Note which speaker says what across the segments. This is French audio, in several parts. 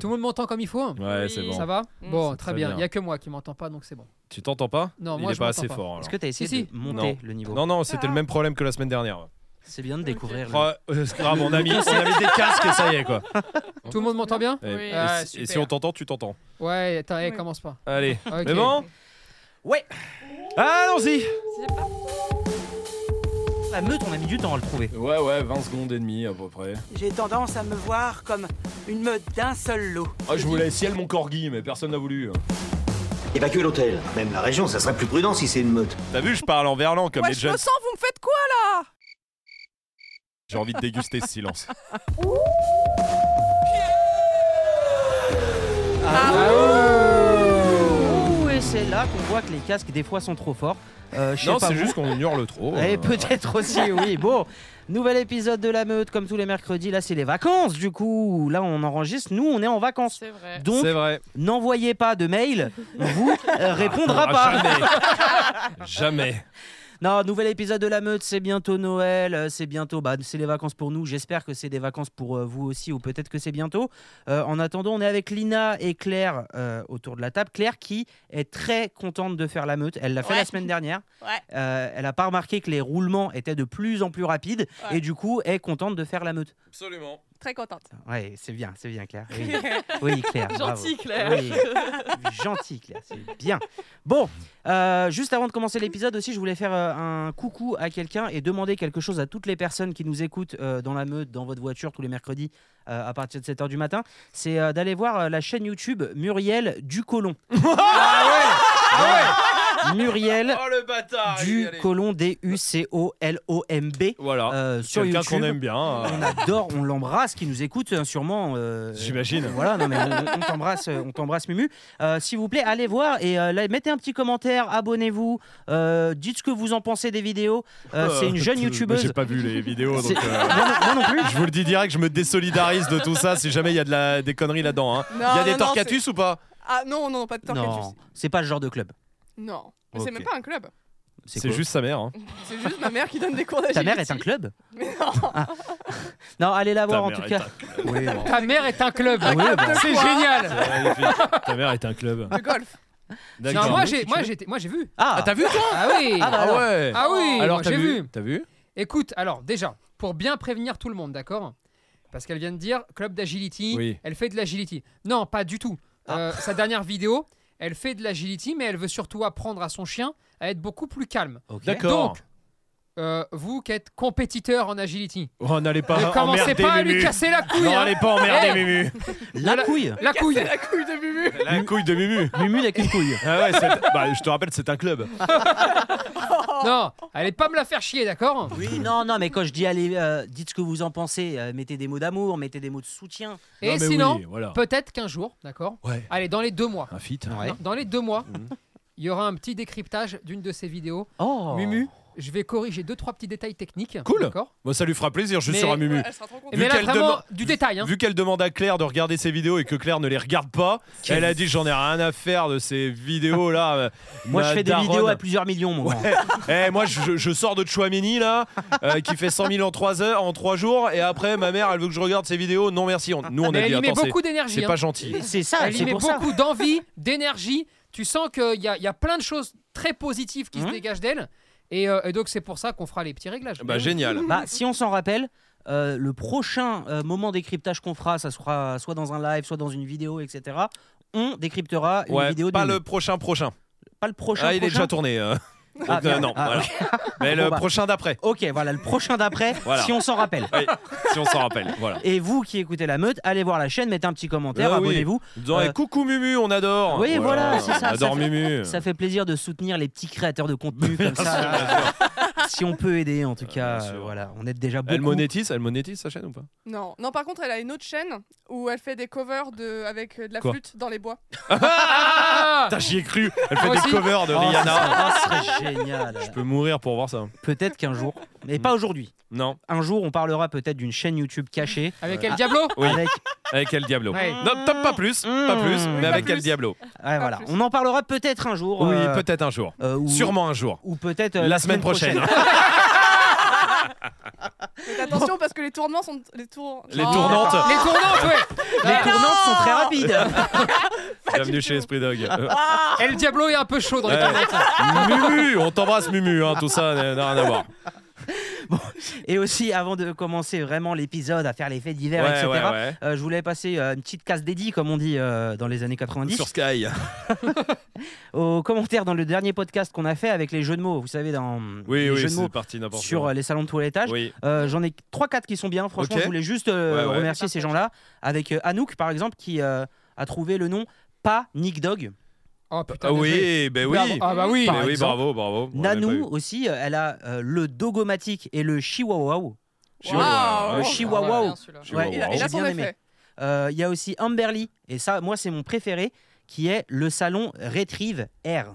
Speaker 1: Tout le monde m'entend comme il faut hein
Speaker 2: Ouais,
Speaker 3: Oui.
Speaker 2: c'est bon.
Speaker 1: Ça va
Speaker 3: Mm.
Speaker 1: Bon,
Speaker 3: C'est
Speaker 1: très
Speaker 2: très
Speaker 1: bien.
Speaker 2: bien.
Speaker 1: Il n'y a que moi qui m'entends pas, donc c'est bon.
Speaker 2: Tu t'entends pas
Speaker 1: Non,
Speaker 2: Il
Speaker 1: moi,
Speaker 2: est
Speaker 1: je
Speaker 2: pas
Speaker 1: m'entends
Speaker 2: assez
Speaker 1: pas.
Speaker 2: fort.
Speaker 4: Est-ce
Speaker 2: alors.
Speaker 4: que t'as essayé
Speaker 1: Si, si.
Speaker 4: de monter
Speaker 2: Oh Non.
Speaker 4: le niveau
Speaker 2: Non, non, c'était
Speaker 3: Ah.
Speaker 2: le même problème que la semaine dernière.
Speaker 4: C'est bien de découvrir. le-
Speaker 2: Oh, euh, c'est grave, on a mis, on a mis des casques et ça y est quoi.
Speaker 3: Ah,
Speaker 1: Tout le monde m'entend bien
Speaker 2: Et,
Speaker 3: Oui.
Speaker 2: et
Speaker 1: Ah,
Speaker 2: si- et si
Speaker 1: super.
Speaker 2: on t'entend, tu t'entends.
Speaker 1: Ouais, attends, hey,
Speaker 3: Oui.
Speaker 1: commence pas.
Speaker 2: Allez,
Speaker 1: Ok.
Speaker 2: Ah, mais bon
Speaker 4: Ouais.
Speaker 2: Allons-y
Speaker 3: C'est pas-
Speaker 4: La Ah, meute, on a mis du temps à le trouver.
Speaker 2: Oh.
Speaker 5: Ouais, ouais, 20 secondes et demie à peu près.
Speaker 6: J'ai tendance à me voir comme une meute d'un seul lot.
Speaker 5: Ah, je voulais ciel mon corgi, mais personne n'a voulu.
Speaker 2: hein.
Speaker 7: Évacuer l'hôtel, même la région, ça serait plus prudent si c'est une meute.
Speaker 2: T'as vu, je parle en verlan comme
Speaker 3: Ouais,
Speaker 2: les
Speaker 3: je
Speaker 2: jeunes.
Speaker 3: me sens, vous me faites quoi là
Speaker 2: J'ai envie de déguster ce silence.
Speaker 4: Ouh, et c'est là qu'on voit que les casques des fois sont trop forts. Euh, je sais
Speaker 2: Non,
Speaker 4: pas
Speaker 2: c'est
Speaker 4: vous.
Speaker 2: juste qu'on hurle trop.
Speaker 4: Eh,
Speaker 2: euh,
Speaker 4: peut-être aussi, oui. Bon, nouvel épisode de la meute comme tous les mercredis. Là, c'est les vacances, du coup. Là, on enregistre. Nous, on est en vacances.
Speaker 3: C'est vrai.
Speaker 4: Donc,
Speaker 2: C'est Ah, vrai.
Speaker 4: n'envoyez pas de mail. On vous euh, répondra pas.
Speaker 2: Jamais. Jamais.
Speaker 4: Non, nouvel épisode de la meute, c'est bientôt Noël, euh, c'est bientôt, bah, c'est les vacances pour nous, j'espère que c'est des vacances pour euh, vous aussi, ou peut-être que c'est bientôt. Euh, en attendant, on est avec Lina et Claire euh, autour de la table. Claire qui est très contente de faire la meute, elle l'a fait
Speaker 3: Ouais.
Speaker 4: la semaine dernière,
Speaker 3: Ouais.
Speaker 4: Euh, elle n'a pas remarqué que les roulements étaient de plus en plus rapides,
Speaker 3: Ouais.
Speaker 4: et du coup est contente de faire la meute.
Speaker 2: Absolument.
Speaker 3: Très contente.
Speaker 4: Ouais, c'est bien, c'est bien Claire. Oui, Oui, Claire. Ah, bravo.
Speaker 3: Gentille, Claire.
Speaker 4: Oui. Gentil, Claire, c'est bien. Bon, euh, juste avant de commencer l'épisode aussi, je voulais faire euh, un coucou à quelqu'un et demander quelque chose à toutes les personnes qui nous écoutent euh, dans la meute, dans votre voiture tous les mercredis euh, à partir de 7h du matin. C'est euh, d'aller voir euh, la chaîne YouTube Muriel Ducolon. ah ouais Muriel
Speaker 2: Oh le bâtard
Speaker 4: Ducolon, D-U-C-O-L-O-M-B.
Speaker 2: Voilà.
Speaker 4: euh,
Speaker 2: C'est
Speaker 4: sur
Speaker 2: Quelqu'un
Speaker 4: YouTube. Euh,
Speaker 2: qu'on aime bien. hein.
Speaker 4: On adore, on l'embrasse, qui nous écoute euh, sûrement. euh,
Speaker 2: J'imagine.
Speaker 4: Voilà, non mais on, on t'embrasse, euh, on t'embrasse Mumu. Euh, S'il vous plaît, allez voir et euh, là, mettez un petit commentaire, abonnez-vous, euh, dites ce que vous en pensez des vidéos. Euh, C'est une jeune
Speaker 2: Euh,
Speaker 4: youtubeuse.
Speaker 2: J'ai pas vu les vidéos,
Speaker 4: C'est-
Speaker 2: donc. euh,
Speaker 4: Moi non- moi non plus.
Speaker 2: Je vous le dis direct, je me désolidarise de tout ça si jamais il y a de la, des conneries là-dedans. hein. Il y
Speaker 3: Non,
Speaker 2: a
Speaker 3: non,
Speaker 2: des
Speaker 3: non,
Speaker 2: torcatus ou pas
Speaker 3: Ah non, non, non, pas de
Speaker 4: Non,
Speaker 3: torcatus.
Speaker 4: c'est pas le genre de club.
Speaker 3: Non. Mais
Speaker 4: Ok.
Speaker 3: C'est même pas un club.
Speaker 2: C'est
Speaker 4: quoi
Speaker 2: juste sa mère. hein.
Speaker 3: C'est juste ma mère qui donne des cours d'agilité.
Speaker 4: Ta mère est un club Ah.
Speaker 3: Mais non.
Speaker 4: Non, allez la
Speaker 2: Ta
Speaker 4: voir en
Speaker 2: mère
Speaker 4: tout
Speaker 2: est
Speaker 4: cas. Oui, bon.
Speaker 1: Ta mère est un club.
Speaker 4: Ah oui, bah.
Speaker 1: C'est génial.
Speaker 2: Magnifique. Ta mère est un club.
Speaker 3: De golf.
Speaker 1: Non, moi
Speaker 2: D'accord.
Speaker 1: Ah, j'ai moi j'étais- moi j'ai vu.
Speaker 4: Ah,
Speaker 2: Ah, t'as vu toi
Speaker 1: Ah oui.
Speaker 4: Ah bah alors.
Speaker 2: ouais
Speaker 1: Ah oui,
Speaker 2: Alors
Speaker 1: moi,
Speaker 2: t'as
Speaker 1: j'ai
Speaker 2: vu,
Speaker 1: vu.
Speaker 2: T'as vu
Speaker 1: Écoute, alors déjà, pour bien prévenir tout le monde, d'accord Parce qu'elle vient de dire club d'agility,
Speaker 2: Oui. Ah.
Speaker 1: elle fait de l'agility. Non, pas du tout. Euh, sa dernière vidéo, elle fait de l'agility, mais elle veut surtout apprendre à son chien à être beaucoup plus calme.
Speaker 4: ok.
Speaker 2: D'accord.
Speaker 1: Donc, euh, vous qui êtes compétiteur en agility,
Speaker 2: Oh, n'allez pas
Speaker 1: ne commencez
Speaker 2: emmerder
Speaker 1: pas à lui
Speaker 2: Mumu.
Speaker 1: casser la couille.
Speaker 2: Non,
Speaker 1: hein.
Speaker 2: allez pas emmerder
Speaker 1: Eh.
Speaker 2: Mumu.
Speaker 4: La couille
Speaker 1: La couille.
Speaker 3: La couille de Bubu.
Speaker 2: La couille de Mumu.
Speaker 4: Mumu n'a qu'une couille.
Speaker 2: Ah ouais, c'est- bah, je te rappelle, c'est un club.
Speaker 1: Non, allez pas me la faire chier, d'accord
Speaker 4: Oui, non, non, mais quand je dis allez, euh, dites ce que vous en pensez, euh, mettez des mots d'amour, mettez des mots de soutien.
Speaker 1: Et
Speaker 2: Non, mais
Speaker 1: sinon,
Speaker 2: oui, voilà.
Speaker 1: peut-être qu'un jour, d'accord
Speaker 2: Ouais.
Speaker 1: Allez, dans les deux mois.
Speaker 2: Un feat.
Speaker 4: Ouais. Mhm.
Speaker 1: Dans- Dans les deux mois, il y aura un petit décryptage d'une de ses vidéos.
Speaker 4: Oh
Speaker 1: Mumu, je vais corriger deux trois petits détails techniques.
Speaker 2: Cool.
Speaker 1: D'accord.
Speaker 2: Bon, ça lui fera plaisir, je suis
Speaker 1: Mais-
Speaker 2: sûr à Mumu.
Speaker 3: Ouais, elle sera trop contente.
Speaker 2: Vu
Speaker 1: Mais là
Speaker 2: qu'elle
Speaker 1: vraiment
Speaker 2: demande-
Speaker 1: du détail. Hein.
Speaker 2: Vu qu'elle demande à Claire de regarder ses vidéos et que Claire ne les regarde pas,
Speaker 4: Quel-
Speaker 2: elle a dit j'en ai rien à faire de ces vidéos là. euh,
Speaker 4: Moi,
Speaker 2: ma
Speaker 4: je fais des
Speaker 2: daronne.
Speaker 4: vidéos à plusieurs millions, mon grand.
Speaker 2: Eh, moi je, je sors de Chouamini là, euh, qui fait 100 000 en 3 heures, en 3 jours, et après ma mère elle veut que je regarde ses vidéos. Non merci, on- nous on
Speaker 1: Mais
Speaker 2: a
Speaker 1: elle
Speaker 2: dit
Speaker 1: y met
Speaker 2: attends, c'est-
Speaker 1: beaucoup d'énergie.
Speaker 2: c'est
Speaker 1: hein.
Speaker 2: pas gentil.
Speaker 4: C'est ça,
Speaker 1: Elle y
Speaker 4: Ah, c'est
Speaker 1: met
Speaker 4: pour ça.
Speaker 1: beaucoup d'envie, d'énergie. Tu sens qu'il y a, il y a plein de choses très positives qui se
Speaker 4: Mhm.
Speaker 1: dégagent d'elle. Et, euh, et donc c'est pour ça qu'on fera les petits réglages.
Speaker 2: Bah génial.
Speaker 4: Bah, si on s'en rappelle, euh, le prochain euh, moment décryptage qu'on fera, ça sera soit dans un live, soit dans une vidéo, etc. On décryptera une
Speaker 2: Ouais,
Speaker 4: vidéo de
Speaker 2: pas
Speaker 4: Mumu.
Speaker 2: le prochain prochain.
Speaker 4: pas le prochain.
Speaker 2: ah, il est
Speaker 4: prochain.
Speaker 2: déjà tourné. euh. Donc,
Speaker 4: Ah,
Speaker 2: euh,
Speaker 4: merde.
Speaker 2: non,
Speaker 4: Ah,
Speaker 2: voilà.
Speaker 4: ok.
Speaker 2: Mais
Speaker 4: Bon,
Speaker 2: le
Speaker 4: bah.
Speaker 2: prochain d'après,
Speaker 4: ok, voilà, le prochain d'après,
Speaker 2: Voilà.
Speaker 4: si on s'en rappelle.
Speaker 2: si on s'en rappelle. Voilà.
Speaker 4: Et vous qui écoutez la meute, allez voir la chaîne, mettez un petit commentaire,
Speaker 2: Ah oui.
Speaker 4: abonnez-vous.
Speaker 2: En disant,
Speaker 4: Euh,
Speaker 2: eh, coucou Mumu, on adore.
Speaker 4: Oui, voilà, c'est ça, ça
Speaker 2: On adore
Speaker 4: fait-
Speaker 2: Mumu.
Speaker 4: Ça fait plaisir de soutenir les petits créateurs de contenu comme ça. euh, si on peut aider, en tout cas,
Speaker 2: bien sûr.
Speaker 4: euh, voilà, on est déjà beaucoup.
Speaker 2: Elle monétise, elle monétise sa chaîne ou pas
Speaker 3: Non. non, par contre, elle a une autre chaîne où elle fait des covers de... avec euh, de la
Speaker 2: Quoi
Speaker 3: flûte dans les bois.
Speaker 1: Ah
Speaker 2: Putain, j'y ai cru. Elle fait
Speaker 1: Moi
Speaker 2: des
Speaker 1: aussi.
Speaker 2: covers de
Speaker 4: Oh,
Speaker 2: Rihanna.
Speaker 4: ça, ça serait génial.
Speaker 2: Je peux mourir pour voir ça.
Speaker 4: Peut-être qu'un jour, mais
Speaker 2: Mm.
Speaker 4: pas aujourd'hui.
Speaker 2: Non,
Speaker 4: Un jour, on parlera peut-être d'une chaîne YouTube cachée
Speaker 1: Avec El Diablo
Speaker 2: Oui.
Speaker 4: avec
Speaker 2: avec El Diablo.
Speaker 1: Ouais.
Speaker 2: Non, top, pas plus,
Speaker 4: Mmh.
Speaker 2: pas plus,
Speaker 4: Pas
Speaker 2: mais avec El
Speaker 3: plus.
Speaker 2: Diablo.
Speaker 4: Ouais, voilà.
Speaker 3: plus.
Speaker 4: On en parlera peut-être un jour.
Speaker 2: Oui,
Speaker 4: euh,
Speaker 2: peut-être un jour.
Speaker 4: euh, ou,
Speaker 2: Sûrement un jour.
Speaker 4: Ou peut-être euh,
Speaker 2: La semaine prochaine.
Speaker 3: Faites attention parce que les tournements sont. Les, tour...
Speaker 2: Les
Speaker 3: Oh.
Speaker 2: tournantes.
Speaker 1: Les tournantes, ouais
Speaker 4: Les
Speaker 1: Ah.
Speaker 4: tournantes sont très rapides.
Speaker 2: Bienvenue chez Esprit Dog. Euh,
Speaker 1: Et le Diablo est un peu chaud dans les
Speaker 2: Ouais.
Speaker 1: tournantes.
Speaker 2: Mumu, on t'embrasse Mumu, hein, tout ça n'a n'a rien à voir.
Speaker 4: Et aussi, avant de commencer vraiment l'épisode à faire les faits divers,
Speaker 2: Ouais,
Speaker 4: etc.,
Speaker 2: ouais, ouais.
Speaker 4: euh, je voulais passer euh, une petite casse dédiée, comme on dit euh, dans les années 90,
Speaker 2: Sur Sky.
Speaker 4: aux commentaires dans le dernier podcast qu'on a fait avec les jeux de mots. Vous savez, dans
Speaker 2: Oui,
Speaker 4: les
Speaker 2: oui,
Speaker 4: jeux de
Speaker 2: c'est
Speaker 4: mots
Speaker 2: parti n'importe
Speaker 4: sur
Speaker 2: quoi.
Speaker 4: euh, les salons de toilettage.
Speaker 2: Oui.
Speaker 4: Euh, J'en ai 3-4 qui sont bien, franchement,
Speaker 2: Ok.
Speaker 4: je voulais juste euh,
Speaker 2: Ouais, ouais.
Speaker 4: remercier ces gens-là. Avec euh, Anouk, par exemple, qui euh, a trouvé le nom pas Nick Dog.
Speaker 1: Oh putain.
Speaker 2: Ah
Speaker 1: bien joué.
Speaker 2: oui, ben oui.
Speaker 1: Bravo. Ah bah oui.
Speaker 2: Ben
Speaker 4: Par
Speaker 2: oui,
Speaker 4: exemple,
Speaker 2: bravo, bravo. On l'avait pas
Speaker 4: Nanou
Speaker 2: eu.
Speaker 4: aussi, euh, elle a euh, le Dogomatic et le Chihuahua.
Speaker 2: Chihuahua. hein.
Speaker 3: Waouh.
Speaker 2: Ouais,
Speaker 4: Le Chihuahua.
Speaker 1: Ah ouais, bien, celui-là.
Speaker 2: Chihuahua.
Speaker 3: Il a,
Speaker 4: J'ai
Speaker 3: il a son
Speaker 4: bien
Speaker 3: effet.
Speaker 4: aimé. Euh, Il y a aussi Amberly, et ça, moi, c'est mon préféré, qui est le salon Retrieve R.
Speaker 2: Oui,
Speaker 1: Ah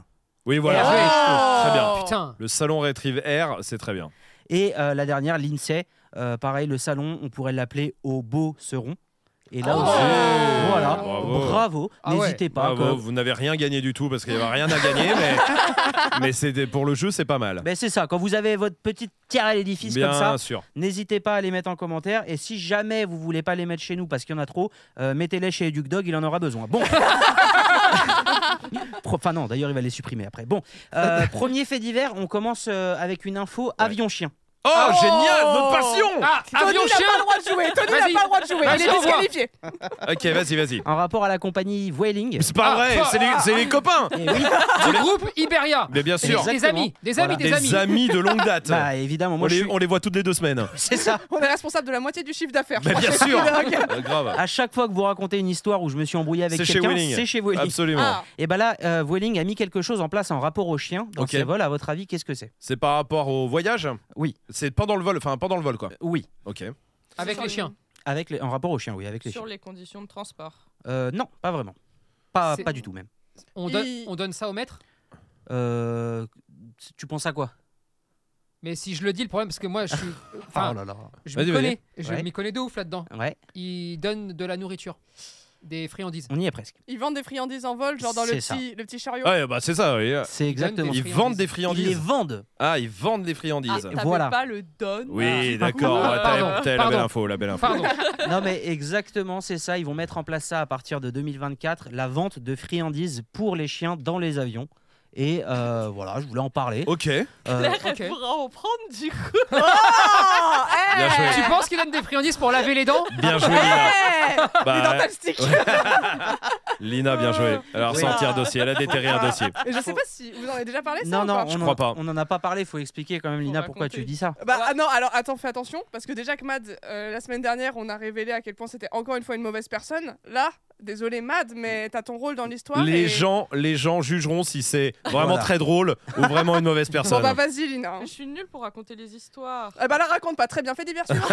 Speaker 1: ouais.
Speaker 2: voilà. Très bien.
Speaker 3: Oh.
Speaker 1: Putain.
Speaker 2: Le salon Retrieve Air, c'est très bien.
Speaker 4: Et euh, la dernière, l'INSEE, euh, pareil, le salon, on pourrait l'appeler Au Beau Seron. Et là
Speaker 3: Oh.
Speaker 4: aussi,
Speaker 2: Eh,
Speaker 4: voilà,
Speaker 2: Bravo.
Speaker 4: bravo,
Speaker 1: Ah ouais.
Speaker 4: n'hésitez pas.
Speaker 2: Bravo,
Speaker 4: quoi.
Speaker 2: vous n'avez rien gagné du tout parce qu'il n'y avait rien à gagner, mais, mais c'était- pour le jeu, c'est pas mal.
Speaker 4: Ben, c'est ça, quand vous avez votre petite pierre à l'édifice
Speaker 2: Bien
Speaker 4: comme ça,
Speaker 2: sûr.
Speaker 4: N'hésitez pas à les mettre en commentaire. Et si jamais vous voulez pas les mettre chez nous parce qu'il y en a trop, euh, mettez-les chez Duke Dog, il en aura besoin. Bon. Pro- Enfin non, d'ailleurs il va les supprimer après. Bon, Euh, premier fait divers, on commence euh, avec une info avion-chien.
Speaker 2: Oh,
Speaker 3: Oh.
Speaker 2: génial, notre passion
Speaker 1: Ah,
Speaker 3: Tony
Speaker 1: avion
Speaker 3: n'a pas le
Speaker 1: chien
Speaker 3: droit de jouer. Tony n'a
Speaker 1: Vas-y.
Speaker 3: pas le droit de jouer. Il
Speaker 1: Vas-y,
Speaker 3: est
Speaker 1: au revoir.
Speaker 3: disqualifié.
Speaker 2: Ok, vas-y, vas-y.
Speaker 4: En rapport à la compagnie Whaling.
Speaker 2: C'est pas
Speaker 1: Ah,
Speaker 2: vrai,
Speaker 1: ah,
Speaker 2: c'est les, c'est les copains.
Speaker 4: Et oui,
Speaker 1: du groupe Iberia.
Speaker 2: Mais bien sûr,
Speaker 1: Des
Speaker 4: Exactement.
Speaker 1: amis, des amis,
Speaker 4: Voilà.
Speaker 1: des amis.
Speaker 2: de longue date.
Speaker 4: bah évidemment,
Speaker 2: on,
Speaker 4: moi je
Speaker 2: les,
Speaker 4: suis...
Speaker 2: on les voit toutes les deux semaines.
Speaker 4: C'est ça.
Speaker 3: On est responsable de la moitié du chiffre d'affaires.
Speaker 2: Mais bien sûr.
Speaker 3: Ah.
Speaker 2: Euh, grave.
Speaker 4: À chaque fois que vous racontez une histoire où je me suis embrouillé avec
Speaker 2: C'est chez
Speaker 4: quelqu'un,
Speaker 2: Whaling.
Speaker 4: c'est chez Whaling.
Speaker 2: Absolument.
Speaker 3: Ah.
Speaker 4: Et bah là, euh, Whaling a mis quelque chose en place en rapport aux chiens dans
Speaker 2: Ok.
Speaker 4: ses vols. À votre avis, qu'est-ce que c'est
Speaker 2: C'est par rapport au voyage
Speaker 4: Oui. Euh,
Speaker 2: C'est pendant le vol, enfin pendant le vol quoi.
Speaker 4: Oui,
Speaker 2: Ok.
Speaker 1: Avec les chiens.
Speaker 4: avec les- en rapport aux chiens, oui, avec les chiens.
Speaker 8: Sur les conditions de transport.
Speaker 4: Euh, non, pas vraiment. Pas,
Speaker 1: C'est-
Speaker 4: pas du tout même.
Speaker 1: On, donne-
Speaker 3: Il-
Speaker 1: on donne ça au maître
Speaker 4: Euh, tu penses à quoi
Speaker 1: mais si je le dis, le problème, parce que moi, je suis.
Speaker 4: Ah,
Speaker 1: Enfin,
Speaker 4: là là.
Speaker 1: je m'y
Speaker 2: Vas-y,
Speaker 1: connais. Je
Speaker 4: Ouais.
Speaker 1: m'y connais de ouf là-dedans.
Speaker 4: Ouais,
Speaker 1: Il donne de la nourriture, des friandises.
Speaker 4: on y est presque.
Speaker 3: Ils vendent des friandises en vol, genre dans le
Speaker 4: C'est ça.
Speaker 3: petit, le petit chariot.
Speaker 2: Ouais, bah c'est ça, oui.
Speaker 4: C'est exactement.
Speaker 1: des
Speaker 2: Ils vendent des friandises.
Speaker 4: Ils les vendent.
Speaker 2: Ah, ils vendent des friandises.
Speaker 8: Ah, t'avais
Speaker 4: Voilà.
Speaker 8: pas le don.
Speaker 2: oui, d'accord.
Speaker 1: Ah,
Speaker 2: ouais,
Speaker 1: pardon,
Speaker 2: t'as- t'as la
Speaker 1: pardon.
Speaker 2: belle info, la belle info.
Speaker 1: Pardon.
Speaker 4: Non mais exactement, c'est ça. Ils vont mettre en place ça à partir de 2024, la vente de friandises pour les chiens dans les avions. Et euh, voilà, je voulais en parler.
Speaker 2: Ok. Bien
Speaker 4: Euh,
Speaker 8: Claire,
Speaker 1: Ok.
Speaker 8: elle pourra en prendre du coup.
Speaker 1: tu
Speaker 3: Ah,
Speaker 2: joué.
Speaker 1: penses qu'il donne des friandises pour laver les dents
Speaker 2: Bien joué, Lina. Bah,
Speaker 3: Fantastique.
Speaker 2: Lina, bien joué. Alors,
Speaker 4: Oui.
Speaker 2: sortir un dossier, elle a déterré un dossier.
Speaker 3: Et Je sais pas si vous en avez déjà parlé ça
Speaker 4: non,
Speaker 3: ou
Speaker 4: non,
Speaker 3: pas.
Speaker 4: on en-
Speaker 2: crois pas.
Speaker 4: on en a pas parlé. Faut expliquer quand même,
Speaker 8: Faut
Speaker 4: Lina, pourquoi
Speaker 8: raconter.
Speaker 4: tu dis ça.
Speaker 3: Bah ah non, alors attends, fais attention parce que déjà que Mad euh, la semaine dernière, on a révélé à quel point c'était encore une fois une mauvaise personne. Là, désolé Mad, mais t'as ton rôle dans l'histoire.
Speaker 2: Les
Speaker 3: et-
Speaker 2: gens, les gens jugeront si c'est vraiment
Speaker 4: Voilà.
Speaker 2: très drôle ou vraiment une mauvaise
Speaker 3: Bon
Speaker 2: personne.
Speaker 3: bah vas-y Lina.
Speaker 8: Je suis nulle pour raconter les histoires.
Speaker 3: Eh bah la raconte pas, très bien fait divers. suivant.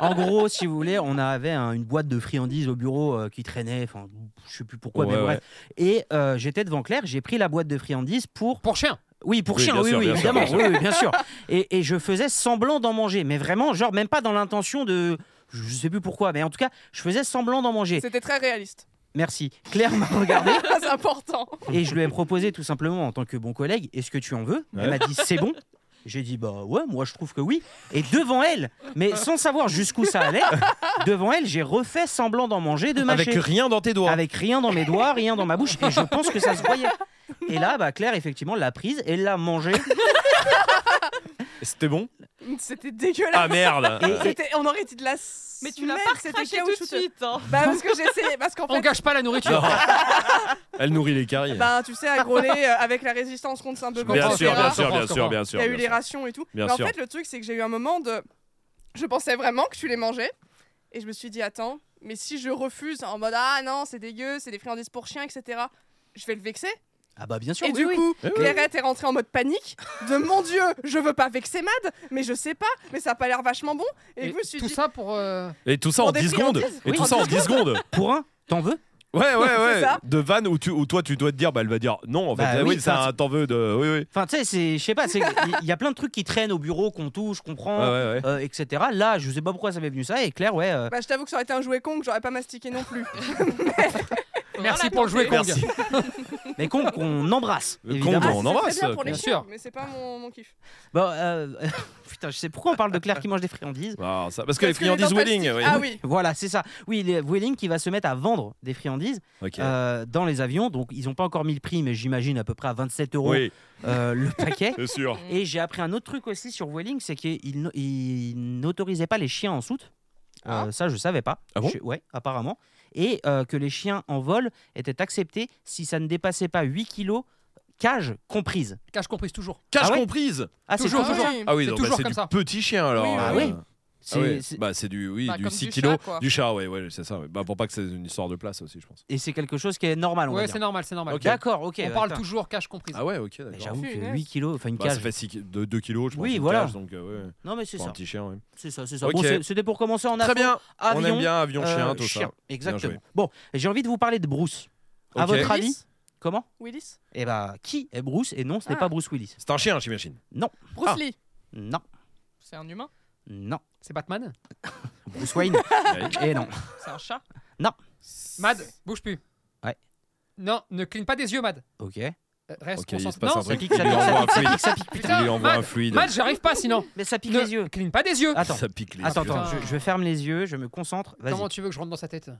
Speaker 4: En gros, si vous voulez, on avait un- une boîte de friandises au bureau euh, qui traînait, enfin, je sais plus pourquoi,
Speaker 2: Ouais,
Speaker 4: mais bref. Et euh, j'étais devant Claire, j'ai pris la boîte de friandises pour.
Speaker 1: Pour chien
Speaker 4: Oui, pour
Speaker 2: Oui,
Speaker 4: chien,
Speaker 2: bien
Speaker 4: oui,
Speaker 2: sûr,
Speaker 4: oui,
Speaker 2: bien sûr,
Speaker 4: évidemment,
Speaker 2: bien
Speaker 4: oui, oui, bien sûr. Et, et je faisais semblant d'en manger, mais vraiment, genre, même pas dans l'intention de. Je sais plus pourquoi, mais en tout cas, je faisais semblant d'en manger.
Speaker 3: C'était très réaliste.
Speaker 4: Merci. Claire m'a regardé
Speaker 3: C'est important.
Speaker 4: et je lui ai proposé tout simplement en tant que bon collègue est-ce que tu en veux Elle
Speaker 2: Ouais.
Speaker 4: m'a dit c'est bon. J'ai dit bah ouais, moi je trouve que oui. Et devant elle, mais sans savoir jusqu'où ça allait, devant elle, j'ai refait semblant d'en manger, de
Speaker 2: Avec
Speaker 4: mâcher.
Speaker 2: rien dans tes doigts.
Speaker 4: Avec rien dans mes doigts, rien dans ma bouche, et je pense que ça se voyait. Et là, bah, Claire, effectivement, l'a prise et l'a mangée.
Speaker 2: C'était bon
Speaker 3: C'était dégueulasse.
Speaker 2: Ah merde
Speaker 4: Et-
Speaker 3: C'était- On aurait dit de la.
Speaker 8: Mais tu l'as
Speaker 3: merde,
Speaker 8: pas
Speaker 3: c'était
Speaker 8: craché tout de
Speaker 3: caoutchouteux.
Speaker 8: suite. hein.
Speaker 3: Bah parce que j'ai essayé, parce qu'en
Speaker 1: On
Speaker 3: fait.
Speaker 1: gâche pas la
Speaker 2: Non.
Speaker 1: nourriture.
Speaker 2: Elle nourrit les caries.
Speaker 3: Bah tu sais, à Grolet, euh, avec la résistance contre Saint-Beuve,
Speaker 2: bien,
Speaker 1: comprends,
Speaker 2: sûr,
Speaker 1: je
Speaker 2: bien
Speaker 1: comprends,
Speaker 2: sûr,
Speaker 1: je
Speaker 2: bien
Speaker 1: comprends.
Speaker 2: sûr, bien sûr,
Speaker 3: Il y a eu
Speaker 2: bien
Speaker 3: les
Speaker 2: sûr.
Speaker 3: rations et tout.
Speaker 2: Bien
Speaker 3: mais
Speaker 2: sûr.
Speaker 3: en fait, le truc, c'est que j'ai eu un moment de. Je pensais vraiment que tu les mangeais. Et je me suis dit, attends, mais si je refuse en mode Ah non, c'est dégueu, c'est des friandises pour chiens, etc., je vais le vexer.
Speaker 4: Ah bah bien sûr,
Speaker 3: et
Speaker 4: oui,
Speaker 3: du
Speaker 4: oui.
Speaker 3: coup,
Speaker 2: Eh oui.
Speaker 3: Clairette est rentrée en mode panique de Mon Dieu, je veux pas vexer Mad, mais je sais pas, mais ça a pas l'air vachement bon. Et,
Speaker 1: Et
Speaker 3: je me suis
Speaker 1: tout
Speaker 3: dit,
Speaker 1: ça pour. euh,
Speaker 2: Et tout ça
Speaker 3: Pour
Speaker 2: en
Speaker 3: des
Speaker 2: 10 secondes.
Speaker 3: friandises
Speaker 2: Et
Speaker 4: Oui,
Speaker 2: tout
Speaker 4: en
Speaker 2: ça en 10 secondes.
Speaker 4: Pour un, t'en veux
Speaker 2: Ouais, ouais,
Speaker 3: C'est
Speaker 2: ouais.
Speaker 3: ça.
Speaker 2: De vanne où tu, où toi tu dois te dire, bah elle va dire non en fait.
Speaker 4: Bah
Speaker 2: Ah
Speaker 4: oui,
Speaker 2: oui, ça t'en veux de. Oui, oui.
Speaker 4: Enfin, tu sais, c'est, je sais pas, c'est- il y a plein de trucs qui traînent au bureau qu'on touche, qu'on prend,
Speaker 2: Ouais, ouais, ouais.
Speaker 4: euh, etc. Là, je sais pas pourquoi ça m'est venu ça. Et Claire, ouais, euh,
Speaker 3: bah, je t'avoue que ça aurait été un jouet con que j'aurais pas mastiqué non plus.
Speaker 8: Faudra
Speaker 1: Merci
Speaker 8: la
Speaker 1: pour le jouet,
Speaker 8: tenter.
Speaker 1: Kong.
Speaker 2: Merci.
Speaker 4: mais qu'on qu'on embrasse.
Speaker 2: Qu'on
Speaker 4: évidemment.
Speaker 2: on
Speaker 3: c'est
Speaker 2: embrasse,
Speaker 3: très bien pour les
Speaker 1: bien
Speaker 3: filles,
Speaker 1: sûr.
Speaker 3: mais c'est pas mon, mon kiff.
Speaker 4: Bon, euh, putain, je sais pourquoi on parle de Claire qui mange des friandises.
Speaker 2: Ah, ça- parce que les
Speaker 3: Parce que les
Speaker 2: friandises
Speaker 3: dents
Speaker 2: wedding.
Speaker 3: plastiques-
Speaker 2: oui.
Speaker 3: Ah oui.
Speaker 4: Voilà, c'est ça. Oui, les- Vueling qui va se mettre à vendre des friandises
Speaker 2: Ok.
Speaker 4: euh, dans les avions. Donc, ils n'ont pas encore mis le prix, mais j'imagine à peu près à 27 euros
Speaker 2: oui,
Speaker 4: euh, le paquet.
Speaker 2: c'est sûr.
Speaker 4: Et j'ai appris un autre truc aussi sur Vueling, c'est qu'ils n'autorisaient pas les chiens en soute. Euh, ça, je savais pas.
Speaker 2: Ah bon
Speaker 4: Je- Ouais, apparemment. Et euh, que les chiens en vol étaient acceptés si ça ne dépassait pas 8 kilos, cage comprise.
Speaker 1: Cache comprise toujours.
Speaker 2: Cache
Speaker 4: Ah ouais
Speaker 2: comprise.
Speaker 4: Ah, c'est
Speaker 1: Toujours,
Speaker 4: pas-
Speaker 3: Ah
Speaker 1: toujours.
Speaker 3: oui.
Speaker 2: Ah oui,
Speaker 1: C'est
Speaker 2: donc, bah,
Speaker 1: toujours
Speaker 2: c'est
Speaker 1: comme
Speaker 2: du
Speaker 1: ça.
Speaker 2: petit chien alors.
Speaker 3: Oui, oui,
Speaker 2: euh,
Speaker 4: oui. c'est-
Speaker 2: ah ouais,
Speaker 4: c'est-
Speaker 2: Bah, c'est du, oui,
Speaker 8: Bah,
Speaker 2: du
Speaker 8: comme
Speaker 2: 6
Speaker 8: du
Speaker 2: kilos.
Speaker 8: chat, quoi.
Speaker 2: du chat, ouais, ouais, c'est ça. ouais. Bah, pour pas que c'est une histoire de place aussi, je pense.
Speaker 4: Et c'est quelque chose qui est normal, on va
Speaker 1: Ouais,
Speaker 4: dire.
Speaker 1: c'est normal, c'est normal.
Speaker 2: Ok.
Speaker 4: D'accord, ok.
Speaker 1: On
Speaker 4: ouais,
Speaker 1: parle
Speaker 4: putain.
Speaker 1: toujours cache comprise.
Speaker 2: Ah ouais, ok,
Speaker 4: Mais
Speaker 2: d'accord.
Speaker 4: J'avoue que
Speaker 3: Punaise.
Speaker 4: 8 kilos, enfin une
Speaker 2: Bah, ça
Speaker 4: cage.
Speaker 2: fait 2 kilos, je pense.
Speaker 4: Oui,
Speaker 2: une
Speaker 4: voilà.
Speaker 2: cage, donc, euh, ouais,
Speaker 4: Non, mais c'est
Speaker 2: pour un
Speaker 4: ça.
Speaker 2: petit chien, ouais.
Speaker 4: C'est ça, c'est ça.
Speaker 2: Ok.
Speaker 4: Bon, c'est- c'était pour commencer en
Speaker 2: Très
Speaker 4: avion.
Speaker 2: bien.
Speaker 4: avion
Speaker 2: On aime bien avion,
Speaker 4: euh,
Speaker 2: chien, tout
Speaker 4: chien.
Speaker 2: ça.
Speaker 4: Exactement.
Speaker 2: joué.
Speaker 4: Bon, j'ai envie de vous parler de Bruce. À
Speaker 2: Ok.
Speaker 4: votre avis Comment
Speaker 3: Willis
Speaker 4: Eh bah, qui est Bruce Et non, ce n'est
Speaker 3: Ah.
Speaker 4: pas Bruce Willis.
Speaker 2: C'est un chien, j'imagine.
Speaker 3: Bruce
Speaker 4: Ah.
Speaker 3: Lee.
Speaker 4: Non,
Speaker 8: C'est un humain
Speaker 4: non.
Speaker 1: C'est Batman
Speaker 4: Bruce Wayne. Et non.
Speaker 8: C'est un chat
Speaker 1: Mad, bouge plus.
Speaker 4: Ouais.
Speaker 1: Non, ne cligne pas des yeux, Mad.
Speaker 4: Ok.
Speaker 1: Euh, Reste
Speaker 2: Ok, il se
Speaker 1: concentré.
Speaker 2: passe
Speaker 1: Non,
Speaker 2: un truc.
Speaker 4: pique,
Speaker 2: Il
Speaker 4: ça
Speaker 2: lui
Speaker 4: pique, ça
Speaker 2: envoie un
Speaker 4: pique, ça
Speaker 2: fluide.
Speaker 4: pique, ça pique,
Speaker 1: putain,
Speaker 2: Il lui envoie
Speaker 1: Mad,
Speaker 2: un fluide.
Speaker 1: Mad, j'arrive pas sinon.
Speaker 4: Mais ça pique
Speaker 1: Ne
Speaker 4: les yeux.
Speaker 1: Cligne pas des yeux.
Speaker 4: Attends,
Speaker 2: Ça pique les
Speaker 4: attends,
Speaker 2: yeux.
Speaker 4: attends. Je, je ferme les yeux, je me concentre. Vas-y.
Speaker 1: Comment tu veux que je rentre dans sa tête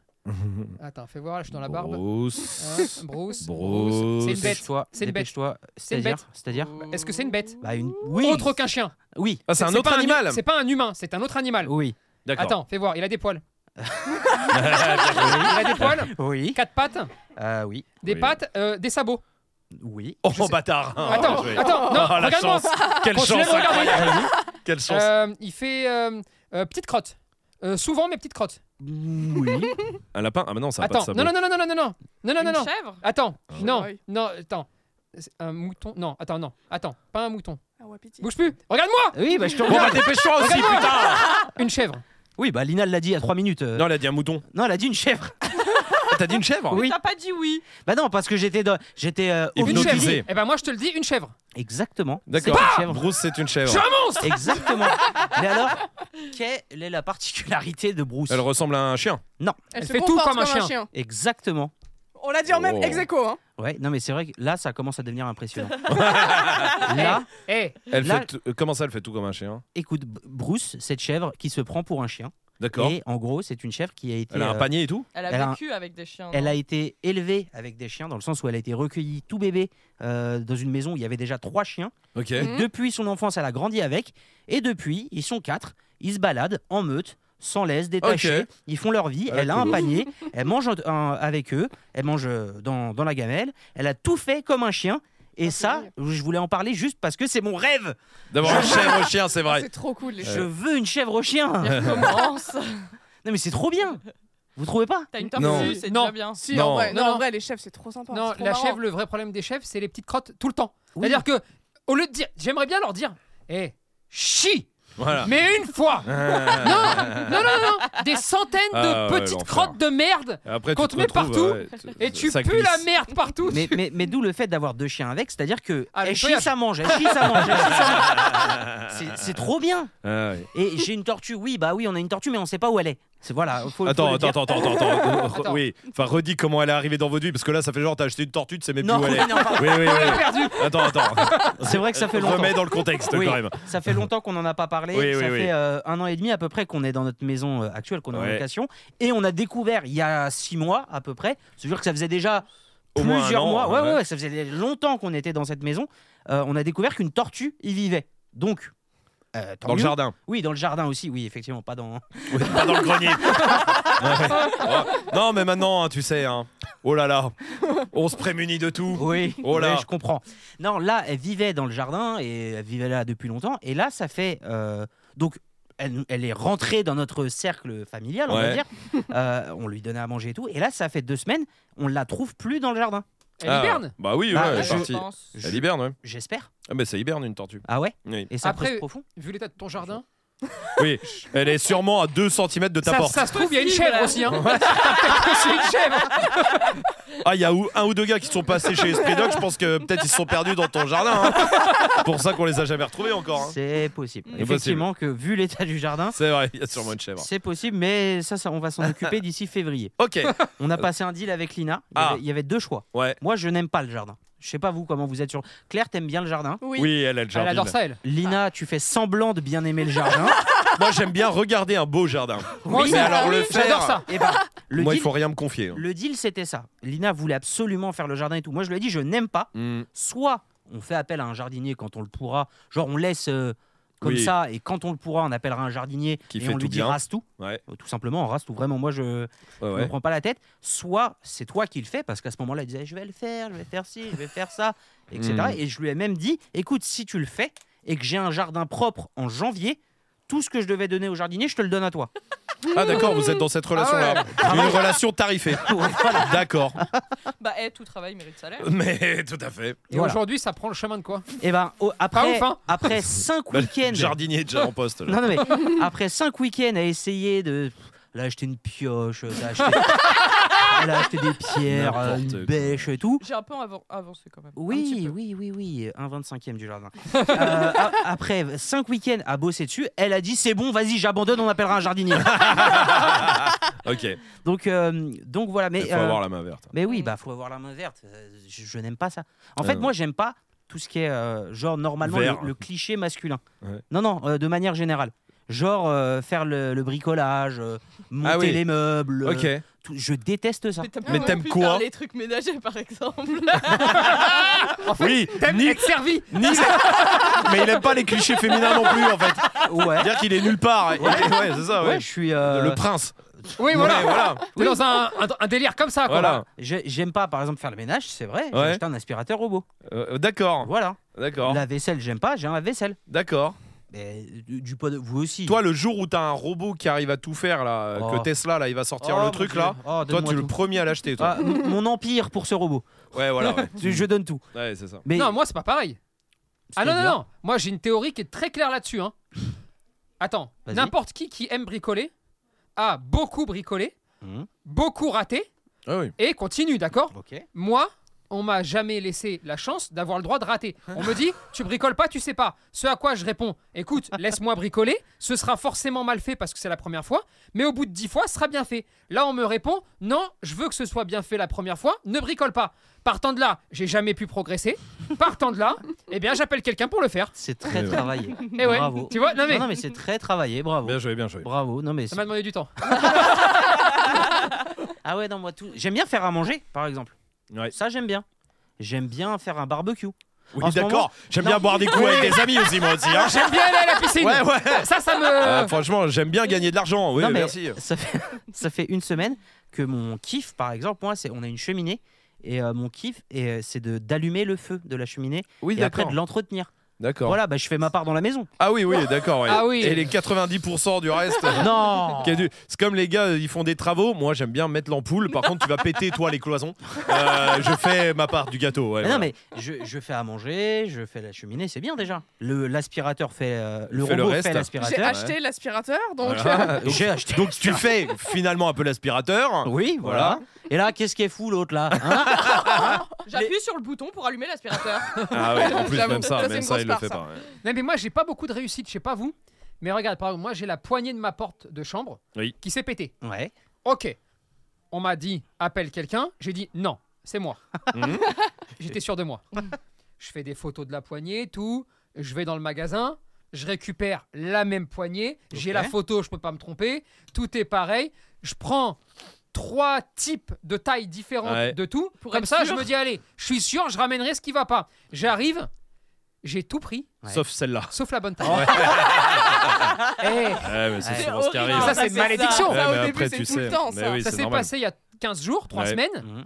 Speaker 1: Attends, fais voir, là, je suis dans la barbe. Hein,
Speaker 2: Bruce.
Speaker 1: Bruce.
Speaker 2: Bruce.
Speaker 1: C'est une bête.
Speaker 4: Dépêche-toi.
Speaker 1: C'est une bête.
Speaker 4: Dépêche-toi.
Speaker 1: C'est une bête.
Speaker 4: C'est-à-dire C'est-à-dire
Speaker 1: Est-ce que c'est une bête
Speaker 4: Bah, une. Oui.
Speaker 1: Autre qu'un chien.
Speaker 4: Oui.
Speaker 2: Ah, c'est un autre
Speaker 1: pas
Speaker 2: animal. Oh,
Speaker 1: hu- C'est pas un humain, c'est un autre animal.
Speaker 4: Oui.
Speaker 2: D'accord.
Speaker 1: Attends, fais voir, il a des poils. il a des poils,
Speaker 4: Oui.
Speaker 1: quatre pattes,
Speaker 4: Euh, oui.
Speaker 1: des
Speaker 2: Oui.
Speaker 1: pattes, euh, des sabots.
Speaker 4: Oui.
Speaker 2: Oh,
Speaker 1: Je sais-
Speaker 2: bâtard. hein.
Speaker 1: attends,
Speaker 2: Bien joué.
Speaker 1: attends, non,
Speaker 2: Ah, la
Speaker 1: regarde-moi.
Speaker 2: chance. Quelle
Speaker 1: Continue à
Speaker 2: chance. hein.
Speaker 1: me regarder.
Speaker 2: Quelle chance.
Speaker 1: Euh, il fait euh, euh, petite crotte. Euh, souvent, mais petite crotte.
Speaker 4: Oui.
Speaker 2: Un lapin Ah, mais non, ça a pas de Ah.
Speaker 1: attends, non,
Speaker 2: sabot.
Speaker 1: non, non, non, non, non, non, non, non, non, non,
Speaker 8: Une
Speaker 1: non.
Speaker 8: chèvre
Speaker 1: Attends, non,
Speaker 3: Ouais.
Speaker 1: non, attends. C'est Un mouton Non, attends, non, attends, pas un mouton.
Speaker 3: Ah, Wapiti.
Speaker 1: Bouge plus Regarde-moi
Speaker 4: Oui, bah je te
Speaker 2: Bon,
Speaker 4: regarde.
Speaker 2: bah, dépêche-toi aussi,
Speaker 1: Regarde-moi.
Speaker 2: putain.
Speaker 1: Une chèvre.
Speaker 4: Oui, bah Lina l'a dit à 3 minutes. euh.
Speaker 2: Non, elle a dit un mouton.
Speaker 4: Non, elle a dit une chèvre.
Speaker 2: Ah, T'as dit une chèvre
Speaker 4: Oui.
Speaker 8: T'as pas dit oui
Speaker 4: Bah non, parce que j'étais dans- j'étais euh,
Speaker 1: Une
Speaker 2: Hypnotisé.
Speaker 1: chèvre. Eh ben moi, je te le dis, une chèvre.
Speaker 4: Exactement.
Speaker 2: D'accord. Bah,
Speaker 4: C'est une chèvre.
Speaker 2: Bruce, c'est une
Speaker 1: Je
Speaker 2: chèvre.
Speaker 1: suis un monstre
Speaker 4: Exactement. Mais alors, quelle est la particularité de Bruce
Speaker 2: Elle ressemble à un chien.
Speaker 1: Elle
Speaker 3: se
Speaker 1: fait tout
Speaker 3: comporte
Speaker 1: comme un chien.
Speaker 4: Exactement.
Speaker 3: On l'a dit en même
Speaker 2: Oh.
Speaker 3: ex aequo, hein.
Speaker 4: Ouais, non mais c'est vrai que là ça commence à devenir impressionnant. là,
Speaker 1: Eh,
Speaker 2: Elle
Speaker 4: Là-
Speaker 2: fait t- euh, Comment ça, elle fait tout comme un chien
Speaker 4: écoute B- Bruce, cette chèvre qui se prend pour un chien
Speaker 2: D'accord.
Speaker 4: et en gros, c'est une chèvre qui a été
Speaker 2: Elle a un
Speaker 4: euh,
Speaker 2: panier et tout
Speaker 8: Elle
Speaker 4: Elle a
Speaker 8: a
Speaker 4: un-
Speaker 8: vécu avec des chiens.
Speaker 4: elle
Speaker 8: non
Speaker 4: a été élevée avec des chiens dans le sens où elle a été recueillie tout bébé euh, dans une maison où il y avait déjà trois chiens.
Speaker 2: Ok.
Speaker 4: Et Euh, Depuis son enfance, elle a grandi avec. Et depuis, ils sont quatre. Ils se baladent en meute, sans laisse, détachés.
Speaker 2: Ok.
Speaker 4: Ils font leur vie.
Speaker 2: Ah,
Speaker 4: elle a un
Speaker 2: cool.
Speaker 4: panier. Elle mange en- en- avec eux. Elle mange euh, dans, dans la gamelle. Elle a tout fait comme un chien. Et
Speaker 3: Ah, c'est
Speaker 4: ça,
Speaker 3: génial.
Speaker 4: je voulais en parler juste parce que c'est mon rêve.
Speaker 2: Euh. D'avoir un chèvre au chien, c'est
Speaker 3: Ah,
Speaker 2: vrai.
Speaker 3: C'est trop cool, les
Speaker 4: Je
Speaker 3: jeux.
Speaker 4: veux une chèvre au chien.
Speaker 8: Il
Speaker 4: non,
Speaker 8: recommence.
Speaker 4: mais c'est trop bien. Vous trouvez pas
Speaker 8: T'as une tortue,
Speaker 2: Non.
Speaker 8: c'est
Speaker 1: Non.
Speaker 8: déjà bien.
Speaker 3: Si,
Speaker 2: Non.
Speaker 3: en vrai, non,
Speaker 1: Non.
Speaker 3: en vrai, les chefs, c'est trop sympa.
Speaker 1: Non,
Speaker 3: c'est trop
Speaker 1: la
Speaker 3: marrant.
Speaker 1: chèvre, le vrai problème des chèvres, c'est les petites crottes tout le temps.
Speaker 4: Oui.
Speaker 1: C'est-à-dire que, au lieu de dire, j'aimerais bien leur dire, hé, chie,
Speaker 2: Voilà.
Speaker 1: mais une fois Non, non, non, non Des centaines
Speaker 2: Ah,
Speaker 1: de
Speaker 2: ouais,
Speaker 1: petites
Speaker 2: l'enfer.
Speaker 1: crottes de merde
Speaker 2: Après,
Speaker 1: Qu'on te
Speaker 2: tu
Speaker 1: met
Speaker 2: retrouves,
Speaker 1: partout
Speaker 2: ouais,
Speaker 1: et tu
Speaker 2: ça
Speaker 1: pues la
Speaker 2: glisse.
Speaker 1: merde partout
Speaker 4: mais, mais, mais d'où le fait d'avoir deux chiens avec, c'est-à-dire que
Speaker 1: Ah, mais
Speaker 4: elle
Speaker 1: toi,
Speaker 4: chie,
Speaker 1: y a-
Speaker 4: ça mange, elle chie, ça mange, elle chie, ça mange. C'est- C'est trop bien.
Speaker 2: Ah, ouais.
Speaker 4: Et j'ai une tortue, oui, bah oui, on a une tortue, mais on sait pas où elle est. C'est voilà. Faut,
Speaker 2: Attends,
Speaker 4: faut le dire.
Speaker 2: attends, attends, attends, attends, Re-
Speaker 1: Attends.
Speaker 2: Oui, enfin, redis comment elle est arrivée dans votre vie, parce que là, ça fait genre, t'as acheté une tortue, tu sais même
Speaker 4: Non,
Speaker 2: plus où elle
Speaker 4: oui,
Speaker 2: est.
Speaker 4: non, pardon.
Speaker 2: Oui, oui,
Speaker 1: On
Speaker 2: oui.
Speaker 1: l'a perdu
Speaker 2: Attends, attends.
Speaker 4: C'est vrai que ça fait longtemps.
Speaker 2: Remets dans le contexte
Speaker 4: Oui.
Speaker 2: quand même.
Speaker 4: Ça fait longtemps qu'on n'en a pas parlé.
Speaker 2: Oui,
Speaker 4: ça
Speaker 2: oui,
Speaker 4: fait
Speaker 2: oui.
Speaker 4: euh, un an et demi à peu près qu'on est dans notre maison euh, actuelle, qu'on est en
Speaker 2: Ouais.
Speaker 4: location. Et on a découvert il y a six mois à peu près. C'est-à-dire que ça faisait déjà
Speaker 2: Au moins un
Speaker 4: plusieurs
Speaker 2: an,
Speaker 4: mois. Ouais,
Speaker 2: ouais.
Speaker 4: ouais, ouais, ça faisait longtemps qu'on était dans cette maison. Euh, on a découvert qu'une tortue y vivait. Donc. euh, tant
Speaker 2: Dans le
Speaker 4: mieux.
Speaker 2: jardin.
Speaker 4: Oui, dans le jardin aussi. Oui, effectivement, pas dans.
Speaker 2: Oui, Pas dans le grenier. Ouais. Oh. Non, mais maintenant, hein, tu sais, hein. oh là là, on se prémunit de tout.
Speaker 4: Oui,
Speaker 2: Oh là.
Speaker 4: ouais, je comprends. Non, là, elle vivait dans le jardin et elle vivait là depuis longtemps. Et là, ça fait. euh, donc, elle, elle est rentrée dans notre cercle familial, on va
Speaker 2: Ouais.
Speaker 4: dire. Euh, on lui donnait à manger et tout. Et là, ça fait deux semaines, on la trouve plus dans le jardin.
Speaker 1: Elle
Speaker 2: Ah,
Speaker 1: hiberne
Speaker 2: Bah oui, ouais,
Speaker 4: Bah,
Speaker 2: elle est
Speaker 4: je-
Speaker 2: partie.
Speaker 8: pense.
Speaker 2: Elle hiberne, ouais.
Speaker 4: J'espère.
Speaker 2: Ah, mais ça hiberne une tortue.
Speaker 4: Ah ouais
Speaker 2: Oui.
Speaker 4: Et ça
Speaker 1: Après-
Speaker 4: creuse profond
Speaker 1: Vu l'état de ton jardin,
Speaker 2: Elle est sûrement à 2 cm de ta
Speaker 1: ça,
Speaker 2: porte.
Speaker 1: ça se trouve, il y a une
Speaker 8: Possible.
Speaker 1: chèvre aussi. Hein. C'est une chèvre
Speaker 2: Ah, il y a ou- un ou deux gars qui sont passés chez Esprit Doc. Je pense que peut-être ils se sont perdus dans ton jardin. hein. C'est pour ça qu'on les a jamais retrouvés encore. hein.
Speaker 4: C'est possible.
Speaker 8: C'est
Speaker 4: Effectivement, que vu l'état du jardin,
Speaker 2: C'est vrai, il y a sûrement une chèvre.
Speaker 4: c'est possible, mais ça, ça on va s'en occuper d'ici février.
Speaker 2: Ok,
Speaker 4: On a passé un deal avec Lina. Il y,
Speaker 2: Ah.
Speaker 4: avait, il y avait deux choix.
Speaker 2: ouais.
Speaker 4: Moi, je n'aime pas le jardin. Je sais pas vous comment vous êtes sur. Claire, t'aimes bien le jardin.
Speaker 3: Oui.
Speaker 2: Oui, elle a le
Speaker 1: Elle
Speaker 2: jardin.
Speaker 1: adore ça, elle.
Speaker 4: Lina, tu fais semblant de bien aimer le jardin.
Speaker 2: Moi, j'aime bien regarder un beau jardin.
Speaker 1: Moi aussi, Ah
Speaker 2: Mais alors,
Speaker 1: oui,
Speaker 2: le
Speaker 1: J'adore
Speaker 2: faire-
Speaker 1: ça.
Speaker 4: Et ben, le
Speaker 2: Moi, il
Speaker 4: deal,
Speaker 2: faut rien me confier. hein.
Speaker 4: le deal, c'était ça. Lina voulait absolument faire le jardin et tout. Moi, je lui ai dit, je n'aime pas.
Speaker 2: Mm.
Speaker 4: Soit on fait appel à un jardinier quand on le pourra. Genre, on laisse euh, comme
Speaker 2: Oui.
Speaker 4: ça et quand on le pourra, on appellera un jardinier
Speaker 2: Qui
Speaker 4: et
Speaker 2: fait
Speaker 4: on lui
Speaker 2: tout
Speaker 4: dit
Speaker 2: bien.
Speaker 4: rase tout.
Speaker 2: Ouais.
Speaker 4: Euh, Tout simplement, on rase tout. Vraiment, moi, je
Speaker 2: Ouais,
Speaker 4: ne
Speaker 2: ouais.
Speaker 4: me prends pas la tête. Soit c'est toi qui le fais parce qu'à ce moment-là, il disait, je vais le faire, je vais faire ci, je vais faire ça, etc.
Speaker 2: Mm.
Speaker 4: Et je lui ai même dit, écoute, si tu le fais et que j'ai un jardin propre en janvier, tout ce que je devais donner au jardinier, je te le donne à toi.
Speaker 2: Ah, d'accord, vous êtes dans cette relation-là. Une relation tarifée. D'accord.
Speaker 8: Bah, eh, tout travail mérite
Speaker 2: Euh,
Speaker 8: salaire.
Speaker 2: Mais tout à fait.
Speaker 1: Et
Speaker 4: Voilà.
Speaker 1: aujourd'hui, ça prend le chemin de quoi
Speaker 4: Et ben, au- après,
Speaker 1: ouf, hein
Speaker 4: après cinq
Speaker 2: Bah,
Speaker 4: week-ends.
Speaker 2: Jardinier déjà en poste. là.
Speaker 4: Non, non, mais après cinq week-ends à essayer de. Là, acheter une pioche, là, acheter, là, acheter des pierres, euh,
Speaker 2: N'importe
Speaker 4: une
Speaker 2: quoi.
Speaker 4: bêche et tout.
Speaker 8: J'ai un peu avan- avancé quand même. Un petit
Speaker 4: Oui,
Speaker 8: peu.
Speaker 4: oui, oui, oui, un 25e du jardin. Euh, a- après cinq week-ends à bosser dessus, elle a dit c'est bon, vas-y, j'abandonne, on appellera un jardinier.
Speaker 2: Ok, il
Speaker 4: donc, euh, donc voilà, mais,
Speaker 2: faut
Speaker 4: euh,
Speaker 2: avoir la main verte.
Speaker 4: mais oui,
Speaker 8: Mhm.
Speaker 4: bah faut avoir la main verte. Euh, Je, je n'aime pas ça. En
Speaker 2: Ah
Speaker 4: fait,
Speaker 2: non.
Speaker 4: moi, j'aime pas tout ce qui est euh, genre normalement le,
Speaker 2: Vert.
Speaker 4: le cliché masculin.
Speaker 2: Ouais.
Speaker 4: Non, non, euh, de manière générale. Genre euh, faire le, le bricolage, euh, monter
Speaker 2: Ah oui.
Speaker 4: les meubles. euh,
Speaker 2: Ok.
Speaker 4: tout- je déteste ça.
Speaker 8: Mais t'aimes
Speaker 2: Mais
Speaker 8: pas
Speaker 2: t'aimes
Speaker 8: non plus
Speaker 2: quoi
Speaker 8: faire Les trucs ménagers, par exemple.
Speaker 2: Oui, ni,
Speaker 1: Être servi
Speaker 2: ni- mais il aime pas les clichés féminins non plus en fait.
Speaker 4: Ouais.
Speaker 2: Dire qu'il est nulle part. Il- Ouais, c'est ça, Ah,
Speaker 4: Ouais,
Speaker 2: ouais.
Speaker 4: je suis. euh,
Speaker 2: Le prince.
Speaker 1: Oui, voilà.
Speaker 2: Ouais, voilà.
Speaker 1: T'es dans un, un, un délire comme ça, quoi.
Speaker 2: Voilà.
Speaker 4: j'ai- J'aime pas, par exemple, faire le ménage, c'est vrai. J'ai
Speaker 2: Ouais.
Speaker 4: acheté un aspirateur robot.
Speaker 2: Euh, d'accord,
Speaker 4: Voilà.
Speaker 2: d'accord,
Speaker 4: La vaisselle, j'aime pas, j'ai un vaisselle.
Speaker 2: d'accord.
Speaker 4: Mais du, du pot de- vous aussi.
Speaker 2: Toi, le jour où t'as un robot qui arrive à tout faire là, euh,
Speaker 4: Oh.
Speaker 2: que Tesla là, il va sortir
Speaker 4: Oh,
Speaker 2: le
Speaker 4: mon
Speaker 2: truc
Speaker 4: Dieu.
Speaker 2: là.
Speaker 4: Oh,
Speaker 2: Toi,
Speaker 4: donne-moi
Speaker 2: tu es le
Speaker 4: tout.
Speaker 2: premier à l'acheter, toi.
Speaker 4: Ah, mon mon empire pour ce robot.
Speaker 2: Ouais, voilà. Ouais,
Speaker 4: Je, je donne tout.
Speaker 2: Ouais, c'est ça.
Speaker 4: Mais
Speaker 1: Non, moi, c'est pas pareil. Ah non, non,
Speaker 4: C'est-à-dire
Speaker 1: non. Moi, j'ai une théorie qui est très claire là-dessus. hein. Attends,
Speaker 4: Vas-y.
Speaker 1: n'importe qui qui aime bricoler a beaucoup bricolé,
Speaker 4: Mhm.
Speaker 1: beaucoup raté
Speaker 2: Ah oui.
Speaker 1: et continue, d'accord
Speaker 4: Ok.
Speaker 1: Moi, on m'a jamais laissé la chance d'avoir le droit de rater. On me dit, tu bricoles pas, tu sais pas. Ce à quoi je réponds, écoute, laisse-moi bricoler. Ce sera forcément mal fait parce que c'est la première fois, mais au bout de dix fois, ce sera bien fait. Là, on me répond, non, je veux que ce soit bien fait la première fois, ne bricole pas. Partant de là, j'ai jamais pu progresser. Partant de là, eh bien, j'appelle quelqu'un pour le faire.
Speaker 4: C'est très
Speaker 2: Ouais, ouais.
Speaker 4: travaillé.
Speaker 1: Et Eh ouais,
Speaker 4: Bravo.
Speaker 1: tu vois, non mais,
Speaker 4: Non, non, mais c'est très travaillé, bravo.
Speaker 2: Bien joué, bien joué.
Speaker 4: Bravo, non mais
Speaker 1: ça
Speaker 4: c'est-
Speaker 1: m'a demandé du temps.
Speaker 4: ah ouais non moi tout j'aime bien faire à manger par exemple
Speaker 2: Ouais.
Speaker 4: ça j'aime bien j'aime bien faire un barbecue
Speaker 2: Oui,
Speaker 4: En ce moment-
Speaker 2: d'accord. J'aime
Speaker 4: Non.
Speaker 2: bien boire des coups avec des amis aussi, moi aussi. hein.
Speaker 1: J'aime bien aller à la piscine.
Speaker 2: Ouais, ouais.
Speaker 1: Ça, ça me.
Speaker 2: Euh, franchement, j'aime bien gagner de l'argent. Oui,
Speaker 4: Non, mais
Speaker 2: merci.
Speaker 4: ça fait, ça fait une semaine que mon kiff, par exemple, moi, c'est on a une cheminée et euh, mon kiff, et, euh, c'est de d'allumer le feu de la cheminée
Speaker 2: Oui,
Speaker 4: et après
Speaker 2: d'accord.
Speaker 4: de l'entretenir.
Speaker 2: D'accord.
Speaker 4: Voilà, bah, je fais ma part dans la maison.
Speaker 2: Ah oui, oui, d'accord. ouais.
Speaker 1: Ah oui.
Speaker 2: Et les 90% du reste. euh,
Speaker 4: Non
Speaker 2: qui est du- C'est comme les gars, euh, ils font des travaux. Moi, j'aime bien mettre l'ampoule. Par contre, tu vas péter, toi, les cloisons. Euh, je fais ma part du gâteau. ouais,
Speaker 4: Mais
Speaker 2: voilà.
Speaker 4: Non, mais je, je fais à manger, je fais la cheminée, c'est bien déjà. Le- L'aspirateur fait. euh, le
Speaker 2: Fait le
Speaker 4: robot
Speaker 2: reste.
Speaker 4: fait
Speaker 3: J'ai
Speaker 4: l'aspirateur.
Speaker 3: acheté l'aspirateur, donc.
Speaker 2: Voilà. Donc,
Speaker 4: J'ai acheté.
Speaker 2: donc, tu fais finalement un peu
Speaker 1: Hein.
Speaker 2: l'aspirateur.
Speaker 4: Oui, voilà. Et là, qu'est-ce qui est fou l'autre là hein
Speaker 8: J'appuie sur le bouton pour allumer l'aspirateur.
Speaker 2: Ah ouais, en plus,
Speaker 3: J'avoue,
Speaker 2: même ça,
Speaker 3: ça, c'est
Speaker 2: même
Speaker 3: une
Speaker 2: ça, il
Speaker 3: grosse
Speaker 2: le
Speaker 3: part,
Speaker 2: fait
Speaker 3: ça.
Speaker 2: pas. ouais.
Speaker 1: Non, mais moi, j'ai pas beaucoup de réussite, je sais pas vous. Mais regarde, par exemple, moi, j'ai la poignée de ma porte de chambre
Speaker 2: Oui.
Speaker 1: qui s'est pétée.
Speaker 4: hein Ouais.
Speaker 1: Ok. On m'a dit, appelle quelqu'un. J'ai dit, non, c'est moi.
Speaker 2: Mhm.
Speaker 1: J'étais sûr de moi. Je fais des photos de la poignée, tout. Je vais dans le magasin. Je récupère la même poignée. J'ai
Speaker 4: Ok.
Speaker 1: la photo, je peux pas me tromper. Tout est pareil. Je prends trois types de tailles différentes
Speaker 2: Ouais.
Speaker 1: de tout.
Speaker 8: Pour
Speaker 1: Comme
Speaker 8: être
Speaker 1: ça,
Speaker 8: sûr.
Speaker 1: je me dis, allez, je suis sûr, je ramènerai ce qui va pas. J'arrive, j'ai tout pris,
Speaker 4: Ouais.
Speaker 2: Sauf celle-là.
Speaker 1: sauf la bonne taille. Eh,
Speaker 2: Ouais, mais Ah, c'est
Speaker 4: Ouais.
Speaker 2: souvent ce qui arrive.
Speaker 8: horrible.
Speaker 1: Ça, c'est une malédiction.
Speaker 2: Ouais,
Speaker 3: Oh, Ça,
Speaker 2: mais
Speaker 3: au début,
Speaker 2: après,
Speaker 3: c'est
Speaker 2: tu
Speaker 3: tout le
Speaker 2: sais.
Speaker 3: temps,
Speaker 2: Mais
Speaker 3: ça.
Speaker 2: oui,
Speaker 1: ça
Speaker 2: c'est
Speaker 1: s'est
Speaker 2: normal.
Speaker 1: passé il y a 15 jours, 3
Speaker 2: Ouais.
Speaker 1: semaines.
Speaker 4: Mhm.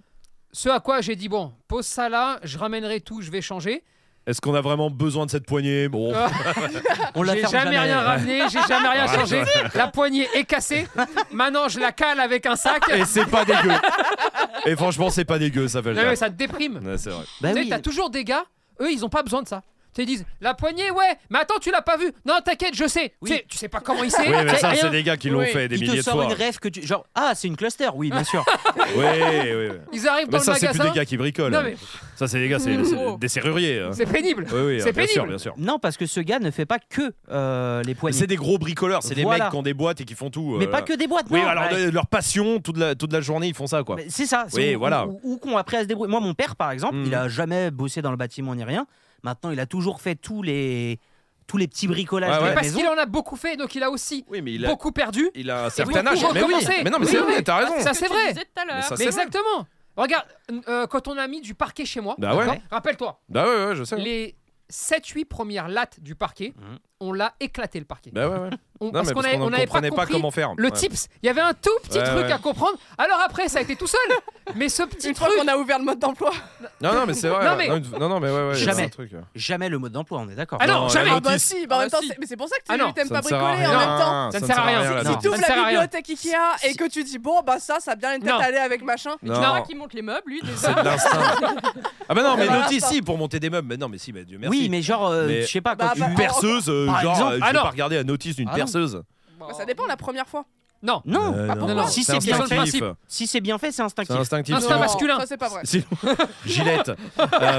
Speaker 1: Ce à quoi j'ai dit bon, pose ça là, je ramènerai tout, je vais changer.
Speaker 2: Est-ce qu'on a vraiment besoin de cette poignée Bon.
Speaker 1: Euh,
Speaker 4: On l'a
Speaker 1: j'ai
Speaker 4: ferme Euh,
Speaker 1: jamais, rien ramené, j'ai jamais rien
Speaker 2: Ouais,
Speaker 1: changé. La poignée est cassée. Maintenant, je la cale avec un sac.
Speaker 2: Et c'est pas dégueu. Et franchement, c'est pas dégueu, ça fait le
Speaker 1: Non, mais
Speaker 2: taf.
Speaker 1: ça te déprime.
Speaker 2: Ouais, c'est vrai.
Speaker 4: Bah
Speaker 1: tu sais,
Speaker 4: oui.
Speaker 1: t'as toujours des gars, eux, ils ont pas besoin de ça. Tu dis la poignée, ouais, mais attends, tu l'as pas vu. Non, t'inquiète, je sais.
Speaker 4: Oui.
Speaker 1: Tu sais- Tu sais pas comment il sait.
Speaker 2: Oui, mais ça,
Speaker 4: rien.
Speaker 2: c'est des gars qui l'ont
Speaker 3: Oui.
Speaker 2: fait des
Speaker 4: Il te
Speaker 2: milliers de
Speaker 4: sort
Speaker 2: fois. hein.
Speaker 4: une rêve que tu. Genre, ah, c'est une cluster, oui, bien sûr.
Speaker 2: Oui, oui. oui.
Speaker 1: Ils arrivent
Speaker 2: Mais
Speaker 1: dans
Speaker 2: ça,
Speaker 1: le
Speaker 2: c'est plus
Speaker 1: magasin.
Speaker 2: des gars qui bricolent.
Speaker 1: Non, mais- Oh.
Speaker 2: Ça, c'est des gars, c'est
Speaker 8: Mmh.
Speaker 2: c'est des serruriers. hein.
Speaker 1: C'est pénible.
Speaker 2: Oui, oui,
Speaker 1: c'est
Speaker 2: bien sûr,
Speaker 1: pénible.
Speaker 2: bien sûr.
Speaker 4: non, parce que ce gars ne fait pas que euh, les poignées.
Speaker 2: C'est des gros bricoleurs, c'est des
Speaker 4: Voilà.
Speaker 2: mecs qui ont des boîtes et qui font tout.
Speaker 4: Mais
Speaker 2: euh,
Speaker 4: pas que des boîtes,
Speaker 2: Oui,
Speaker 4: non,
Speaker 2: alors
Speaker 4: ouais.
Speaker 2: de- leur passion, toute la, toute la journée, ils font ça, quoi.
Speaker 4: Mais C'est ça. c'est
Speaker 2: Oui,
Speaker 4: où-
Speaker 2: voilà.
Speaker 4: Où, où qu'on a appris à se débrouiller. Moi, mon père, par exemple,
Speaker 2: Mhm.
Speaker 4: il a jamais bossé dans le bâtiment ni rien. Maintenant, il a toujours fait tous les tous les petits bricolages
Speaker 2: Ouais,
Speaker 4: de
Speaker 2: ouais.
Speaker 1: Mais
Speaker 4: la
Speaker 1: parce
Speaker 4: maison.
Speaker 1: qu'il en a beaucoup fait, donc il a aussi
Speaker 2: Oui, mais il a,
Speaker 1: beaucoup perdu.
Speaker 2: il a un
Speaker 1: oui,
Speaker 2: certain
Speaker 1: pour
Speaker 2: âge. Mais oui,
Speaker 1: recommencer.
Speaker 2: mais non, mais
Speaker 1: Oui,
Speaker 2: c'est
Speaker 1: oui.
Speaker 2: vrai, t'as raison.
Speaker 1: Ça,
Speaker 8: Ce
Speaker 1: c'est
Speaker 8: que
Speaker 1: vrai.
Speaker 8: Tu disais tout à
Speaker 2: Mais
Speaker 8: l'heure.
Speaker 2: ça,
Speaker 1: Mais
Speaker 2: c'est vrai.
Speaker 1: exactement. Regarde, euh, quand on a mis du parquet chez moi,
Speaker 2: Bah ouais.
Speaker 1: d'accord rappelle-toi,
Speaker 2: Bah ouais, ouais, je sais.
Speaker 1: les 7-8 premières lattes du parquet,
Speaker 4: Mhm.
Speaker 1: on l'a éclaté le parquet.
Speaker 2: Bah ouais, ouais.
Speaker 1: On-
Speaker 2: Non, mais parce qu'on
Speaker 1: avait-
Speaker 2: ne
Speaker 1: avait
Speaker 2: comprenait pas
Speaker 1: compris
Speaker 2: comment faire.
Speaker 1: Le
Speaker 2: Ouais.
Speaker 1: tips, il y avait un tout petit
Speaker 2: Ouais,
Speaker 1: truc
Speaker 2: ouais.
Speaker 1: à comprendre. Alors après, ça a été tout seul. Mais ce petit
Speaker 3: Une fois
Speaker 1: truc,
Speaker 3: qu'on a ouvert le mode d'emploi.
Speaker 2: Non, non, mais c'est vrai.
Speaker 1: Non, mais-
Speaker 2: une- non, non, mais ouais, ouais. il y a
Speaker 4: Jamais.
Speaker 2: un truc.
Speaker 4: Jamais le mode d'emploi, on est d'accord.
Speaker 1: Ah non,
Speaker 2: la
Speaker 1: jamais.
Speaker 3: Ah bah
Speaker 2: notice,
Speaker 3: si, bah en
Speaker 8: Ah
Speaker 3: même temps,
Speaker 8: si.
Speaker 3: c'est- mais c'est pour ça que
Speaker 1: Ah
Speaker 3: tu
Speaker 1: non,
Speaker 3: t'aimes
Speaker 2: ça
Speaker 3: pas
Speaker 2: ne sert
Speaker 3: bricoler
Speaker 2: à
Speaker 3: en
Speaker 2: rien.
Speaker 3: même temps.
Speaker 1: Ça ne sert à rien.
Speaker 2: la
Speaker 1: Non.
Speaker 2: notice.
Speaker 3: Tu
Speaker 1: Ça
Speaker 3: ouvres
Speaker 1: ne sert
Speaker 3: la
Speaker 1: à rien.
Speaker 3: bibliothèque Ikea et que tu dis bon bah ça ça a bien été
Speaker 1: Non.
Speaker 3: étalé avec machin.
Speaker 8: Mais tu
Speaker 2: Non.
Speaker 8: verras qui monte les meubles, lui, déjà.
Speaker 2: C'est de l'instinct. Ah bah non, mais
Speaker 3: Voilà.
Speaker 2: notice, si, pour monter des meubles. Mais non, mais si, bah Dieu merci.
Speaker 4: Oui, mais genre, euh,
Speaker 2: Mais-
Speaker 4: je sais pas, quand
Speaker 3: Bah,
Speaker 4: tu...
Speaker 3: bah,
Speaker 2: Une perceuse, euh,
Speaker 4: Par
Speaker 2: genre,
Speaker 4: exemple.
Speaker 2: euh, je
Speaker 1: Ah
Speaker 2: vais
Speaker 1: non.
Speaker 2: pas regarder la notice d'une
Speaker 4: Ah non.
Speaker 2: perceuse.
Speaker 3: Bah, ça dépend la première fois.
Speaker 1: Non.
Speaker 4: Non,
Speaker 2: Euh,
Speaker 3: pourquoi
Speaker 1: Non, non,
Speaker 2: Si
Speaker 4: c'est
Speaker 2: c'est
Speaker 4: bien
Speaker 2: instinctif.
Speaker 1: principe.
Speaker 4: si c'est bien fait, c'est
Speaker 2: C'est
Speaker 4: instinctif.
Speaker 2: instinctif.
Speaker 1: Instinct
Speaker 2: sinon-
Speaker 1: masculin.
Speaker 3: Ça c'est pas vrai.
Speaker 2: sinon- Gillette. Euh,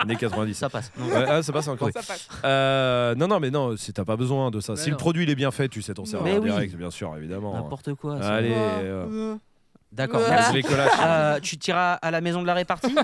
Speaker 2: Année 90.
Speaker 4: Ça passe. Non.
Speaker 2: Ouais, ah, ça passe encore.
Speaker 3: Ça passe.
Speaker 2: Euh, non, non, mais non, c'est- t'as pas besoin de ça.
Speaker 1: Mais
Speaker 2: si
Speaker 1: non.
Speaker 2: le produit il est bien fait, tu sais t'en servir
Speaker 4: Mais
Speaker 2: en
Speaker 4: oui.
Speaker 2: direct, bien sûr, évidemment.
Speaker 4: N'importe quoi. ça.
Speaker 2: Allez,
Speaker 3: Ouais.
Speaker 2: euh,
Speaker 3: Euh,
Speaker 4: D'accord.
Speaker 3: Ouais.
Speaker 4: merci.
Speaker 2: les collages.
Speaker 4: Euh, tu tiras à la maison de la répartie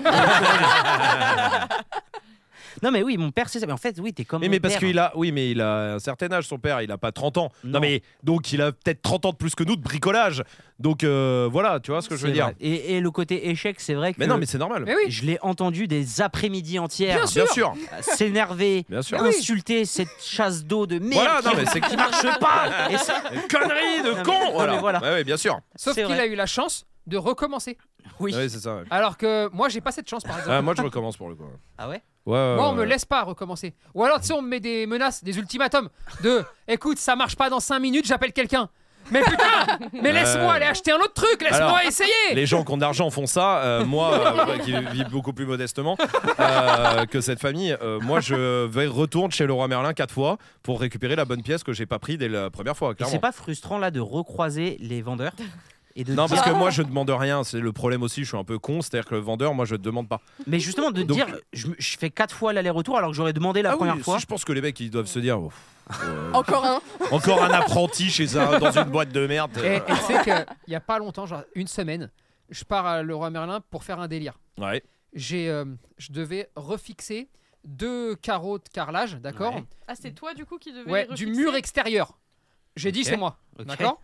Speaker 4: Non mais oui, mon père c'est ça. Mais en fait, oui, t'es comme
Speaker 2: Mais,
Speaker 4: mon
Speaker 2: mais parce
Speaker 4: père.
Speaker 2: qu'il a, oui, mais il a un certain âge, son père, il a pas 30 ans. Non,
Speaker 4: Non.
Speaker 2: mais donc il a peut-être 30 ans de plus que nous de bricolage. Donc euh, voilà, tu vois ce que je veux
Speaker 4: C'est
Speaker 2: dire.
Speaker 4: vrai. Et, et le côté échec, c'est vrai que
Speaker 2: Mais non, mais c'est normal.
Speaker 1: Mais oui,
Speaker 4: je l'ai entendu des après-midi entières
Speaker 1: Bien
Speaker 2: Bien sûr,
Speaker 4: s'énerver,
Speaker 2: bien sûr.
Speaker 1: Oui.
Speaker 4: insulter cette chasse d'eau de merde
Speaker 2: Voilà,
Speaker 4: qui-
Speaker 2: non, mais c'est
Speaker 4: qui marche pas. Et ça,
Speaker 2: connerie
Speaker 4: Non, mais-
Speaker 2: de
Speaker 4: non, mais
Speaker 2: con. Voilà.
Speaker 4: voilà.
Speaker 2: Ouais, ouais, bien sûr.
Speaker 1: sauf
Speaker 4: C'est
Speaker 1: qu'il
Speaker 4: vrai.
Speaker 1: a eu la chance de recommencer.
Speaker 4: oui.
Speaker 2: Ouais, c'est ça. ouais.
Speaker 1: Alors que moi, j'ai pas cette chance, par exemple.
Speaker 2: Ah, moi, je recommence pour le coup.
Speaker 4: Ah ouais
Speaker 2: Ouais, ouais,
Speaker 1: Moi, on
Speaker 2: ouais.
Speaker 1: me laisse pas recommencer. Ou alors, tu sais, on me met des menaces, des ultimatums de écoute, ça marche pas dans 5 minutes, j'appelle quelqu'un. Mais putain, mais laisse-moi aller acheter un autre truc,
Speaker 2: Alors,
Speaker 1: laisse-moi essayer.
Speaker 2: Les gens qui ont de l'argent font ça. Euh, moi, euh, qui vis beaucoup plus modestement euh, que cette famille, euh, moi, je vais retourne chez Leroy Merlin quatre fois pour récupérer la bonne pièce que j'ai pas pris dès la première fois.
Speaker 4: Et
Speaker 2: Clairement.
Speaker 4: C'est pas frustrant là de recroiser les vendeurs et de
Speaker 2: Non,
Speaker 4: dire-
Speaker 2: parce que moi, je demande rien. C'est le problème aussi. Je suis un peu con. C'est-à-dire que le vendeur, moi, je demande pas.
Speaker 4: mais justement de
Speaker 2: Donc-
Speaker 4: dire je, me- je fais quatre fois l'aller-retour alors que j'aurais demandé la
Speaker 2: Ah oui,
Speaker 4: première
Speaker 2: si,
Speaker 4: fois.
Speaker 2: je pense que les mecs, ils doivent se dire oh, pff, euh,
Speaker 3: Encore un.
Speaker 2: encore un apprenti chez un dans une boîte de merde. Euh,
Speaker 1: Et et tu sais qu'il y a pas longtemps, genre une semaine, je pars à Leroy Merlin pour faire un délire.
Speaker 2: Ouais.
Speaker 1: J'ai, euh, je devais refixer deux carreaux de carrelage, d'accord
Speaker 4: Ouais.
Speaker 8: Ah, c'est toi, du coup, qui devais.
Speaker 1: Ouais,
Speaker 8: les
Speaker 1: du
Speaker 8: refixer
Speaker 1: mur extérieur. J'ai dit
Speaker 4: Ok.
Speaker 1: c'est moi,
Speaker 4: Ok.
Speaker 1: d'accord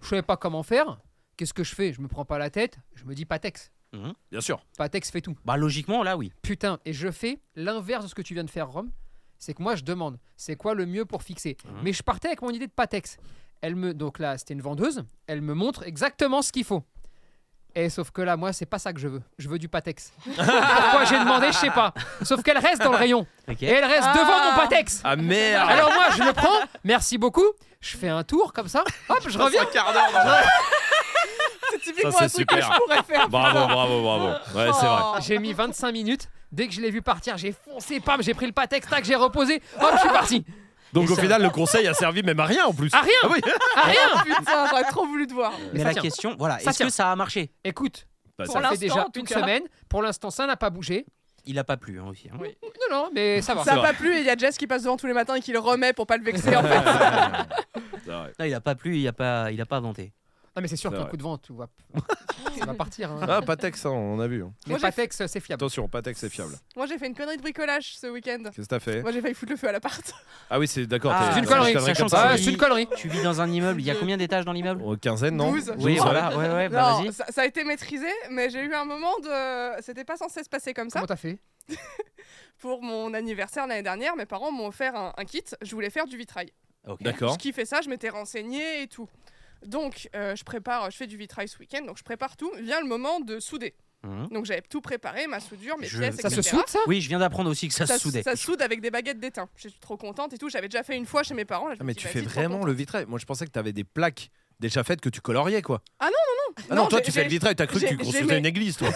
Speaker 1: Je savais pas comment faire. Qu'est-ce que je fais Je me prends pas la tête. Je me dis Patex.
Speaker 2: Bien sûr.
Speaker 1: Patex fait tout.
Speaker 4: Bah logiquement là oui.
Speaker 1: Putain, et je fais l'inverse de ce que tu viens de faire, Rome. C'est que moi, je demande, c'est quoi le mieux pour fixer Mais je partais avec mon idée de Patex. Elle me, donc là, c'était une vendeuse. Elle me montre exactement ce qu'il faut. Et sauf que là, moi, c'est pas ça que je veux. Je veux du Patex. Pourquoi j'ai demandé, je sais pas. Sauf qu'elle reste dans le rayon.
Speaker 4: Ok.
Speaker 1: Et elle reste
Speaker 8: Ah.
Speaker 1: devant mon Patex.
Speaker 2: Ah merde.
Speaker 1: Alors moi, je le prends. Merci beaucoup. Je fais un tour comme ça. Hop, je reviens.
Speaker 3: C'est typiquement
Speaker 2: c'est
Speaker 3: un truc
Speaker 2: super.
Speaker 3: que je pourrais faire. Oh.
Speaker 2: Bravo, bravo, bravo. Ouais, c'est vrai.
Speaker 1: J'ai mis 25 minutes. Dès que je l'ai vu partir, j'ai foncé, pam, j'ai pris le Patex, tac, j'ai reposé. Hop, je suis parti.
Speaker 2: Donc
Speaker 4: Et
Speaker 2: au
Speaker 4: ça-
Speaker 2: final, le conseil a servi même à rien en plus.
Speaker 1: À rien.
Speaker 2: Ah oui.
Speaker 1: À rien.
Speaker 3: Oh, putain, j'aurais trop voulu te voir.
Speaker 1: Mais
Speaker 4: Mais
Speaker 1: ça
Speaker 4: la
Speaker 1: tient.
Speaker 4: question voilà,
Speaker 1: Ça
Speaker 4: est-ce que
Speaker 1: tient.
Speaker 4: ça a marché
Speaker 1: Écoute,
Speaker 2: Bah,
Speaker 8: Pour
Speaker 2: ça-
Speaker 1: ça fait
Speaker 8: l'instant,
Speaker 1: déjà
Speaker 8: en tout
Speaker 1: une
Speaker 8: cas.
Speaker 1: semaine. Pour l'instant, ça n'a pas bougé.
Speaker 4: Il a pas plu hein, aussi, hein.
Speaker 8: Oui.
Speaker 1: Non, non, mais ça va.
Speaker 2: C'est
Speaker 3: Ça a
Speaker 2: vrai.
Speaker 3: pas plu et il y a Jess qui passe devant tous les matins et qui le remet pour pas le vexer en fait.
Speaker 2: c'est vrai.
Speaker 4: Non, il a pas plu, il a pas il a pas inventé.
Speaker 1: Non, mais c'est sûr
Speaker 2: C'est
Speaker 1: qu'un
Speaker 2: vrai.
Speaker 1: coup de vent, tout va, ça va partir. hein.
Speaker 2: Ah, Patex, hein, on a vu.
Speaker 1: Mais
Speaker 3: Moi, j'ai-
Speaker 1: Patex, c'est fiable.
Speaker 2: Attention, Patex, c'est fiable.
Speaker 3: Moi j'ai fait une connerie de bricolage ce week-end.
Speaker 2: Qu'est-ce que t'as fait
Speaker 3: Moi j'ai failli foutre le feu à l'appart.
Speaker 2: Ah oui, c'est d'accord.
Speaker 4: Ah,
Speaker 2: t'es-
Speaker 1: C'est une
Speaker 2: t'es
Speaker 1: connerie,
Speaker 2: comme
Speaker 4: sachant
Speaker 2: ça.
Speaker 1: Ah,
Speaker 4: que
Speaker 2: ouais.
Speaker 1: c'est une connerie.
Speaker 4: Tu vis dans un immeuble, il y a combien d'étages dans l'immeuble
Speaker 2: Au Quinzaine, non
Speaker 3: Douze.
Speaker 4: Oui,
Speaker 2: Douze,
Speaker 4: voilà, ouais ouais, bah
Speaker 3: non,
Speaker 4: vas-y.
Speaker 3: ça, ça a été maîtrisé, mais j'ai eu un moment de. C'était pas censé se passer comme ça.
Speaker 1: Comment t'as fait
Speaker 3: Pour mon anniversaire l'année dernière, mes parents m'ont offert un, un kit. Je voulais faire du vitrail.
Speaker 4: Ok.
Speaker 2: D'accord.
Speaker 3: Je kiffais ça, je m'étais renseignée et tout. Donc euh, je prépare, je fais du vitrail ce week-end, donc je prépare tout. Vient le moment de souder.
Speaker 4: Mhm.
Speaker 3: Donc j'avais tout préparé, ma soudure, mes
Speaker 4: Je-
Speaker 3: pièces,
Speaker 1: Ça
Speaker 3: etc.
Speaker 1: se soude, ça
Speaker 4: Oui, je viens d'apprendre aussi que ça, se soudait.
Speaker 3: Ça se soude avec des baguettes d'étain. Je suis trop contente et tout. J'avais déjà fait une fois chez mes parents. là, je
Speaker 2: Ah,
Speaker 3: me
Speaker 2: mais
Speaker 3: suis
Speaker 2: tu
Speaker 3: dit,
Speaker 2: fais
Speaker 3: vas-y, trop
Speaker 2: vraiment
Speaker 3: contente.
Speaker 2: le vitrail. Moi, je pensais que t'avais des plaques déjà faites que tu coloriais, quoi.
Speaker 3: Ah non,
Speaker 2: Ah non,
Speaker 3: Non,
Speaker 2: toi,
Speaker 3: j'ai-
Speaker 2: tu fais le
Speaker 3: j'ai-
Speaker 2: vitrail. T'as cru que
Speaker 3: j'ai-
Speaker 2: tu
Speaker 3: j'ai mes-
Speaker 2: construisais une église, toi.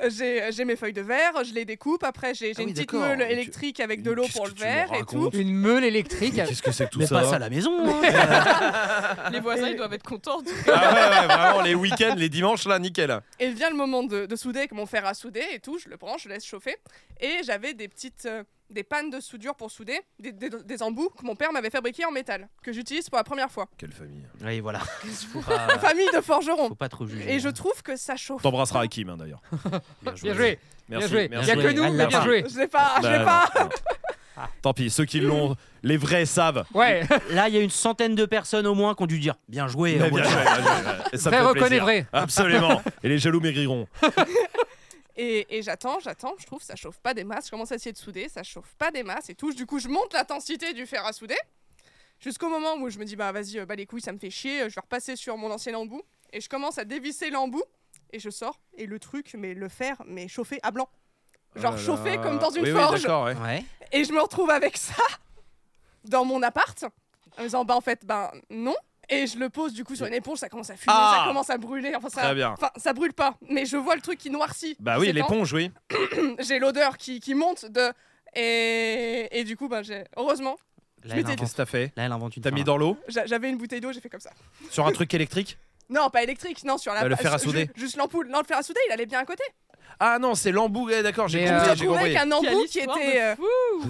Speaker 3: Euh, J'ai j'ai mes feuilles de verre, je les découpe. Après, j'ai j'ai
Speaker 4: Ah oui,
Speaker 3: une petite
Speaker 4: d'accord.
Speaker 3: meule
Speaker 4: Mais tu-
Speaker 3: électrique avec
Speaker 2: mais
Speaker 3: de l'eau
Speaker 2: qu'est-ce
Speaker 3: pour
Speaker 2: que
Speaker 3: le
Speaker 2: tu me
Speaker 3: verre et tout.
Speaker 2: racontes
Speaker 1: Une meule électrique.
Speaker 2: Mais Qu'est-ce que c'est que tout
Speaker 4: Mais
Speaker 2: ça
Speaker 4: pas ça à la maison. hein.
Speaker 8: Les voisins, ils doivent être contents.
Speaker 2: Ah ouais, ouais, vraiment, les week-ends, les dimanches, là, nickel.
Speaker 3: Et vient le moment de, de souder avec mon fer à souder et tout. Je le prends, je laisse chauffer. Et j'avais des petites. euh, des pannes de soudure pour souder, des, des- des embouts que mon père m'avait fabriqués en métal, que j'utilise pour la première fois.
Speaker 2: Quelle famille.
Speaker 4: oui, voilà. Faut
Speaker 3: La
Speaker 4: pas,
Speaker 3: famille de forgerons.
Speaker 4: Ah. faut pas trop juger.
Speaker 3: Et je trouve que ça chauffe.
Speaker 2: T'embrasseras Hakim, hein, d'ailleurs.
Speaker 1: Bien joué, bien
Speaker 2: Merci.
Speaker 1: joué. Il
Speaker 2: merci.
Speaker 1: n'y a que
Speaker 4: Bien
Speaker 1: nous,
Speaker 4: joué.
Speaker 1: mais bien joué.
Speaker 3: Je l'ai pas, Ah, je l'ai
Speaker 2: Bah,
Speaker 3: pas. Ah.
Speaker 2: non, non. Tant pis, ceux qui l'ont, les vrais savent.
Speaker 1: Ouais,
Speaker 4: Là, il y a une centaine de personnes au moins qui ont dû dire Eh bien joué.
Speaker 2: Mais
Speaker 4: au moins.
Speaker 2: bien joué, bien joué, ouais. Et ça me
Speaker 1: vrai
Speaker 2: fait
Speaker 1: reconnaît
Speaker 2: plaisir.
Speaker 1: vrai.
Speaker 2: Absolument. Et les jaloux maigriront.
Speaker 3: Et, et j'attends, j'attends, je trouve ça chauffe pas des masses. Je commence à essayer de souder, ça chauffe pas des masses et tout. Du coup, je monte l'intensité du fer à souder jusqu'au moment où je me dis bah vas-y, euh, bah les couilles, ça me fait chier. euh, Je vais repasser sur mon ancien embout et je commence à dévisser l'embout et je sors et le truc, mais le fer, mais chauffé à blanc, genre chauffé comme dans une
Speaker 2: Oh Oui, oui,
Speaker 3: forge.
Speaker 2: d'accord, ouais.
Speaker 4: Ouais.
Speaker 3: et je me retrouve avec ça dans mon appart en me disant bah en fait ben non. Et je le pose du coup sur une éponge, ça commence à fumer,
Speaker 2: Ah
Speaker 3: ça commence à brûler. Enfin ça,
Speaker 2: Très bien.
Speaker 3: enfin ça brûle pas, mais je vois le truc qui noircit.
Speaker 2: Bah
Speaker 3: qui
Speaker 2: oui,
Speaker 3: s'étend
Speaker 2: l'éponge, oui.
Speaker 3: j'ai l'odeur qui, qui monte de et, et du coup bah, j'ai heureusement Je
Speaker 4: Là, elle
Speaker 3: m'étais
Speaker 4: invente,
Speaker 2: Qu'est-ce que t'as fait
Speaker 4: là, elle invente une
Speaker 2: T'as mis
Speaker 4: fin.
Speaker 2: dans l'eau
Speaker 3: j'a- j'avais une bouteille d'eau j'ai fait comme ça
Speaker 2: Sur un truc électrique
Speaker 3: non pas électrique non sur la
Speaker 2: Euh, le fer à
Speaker 3: ju-
Speaker 2: souder.
Speaker 3: juste l'ampoule non le fer à souder il allait bien à côté
Speaker 2: Ah non, c'est l'embout, ouais, d'accord, j'ai
Speaker 1: Mais,
Speaker 2: compris,
Speaker 1: euh,
Speaker 2: j'ai
Speaker 3: je trouvais
Speaker 2: compris.
Speaker 3: qu'un embout qui était euh,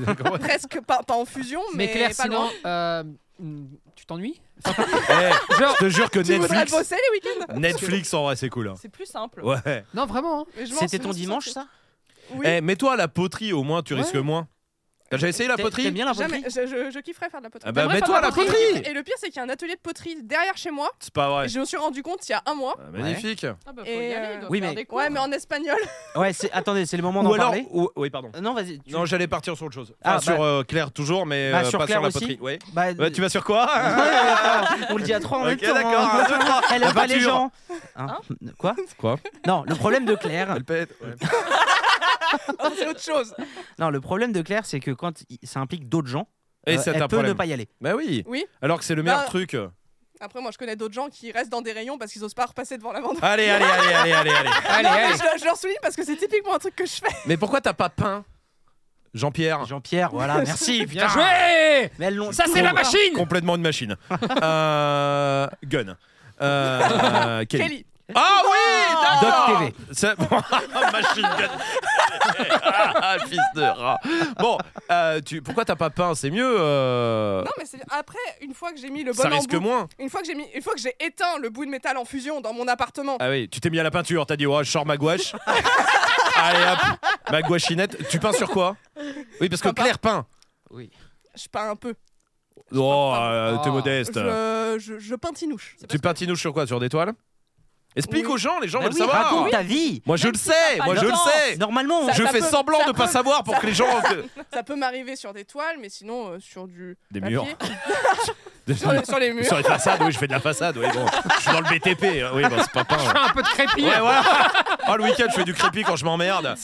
Speaker 2: J'ai compris.
Speaker 3: presque pas, pas en fusion mais,
Speaker 1: Mais Claire,
Speaker 3: pas
Speaker 1: sinon,
Speaker 3: loin
Speaker 1: euh, mm, tu t'ennuies
Speaker 2: Eh,
Speaker 1: Genre,
Speaker 2: Je te jure que
Speaker 3: tu voudrais
Speaker 2: Netflix,
Speaker 3: bosser les week-ends
Speaker 2: Netflix en vrai, c'est cool. hein.
Speaker 8: C'est plus simple.
Speaker 2: Ouais.
Speaker 1: non, vraiment. hein.
Speaker 3: Mais je m'en
Speaker 4: C'était
Speaker 3: fous,
Speaker 4: ton
Speaker 3: c'est
Speaker 4: dimanche,
Speaker 3: ça
Speaker 4: ça
Speaker 3: oui
Speaker 2: Eh, mets-toi à la poterie, au moins, tu
Speaker 1: Ouais.
Speaker 2: risques moins. T'as déjà essayé la
Speaker 4: T'a-
Speaker 2: poterie
Speaker 4: T'aimes bien la poterie
Speaker 3: jamais je, je, je kifferais faire de la poterie
Speaker 2: Ah bah,
Speaker 8: T'aimerais
Speaker 2: mets-toi à
Speaker 8: faire
Speaker 2: la
Speaker 8: la
Speaker 2: poterie
Speaker 3: et le pire c'est qu'il y a un atelier de poterie derrière chez moi
Speaker 2: C'est pas vrai.
Speaker 3: et je me suis rendu compte il y a un mois
Speaker 2: Ah, magnifique.
Speaker 8: Ah bah, faut
Speaker 3: Et,
Speaker 8: y
Speaker 3: euh,
Speaker 8: aller, ils doivent
Speaker 4: oui,
Speaker 8: faire
Speaker 4: mais-
Speaker 8: des cours.
Speaker 3: ouais mais en espagnol
Speaker 4: Ouais, c'est- attendez, c'est le moment d'en
Speaker 2: Ou alors.
Speaker 4: parler.
Speaker 2: ou- Oui, pardon.
Speaker 4: Euh, Non, vas-y. tu-
Speaker 2: Non, j'allais partir sur autre chose.
Speaker 4: Ah,
Speaker 2: Enfin,
Speaker 4: bah-
Speaker 2: sur euh, Claire toujours, mais
Speaker 4: Bah,
Speaker 2: euh,
Speaker 4: sur
Speaker 2: pas
Speaker 4: Claire
Speaker 2: sur la
Speaker 4: aussi.
Speaker 2: poterie. Ouais.
Speaker 4: bah,
Speaker 2: Ouais, tu vas sur quoi
Speaker 4: Ouais, attends, on le dit à trois en
Speaker 2: Ok,
Speaker 4: même temps.
Speaker 2: d'accord,
Speaker 4: hein.
Speaker 2: un, deux, trois.
Speaker 4: Elle
Speaker 2: La
Speaker 4: aime pas les
Speaker 2: peinture.
Speaker 4: gens. Hein Quoi
Speaker 2: Quoi
Speaker 4: Non, le problème de Claire.
Speaker 2: Elle pète. ouais.
Speaker 3: Non, c'est autre chose
Speaker 4: Non, le problème de Claire, c'est que quand il- ça implique d'autres gens,
Speaker 2: Et
Speaker 4: euh,
Speaker 2: c'est
Speaker 4: elle
Speaker 2: un
Speaker 4: peut
Speaker 2: problème.
Speaker 4: ne pas y aller.
Speaker 2: Bah oui.
Speaker 3: Oui.
Speaker 2: Alors que c'est le meilleur
Speaker 3: Bah-
Speaker 2: truc.
Speaker 3: après moi je connais d'autres gens qui restent dans des rayons parce qu'ils osent pas repasser devant la vendeuse
Speaker 2: Allez, allez, allez, allez, allez, allez.
Speaker 1: Allez,
Speaker 3: non, mais
Speaker 1: allez.
Speaker 3: je, le- je leur souligne parce que c'est typiquement un truc que je fais.
Speaker 2: Mais pourquoi t'as pas peint Jean-Pierre.
Speaker 4: Jean-Pierre, voilà, merci.
Speaker 1: Bien
Speaker 4: putain.
Speaker 1: joué
Speaker 4: Mais elles l'ont-
Speaker 1: Ça, c'est la
Speaker 4: Bon,
Speaker 1: machine
Speaker 2: Complètement une machine. Euh, Gun. Euh, Kelly.
Speaker 3: Kelly.
Speaker 2: Ah oui, d'accord.
Speaker 4: Doc
Speaker 2: C'est- Machine Gun. ah, fils de rat. Bon, euh, tu... pourquoi t'as pas peint C'est mieux. euh,
Speaker 3: Non mais c'est après une fois que j'ai mis le bon
Speaker 2: Ça risque
Speaker 3: embout,
Speaker 2: moins.
Speaker 3: une fois que j'ai mis une fois que j'ai éteint le bout de métal en fusion dans mon appartement.
Speaker 2: Ah oui, tu t'es mis à la peinture, t'as dit, ouais, je sors ma gouache. Allez hop, ma gouachinette. Tu peins sur quoi Oui, parce que
Speaker 3: Papa.
Speaker 2: Claire peint.
Speaker 3: Je peins un peu.
Speaker 2: Oh, euh,
Speaker 1: Ah.
Speaker 2: t'es modeste.
Speaker 3: Je, je, je pintinouche.
Speaker 2: Tu patinouches sur quoi Sur des toiles Explique
Speaker 3: Oui.
Speaker 2: aux gens, les gens
Speaker 4: Bah
Speaker 2: veulent
Speaker 4: oui,
Speaker 2: savoir.
Speaker 3: Ah
Speaker 4: raconte ta vie.
Speaker 2: Moi je
Speaker 8: Même
Speaker 2: le
Speaker 8: si t'as
Speaker 2: sais,
Speaker 8: pas
Speaker 2: moi
Speaker 8: le
Speaker 2: je le
Speaker 8: temps.
Speaker 2: sais.
Speaker 4: Normalement,
Speaker 3: Ça-
Speaker 2: Je
Speaker 3: ça
Speaker 2: fais
Speaker 3: peut-
Speaker 2: semblant
Speaker 3: ça
Speaker 2: de pas
Speaker 3: peut-
Speaker 2: savoir pour que les gens.
Speaker 3: Ça peut m'arriver sur des toiles, mais sinon euh, sur du
Speaker 2: Des
Speaker 3: papier.
Speaker 2: murs.
Speaker 3: sur, les- sur les murs.
Speaker 2: Sur les façades, oui, je fais de la façade, oui, bon. Je suis dans le BTP, euh, oui, bon, c'est pas peint.
Speaker 1: Je fais un peu de crépi.
Speaker 2: Ouais, voilà. Oh, le week-end, je fais du crépi quand je m'emmerde.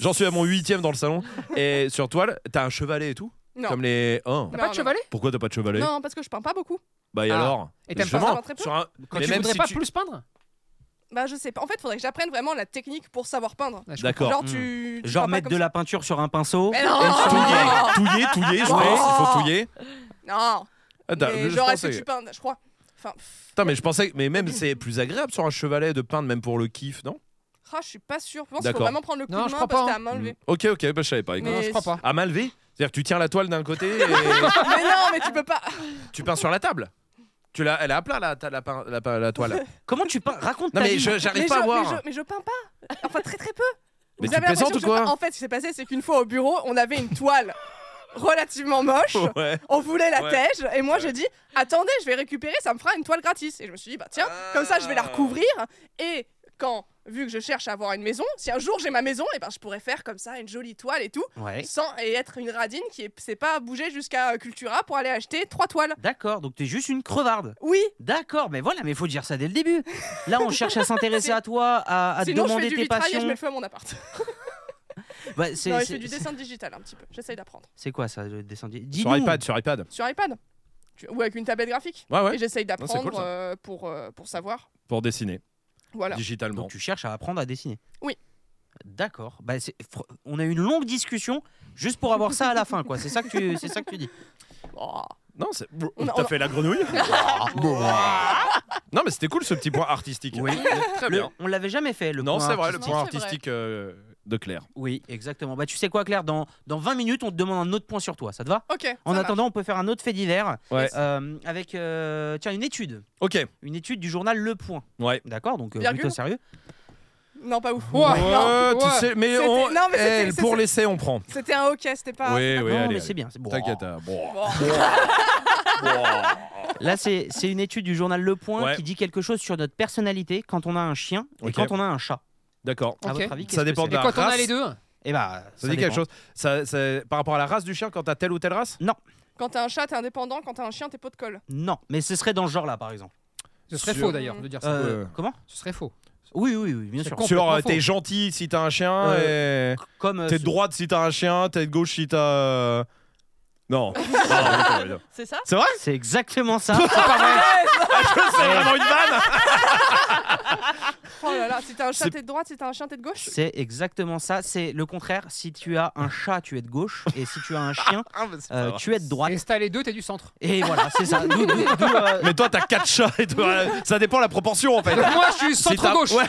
Speaker 2: J'en suis à mon huitième dans le salon. Et sur toile, t'as un chevalet et tout
Speaker 3: Non.
Speaker 2: Comme les. Oh.
Speaker 1: T'as pas
Speaker 3: Non,
Speaker 1: de chevalet
Speaker 2: Pourquoi t'as pas de chevalet
Speaker 3: Non, parce que je peins pas beaucoup.
Speaker 2: Bah et
Speaker 1: Ah.
Speaker 2: alors
Speaker 1: Et t'aimes pas
Speaker 2: Justement,
Speaker 3: savoir très peu
Speaker 2: sur un-
Speaker 1: Quand
Speaker 2: mais
Speaker 1: tu
Speaker 2: même
Speaker 1: voudrais
Speaker 2: si
Speaker 1: pas
Speaker 2: tu-
Speaker 1: plus peindre Ah,
Speaker 3: Bah je sais pas. En fait, faudrait que j'apprenne vraiment la technique pour savoir peindre.
Speaker 1: Ouais, je
Speaker 2: D'accord.
Speaker 3: Genre
Speaker 4: Hmm.
Speaker 3: tu, tu
Speaker 4: Genre
Speaker 3: peins pas
Speaker 4: mettre
Speaker 3: comme
Speaker 4: de
Speaker 3: ça.
Speaker 4: la peinture sur un pinceau.
Speaker 3: Mais non.
Speaker 1: Oh.
Speaker 2: Touiller, touiller, touiller, je
Speaker 3: Oh.
Speaker 2: pense, il faut touiller.
Speaker 3: Non.
Speaker 2: Attends,
Speaker 3: mais
Speaker 2: Ah, je- je
Speaker 3: genre est-ce que
Speaker 2: pensais-
Speaker 3: tu peins Je crois. Enfin, pff,
Speaker 2: Putain, mais je pensais, mais même c'est plus agréable sur un chevalet de peindre, même pour le kiff, non
Speaker 3: ah, je suis pas sûre. Je pense qu'il faut
Speaker 2: D'accord.
Speaker 3: vraiment prendre le coup
Speaker 1: Non,
Speaker 3: de
Speaker 1: je
Speaker 3: main
Speaker 1: crois
Speaker 3: parce
Speaker 1: pas,
Speaker 3: que t'as
Speaker 1: hein.
Speaker 3: à main levée.
Speaker 2: Ok, ok, bah je savais pas.
Speaker 1: comprends.
Speaker 2: écoute.
Speaker 1: Non,
Speaker 3: Mais
Speaker 1: je crois pas.
Speaker 2: À main levée C'est-à-dire que tu tiens la toile d'un côté et
Speaker 3: mais non, mais tu peux pas.
Speaker 2: tu peins sur la table. Tu la, elle est à plat la, ta- la, pein- la pein- la toile.
Speaker 4: Comment tu peins Raconte
Speaker 2: Non
Speaker 4: ta
Speaker 2: mais
Speaker 4: vie.
Speaker 2: je-
Speaker 3: mais
Speaker 2: j'arrive pas
Speaker 3: je,
Speaker 2: à voir.
Speaker 3: Mais je, mais je peins pas. Enfin, très très peu.
Speaker 2: Mais
Speaker 3: Vous
Speaker 2: tu
Speaker 3: avez l'impression
Speaker 2: plaisantes ou
Speaker 3: que je peins-
Speaker 2: quoi
Speaker 3: En fait, ce qui s'est passé, c'est qu'une fois au bureau, on avait une toile relativement moche.
Speaker 2: Oh, Ouais.
Speaker 3: On voulait la
Speaker 2: Ouais.
Speaker 3: tèche. Et moi, j'ai dit Attendez, je vais récupérer, ça me fera une toile gratis. Et je me suis dit Bah tiens, comme ça, je
Speaker 2: Ah.
Speaker 3: vais la recouvrir. Et quand. Vu que je cherche à avoir une maison, si un jour j'ai ma maison, et ben je pourrais faire comme ça une jolie toile et tout,
Speaker 4: Ouais.
Speaker 3: sans et être une radine qui est- sait pas bouger jusqu'à euh, Cultura pour aller acheter trois toiles.
Speaker 4: D'accord, donc t'es juste une crevarde.
Speaker 3: Oui,
Speaker 4: D'accord, mais voilà, mais faut dire ça dès le début. Là, on cherche à s'intéresser
Speaker 3: C'est-
Speaker 4: à toi, à, à te
Speaker 3: sinon je fais
Speaker 4: demander
Speaker 3: du
Speaker 4: tes
Speaker 3: vitrail et je
Speaker 4: passions.
Speaker 3: mets le feu à mon appart.
Speaker 4: Bah, c'est-
Speaker 3: Non, je
Speaker 4: c'est-
Speaker 3: fais du
Speaker 4: c'est-
Speaker 3: dessin digital un petit peu. J'essaye d'apprendre.
Speaker 4: C'est quoi ça, le dessin di- Dis
Speaker 2: Sur iPad, sur iPad.
Speaker 3: Sur iPad Tu- ou avec une tablette graphique.
Speaker 2: Ouais,
Speaker 3: Et
Speaker 2: ouais.
Speaker 3: j'essaye d'apprendre
Speaker 2: cool, ça.
Speaker 3: euh, pour, euh, pour savoir.
Speaker 2: Pour dessiner
Speaker 3: Voilà.
Speaker 2: digitalement.
Speaker 4: Donc tu cherches à apprendre à dessiner. D'accord. Bah, c'est- fr- on a eu une longue discussion juste pour avoir ça à la fin, quoi. C'est ça que tu, c'est ça que tu dis.
Speaker 3: Oh.
Speaker 2: Non, c'est-
Speaker 3: On a-
Speaker 2: t'as
Speaker 3: on a-
Speaker 2: fait la grenouille Ah, bah, Non, mais c'était cool ce petit point artistique.
Speaker 4: Oui.
Speaker 2: Très
Speaker 4: Le-
Speaker 2: bien.
Speaker 4: on l'avait jamais fait. Le
Speaker 2: Non,
Speaker 4: point
Speaker 2: c'est vrai, le
Speaker 4: artistique.
Speaker 2: point
Speaker 8: Non, c'est vrai.
Speaker 2: artistique euh, de Claire.
Speaker 4: Oui, exactement. Bah, tu sais quoi, Claire dans, dans 20 minutes, on te demande un autre point sur toi. Ça te va
Speaker 3: Ok. ça
Speaker 4: En
Speaker 3: marche.
Speaker 4: attendant, on peut faire un autre fait divers
Speaker 2: Ouais.
Speaker 4: euh, avec euh, tiens une étude,
Speaker 2: Ok.
Speaker 4: une étude du journal Le Point.
Speaker 2: Ouais.
Speaker 4: D'accord, donc euh,
Speaker 3: Virgule
Speaker 4: plutôt sérieux.
Speaker 3: Non, pas ouf.
Speaker 1: Ouais.
Speaker 2: Ouais,
Speaker 1: non,
Speaker 2: tu
Speaker 1: ouais.
Speaker 2: sais, mais
Speaker 3: C'était-
Speaker 2: on,
Speaker 3: non, mais c'était-
Speaker 2: elle,
Speaker 3: c'est-
Speaker 2: pour
Speaker 3: c'est-
Speaker 2: l'essai, on prend.
Speaker 3: C'était un ok, c'était pas.
Speaker 2: oui, oui,
Speaker 4: non,
Speaker 2: allez.
Speaker 4: mais c'est bien, c'est bon.
Speaker 2: T'inquiète. hein. Bon.
Speaker 3: Bon.
Speaker 4: Là, c'est c'est une étude du journal Le Point
Speaker 2: Ouais.
Speaker 4: qui dit quelque chose sur notre personnalité quand on a un chien et
Speaker 2: Ok.
Speaker 4: quand on a un chat.
Speaker 2: D'accord.
Speaker 4: À
Speaker 1: Ok.
Speaker 4: votre avis,
Speaker 2: Ça
Speaker 4: qu'est-ce que
Speaker 2: dépend
Speaker 4: c'est
Speaker 2: de
Speaker 1: Et
Speaker 2: La
Speaker 1: quand on a
Speaker 2: race.
Speaker 1: les deux
Speaker 4: Eh bah,
Speaker 2: Ça, dit quelque chose. Ça, ça- par rapport à la race du chien, quand t'as telle ou telle race
Speaker 3: Quand t'as un chat, t'es indépendant. Quand t'as un chien, t'es pot de colle.
Speaker 4: Non, mais ce serait dans ce genre-là, par exemple.
Speaker 1: Ce serait
Speaker 2: Sur-
Speaker 1: faux d'ailleurs de dire ça.
Speaker 4: Euh,
Speaker 2: Ouais.
Speaker 4: Comment
Speaker 1: Ce serait faux.
Speaker 4: Oui, oui, oui, bien
Speaker 1: C'est
Speaker 4: sûr.
Speaker 1: con.
Speaker 2: Sur
Speaker 1: complètement
Speaker 2: euh,
Speaker 1: faux.
Speaker 2: t'es gentil si t'as un chien, et
Speaker 4: Comme euh,
Speaker 2: t'es
Speaker 4: ce-
Speaker 2: de droite si t'as un chien, t'es de gauche si t'as. euh, Non. Non, non, non, non.
Speaker 8: C'est ça
Speaker 2: C'est vrai
Speaker 4: C'est exactement ça.
Speaker 3: Ah,
Speaker 2: C'est vraiment une vanne
Speaker 3: Oh là là, si t'as un chat,
Speaker 2: C'est-
Speaker 3: t'es de droite. Si t'as un chien, t'es de gauche.
Speaker 4: C'est exactement ça. C'est le contraire. Si tu as un chat, tu es de gauche, et si tu as un chien,
Speaker 2: Ah,
Speaker 4: euh, tu es de droite.
Speaker 1: Et si t'as les deux, t'es du centre.
Speaker 4: Et voilà, c'est ça. D'où- d'où- d'où, euh,
Speaker 2: Mais toi, t'as 4 chats et toi, euh, ça dépend la proportion en fait.
Speaker 1: Donc moi, je suis
Speaker 2: Si t'as-
Speaker 1: centre-gauche.
Speaker 2: Ouais,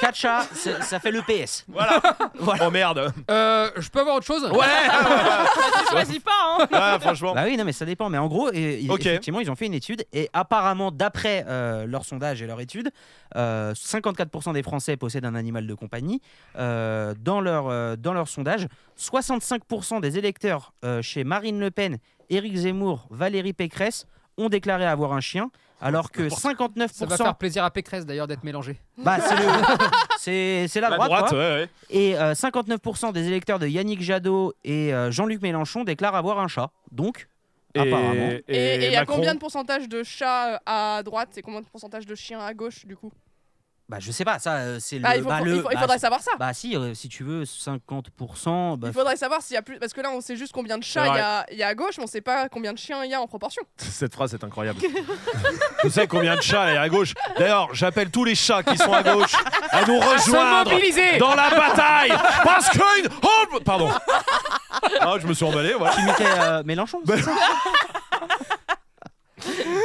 Speaker 4: quatre chats, c'est- ça fait le PS.
Speaker 2: voilà.
Speaker 4: Voilà.
Speaker 2: Oh merde.
Speaker 1: Euh, je peux avoir autre chose
Speaker 2: Ouais,
Speaker 8: Tu choisis pas, hein
Speaker 2: ouais, franchement.
Speaker 4: Bah oui, non, mais ça dépend. Mais en gros, et- et-
Speaker 2: Ok.
Speaker 4: effectivement, ils ont fait une étude. Et apparemment, d'après euh, leur sondage et leur étude, euh, 54% des Français possèdent un animal de compagnie. Euh, dans, leur, euh, dans leur sondage, 65% des électeurs euh, chez Marine Le Pen, Éric Zemmour, Valérie Pécresse ont déclaré avoir un chien. Alors que
Speaker 1: Ça va
Speaker 4: 59%,
Speaker 1: faire plaisir à Pécresse d'ailleurs d'être mélangé.
Speaker 4: bah, c'est le- c'est c'est la,
Speaker 2: La droite, ouais,
Speaker 4: quoi.
Speaker 2: ouais.
Speaker 4: Et euh, 59% des électeurs de Yannick Jadot et euh, Jean-Luc Mélenchon déclarent avoir un chat. Donc, apparemment.
Speaker 2: Et,
Speaker 3: Et et il y a
Speaker 2: Macron.
Speaker 3: combien de pourcentage de chats euh, à droite et combien de pourcentage de chiens à gauche du coup
Speaker 4: Bah, je sais pas, ça, euh, c'est le.
Speaker 3: Bah, il, faut-
Speaker 4: bah,
Speaker 3: faut-
Speaker 4: le-
Speaker 3: il faut- il
Speaker 4: bah,
Speaker 3: faudrait savoir ça.
Speaker 4: bah, si, euh, si tu veux, 50%. Bah,
Speaker 3: Il faudrait savoir s'il y a plus. Parce que là, on sait juste combien de chats
Speaker 2: C'est
Speaker 3: il
Speaker 2: vrai.
Speaker 3: y a- il y, a à gauche, mais on sait pas combien de chiens il y a en proportion.
Speaker 2: Cette phrase est incroyable. Vous savez combien de chats est à gauche D'ailleurs, j'appelle tous les chats qui sont à gauche à nous
Speaker 1: Se
Speaker 2: rejoindre
Speaker 1: mobiliser
Speaker 2: dans la bataille parce qu'une. Oh, pardon. Ah, je me suis emballé. Voilà.
Speaker 4: tu mettais euh, Mélenchon
Speaker 2: Bah-
Speaker 4: c'est ça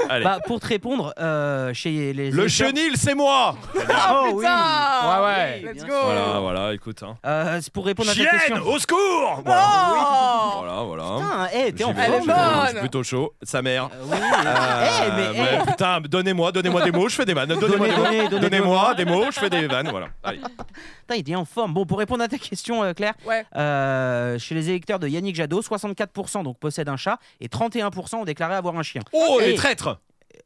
Speaker 2: Allez.
Speaker 4: Bah, Pour te répondre, euh, chez les.
Speaker 2: Le
Speaker 4: électeurs-
Speaker 2: chenil, c'est moi.
Speaker 4: Oh, oui.
Speaker 3: Ah, Putain
Speaker 1: Ouais,
Speaker 4: ouais.
Speaker 3: Let's
Speaker 4: Bien
Speaker 3: go
Speaker 4: sûr.
Speaker 2: Voilà, voilà. Écoute. hein.
Speaker 4: Euh, c'est pour répondre à ta
Speaker 2: Chienne, oh.
Speaker 4: question.
Speaker 2: au secours. Voilà,
Speaker 3: Oh
Speaker 2: voilà. voilà.
Speaker 4: Putain, eh, t'es en
Speaker 2: J'y vais,
Speaker 3: Elle est
Speaker 2: je
Speaker 4: forme.
Speaker 2: suis-
Speaker 3: bonne.
Speaker 2: je suis plutôt chaud. Sa mère.
Speaker 4: Euh, oui, oui.
Speaker 2: Euh,
Speaker 4: Eh, mais,
Speaker 2: ouais,
Speaker 4: eh.
Speaker 2: putain, donnez-moi, donnez-moi des mots, je fais des vannes. Donnez-moi
Speaker 4: Donnez,
Speaker 2: des mots.
Speaker 4: donnez, donnez,
Speaker 2: Donnez-moi des mots, je fais des vannes. Voilà. Allez.
Speaker 4: Putain, il est en forme. Bon, pour répondre à ta question, euh, Claire,
Speaker 3: Ouais.
Speaker 4: euh, chez les électeurs de Yannick Jadot, 64% donc possèdent un chat et 31% ont déclaré avoir un chien.
Speaker 2: Oh,
Speaker 4: Ok.
Speaker 2: les traîtres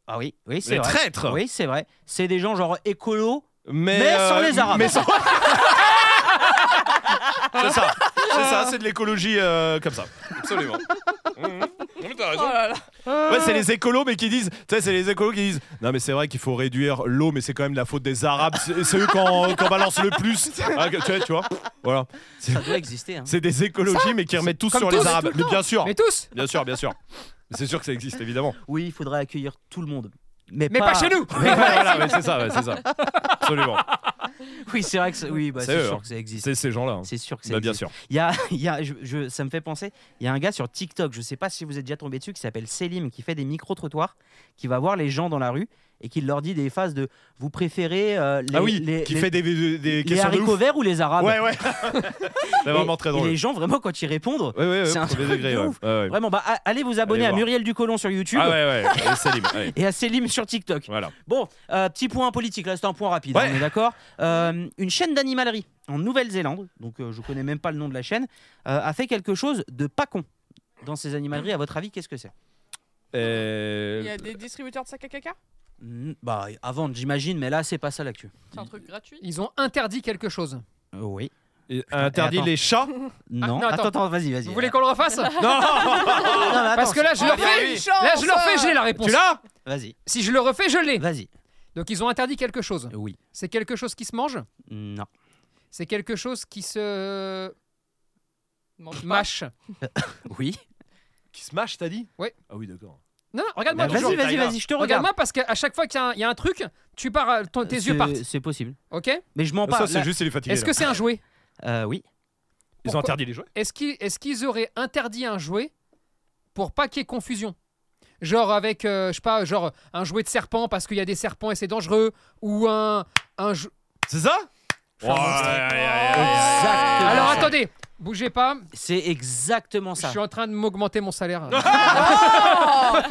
Speaker 4: Ah oui, oui, Eh, c'est
Speaker 2: Les
Speaker 4: vrai.
Speaker 2: traîtres
Speaker 4: Oui, c'est vrai. C'est des gens genre écolo.
Speaker 2: Mais, euh,
Speaker 4: Mais sans les Arabes.
Speaker 2: mais sans- c'est ça, c'est ça, c'est de l'écologie euh, comme ça. Absolument. Mhm. Non, mais t'as
Speaker 3: Oh
Speaker 2: raison.
Speaker 3: là là
Speaker 2: Ouais, c'est les écolos, mais qui disent, tu sais, c'est les écolos qui disent, non, mais c'est vrai qu'il faut réduire l'eau, mais c'est quand même la faute des Arabes, c'est c'est eux qu'on qu'on balance le plus. Ah, que- tu vois, tu vois Voilà.
Speaker 4: Ça doit exister. hein.
Speaker 2: C'est des écologies, mais qui remettent tout
Speaker 1: comme
Speaker 2: sur
Speaker 1: tous,
Speaker 2: les
Speaker 1: c'est
Speaker 2: Arabes.
Speaker 1: tout le
Speaker 2: Mais bien sûr,
Speaker 1: Mais tous
Speaker 2: bien sûr, bien sûr. C'est sûr que ça existe, évidemment.
Speaker 4: Oui, il faudrait accueillir tout le monde. Mais,
Speaker 1: Mais pas chez nous
Speaker 2: Mais voilà, mais c'est ça, ouais, c'est ça. Absolument.
Speaker 4: Oui, c'est vrai que ça- oui, bah,
Speaker 2: C'est
Speaker 4: c'est
Speaker 2: eux,
Speaker 4: sûr
Speaker 2: hein.
Speaker 4: que ça existe.
Speaker 2: C'est ces gens-là. hein.
Speaker 4: C'est sûr que ça
Speaker 2: Bah, bien
Speaker 4: existe.
Speaker 2: sûr.
Speaker 4: Il y a, il y a- je- je- ça me fait penser, il y a un gars sur TikTok, je sais pas si vous êtes déjà tombé dessus, qui s'appelle Selim, qui fait des micro-trottoirs, qui va voir les gens dans la rue et qui leur dit des phases de vous préférez euh, les,
Speaker 2: ah oui,
Speaker 4: les,
Speaker 2: qui
Speaker 4: les-
Speaker 2: fait des, des- des
Speaker 4: les
Speaker 2: questions de
Speaker 4: haricots
Speaker 2: ouf.
Speaker 4: verts ou les arabes
Speaker 2: Ouais, ouais. c'est vraiment
Speaker 4: Ah, Et-
Speaker 2: très
Speaker 4: et
Speaker 2: drôle.
Speaker 4: les gens, vraiment, quand ils répondent,
Speaker 2: Ouais, ouais, ouais,
Speaker 4: C'est un
Speaker 2: premier
Speaker 4: truc
Speaker 2: degré,
Speaker 4: de
Speaker 2: ouais.
Speaker 4: ouf.
Speaker 2: Ouais, ouais.
Speaker 4: vraiment, bah, a- allez vous abonner
Speaker 2: Allez
Speaker 4: à
Speaker 2: voir.
Speaker 4: Muriel Ducolon sur YouTube
Speaker 2: Ah ouais, ouais. Allez, Salim, allez.
Speaker 4: et à Selim sur TikTok.
Speaker 2: Voilà.
Speaker 4: Bon, euh, petit point politique, là c'est un point rapide,
Speaker 2: Ouais.
Speaker 4: hein, on est d'accord. Euh, une chaîne d'animalerie en Nouvelle-Zélande, donc euh, je connais même pas le nom de la chaîne, euh, a fait quelque chose de pas con dans ces animaleries. À votre avis, qu'est-ce que c'est
Speaker 2: Euh,
Speaker 3: Il y a des distributeurs de sacs à caca
Speaker 4: Mm, Bah, avant, j'imagine, mais là c'est pas ça l'actu.
Speaker 8: C'est un truc gratuit.
Speaker 1: Ils ont interdit quelque chose.
Speaker 4: Euh, oui.
Speaker 2: et Interdit
Speaker 4: attends.
Speaker 2: les chats
Speaker 1: Ah,
Speaker 4: Non,
Speaker 1: non, attends.
Speaker 4: attends, attends, vas-y, vas-y.
Speaker 1: Vous voulez qu'on le refasse
Speaker 2: Non
Speaker 4: Non, mais attends,
Speaker 1: Parce que là, je le
Speaker 3: Ah,
Speaker 1: refais.
Speaker 3: une chance
Speaker 1: Là, je le refais, je l'ai la réponse.
Speaker 2: Tu l'as
Speaker 4: Vas-y,
Speaker 1: Si je le refais, je l'ai.
Speaker 4: vas-y.
Speaker 1: Donc ils ont interdit quelque chose.
Speaker 4: Oui.
Speaker 1: C'est quelque chose qui se mange
Speaker 4: Non.
Speaker 1: C'est quelque chose qui se
Speaker 8: Mange pas.
Speaker 1: mâche
Speaker 4: Oui.
Speaker 2: Qui se mâche, t'as dit
Speaker 1: Ouais.
Speaker 2: Ah oui, d'accord.
Speaker 1: Non, non,
Speaker 4: Bah,
Speaker 1: regarde-moi toujours.
Speaker 4: Vas-y, vas-y, vas-y, je te regarde.
Speaker 1: Regarde-moi parce qu'à chaque fois qu'il y a un- il y, a un truc, tu pars, euh, ton- tes yeux
Speaker 4: C'est-
Speaker 1: partent.
Speaker 4: C'est possible.
Speaker 1: Ok
Speaker 4: Mais je mens pas.
Speaker 2: Ça, c'est
Speaker 4: là-
Speaker 2: juste, il est fatigué.
Speaker 1: Est-ce
Speaker 2: là.
Speaker 1: que c'est un jouet
Speaker 4: Euh, oui.
Speaker 2: Ils ont
Speaker 1: pourquoi-
Speaker 2: interdit les jouets
Speaker 1: Est-ce qu'ils est-ce qu'ils auraient interdit un jouet pour pas qu'il y ait confusion Genre avec, euh, je sais pas, genre un jouet de serpent parce qu'il y a des serpents et c'est dangereux, ou un, un jou-
Speaker 2: C'est ça
Speaker 1: Je suis
Speaker 4: Oh,
Speaker 1: un monstre.
Speaker 4: Exactement.
Speaker 2: Ah
Speaker 1: Alors attendez, bougez pas,
Speaker 4: C'est exactement
Speaker 1: je
Speaker 4: ça.
Speaker 1: suis en train de m'augmenter mon salaire.
Speaker 2: Ah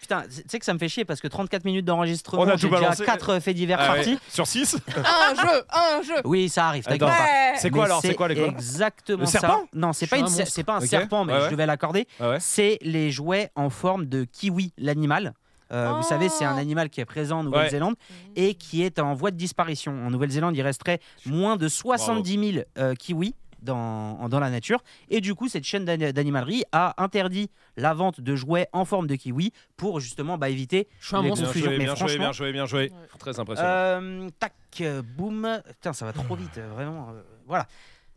Speaker 4: Putain, tu sais que ça me fait chier parce que 34 minutes d'enregistrement,
Speaker 2: On a
Speaker 4: j'ai
Speaker 2: tout
Speaker 4: déjà
Speaker 2: balancé.
Speaker 4: 4 faits divers
Speaker 2: Ah ouais.
Speaker 4: partis.
Speaker 2: Sur 6
Speaker 3: un jeu, un jeu.
Speaker 4: Oui, ça arrive, t'inquiète
Speaker 2: Attends.
Speaker 4: pas.
Speaker 3: Ouais.
Speaker 2: C'est quoi
Speaker 4: Mais
Speaker 2: alors C'est quoi les quoi
Speaker 4: Exactement
Speaker 2: Le
Speaker 4: ça.
Speaker 2: serpent
Speaker 4: Non, c'est
Speaker 1: Je
Speaker 4: pas,
Speaker 1: suis
Speaker 4: une
Speaker 1: un
Speaker 4: ser-
Speaker 1: monstre.
Speaker 4: c'est pas un
Speaker 2: Ok.
Speaker 4: serpent, mais
Speaker 2: Ouais, ouais.
Speaker 4: je vais l'accorder.
Speaker 2: Ah ouais.
Speaker 4: C'est les jouets en forme de kiwi, l'animal. Euh, Vous
Speaker 3: Oh.
Speaker 4: savez, c'est un animal qui est présent en Nouvelle-Zélande et qui est en voie de disparition. En Nouvelle-Zélande, il resterait moins de 70 000 euh, kiwis dans, en- dans la nature. Et du coup, cette chaîne d'ani- d'animalerie a interdit la vente de jouets en forme de kiwi pour justement bah, éviter.
Speaker 1: Je suis un
Speaker 4: Les
Speaker 1: monstre.
Speaker 2: Bien
Speaker 4: confusion,
Speaker 2: joué,
Speaker 4: mais
Speaker 2: bien joué,
Speaker 4: franchement-
Speaker 2: bien joué, bien joué. Très impressionnant.
Speaker 4: Euh, tac, euh, boum. Putain, ça va trop vite, euh, vraiment. euh, voilà.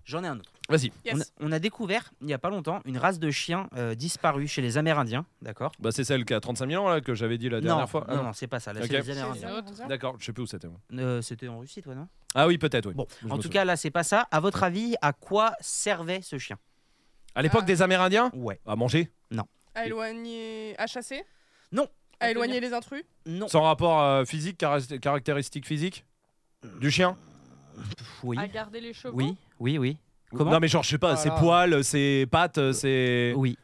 Speaker 4: J'en ai un autre.
Speaker 2: Vas-y.
Speaker 4: On a,
Speaker 3: Yes.
Speaker 4: on a découvert, il n'y a pas longtemps, une race de chiens euh, disparue chez les Amérindiens, d'accord
Speaker 2: Bah, c'est celle qui a 35 000 ans là, que j'avais dit la dernière
Speaker 4: non,
Speaker 2: fois. Ah,
Speaker 4: non, non, c'est pas ça, là,
Speaker 2: Ok.
Speaker 4: chez les
Speaker 8: C'est
Speaker 4: Amérindiens.
Speaker 8: un autre.
Speaker 2: D'accord, je sais plus où c'était. moi.
Speaker 4: Euh, C'était en Russie, toi, non
Speaker 2: Ah oui, peut-être, oui.
Speaker 4: Bon,
Speaker 2: Je
Speaker 4: en
Speaker 2: me
Speaker 4: tout
Speaker 2: souviens.
Speaker 4: cas, là, c'est pas ça. À votre avis, à quoi servait ce chien
Speaker 2: À l'époque
Speaker 4: euh,
Speaker 3: Ah.
Speaker 2: des Amérindiens
Speaker 4: Ouais.
Speaker 2: À manger
Speaker 3: À éloigner, à chasser.
Speaker 4: Non.
Speaker 3: À éloigner les intrus.
Speaker 4: Non.
Speaker 2: Sans rapport euh, physique, caractéristiques caractéristique physique Du chien
Speaker 4: Pff, Oui.
Speaker 8: À garder les chevaux.
Speaker 4: Oui, oui, oui. Comment
Speaker 2: Non, mais genre, je sais pas,
Speaker 1: Ah
Speaker 2: ses
Speaker 1: là.
Speaker 2: poils, ses pattes, euh, ses.
Speaker 4: Oui.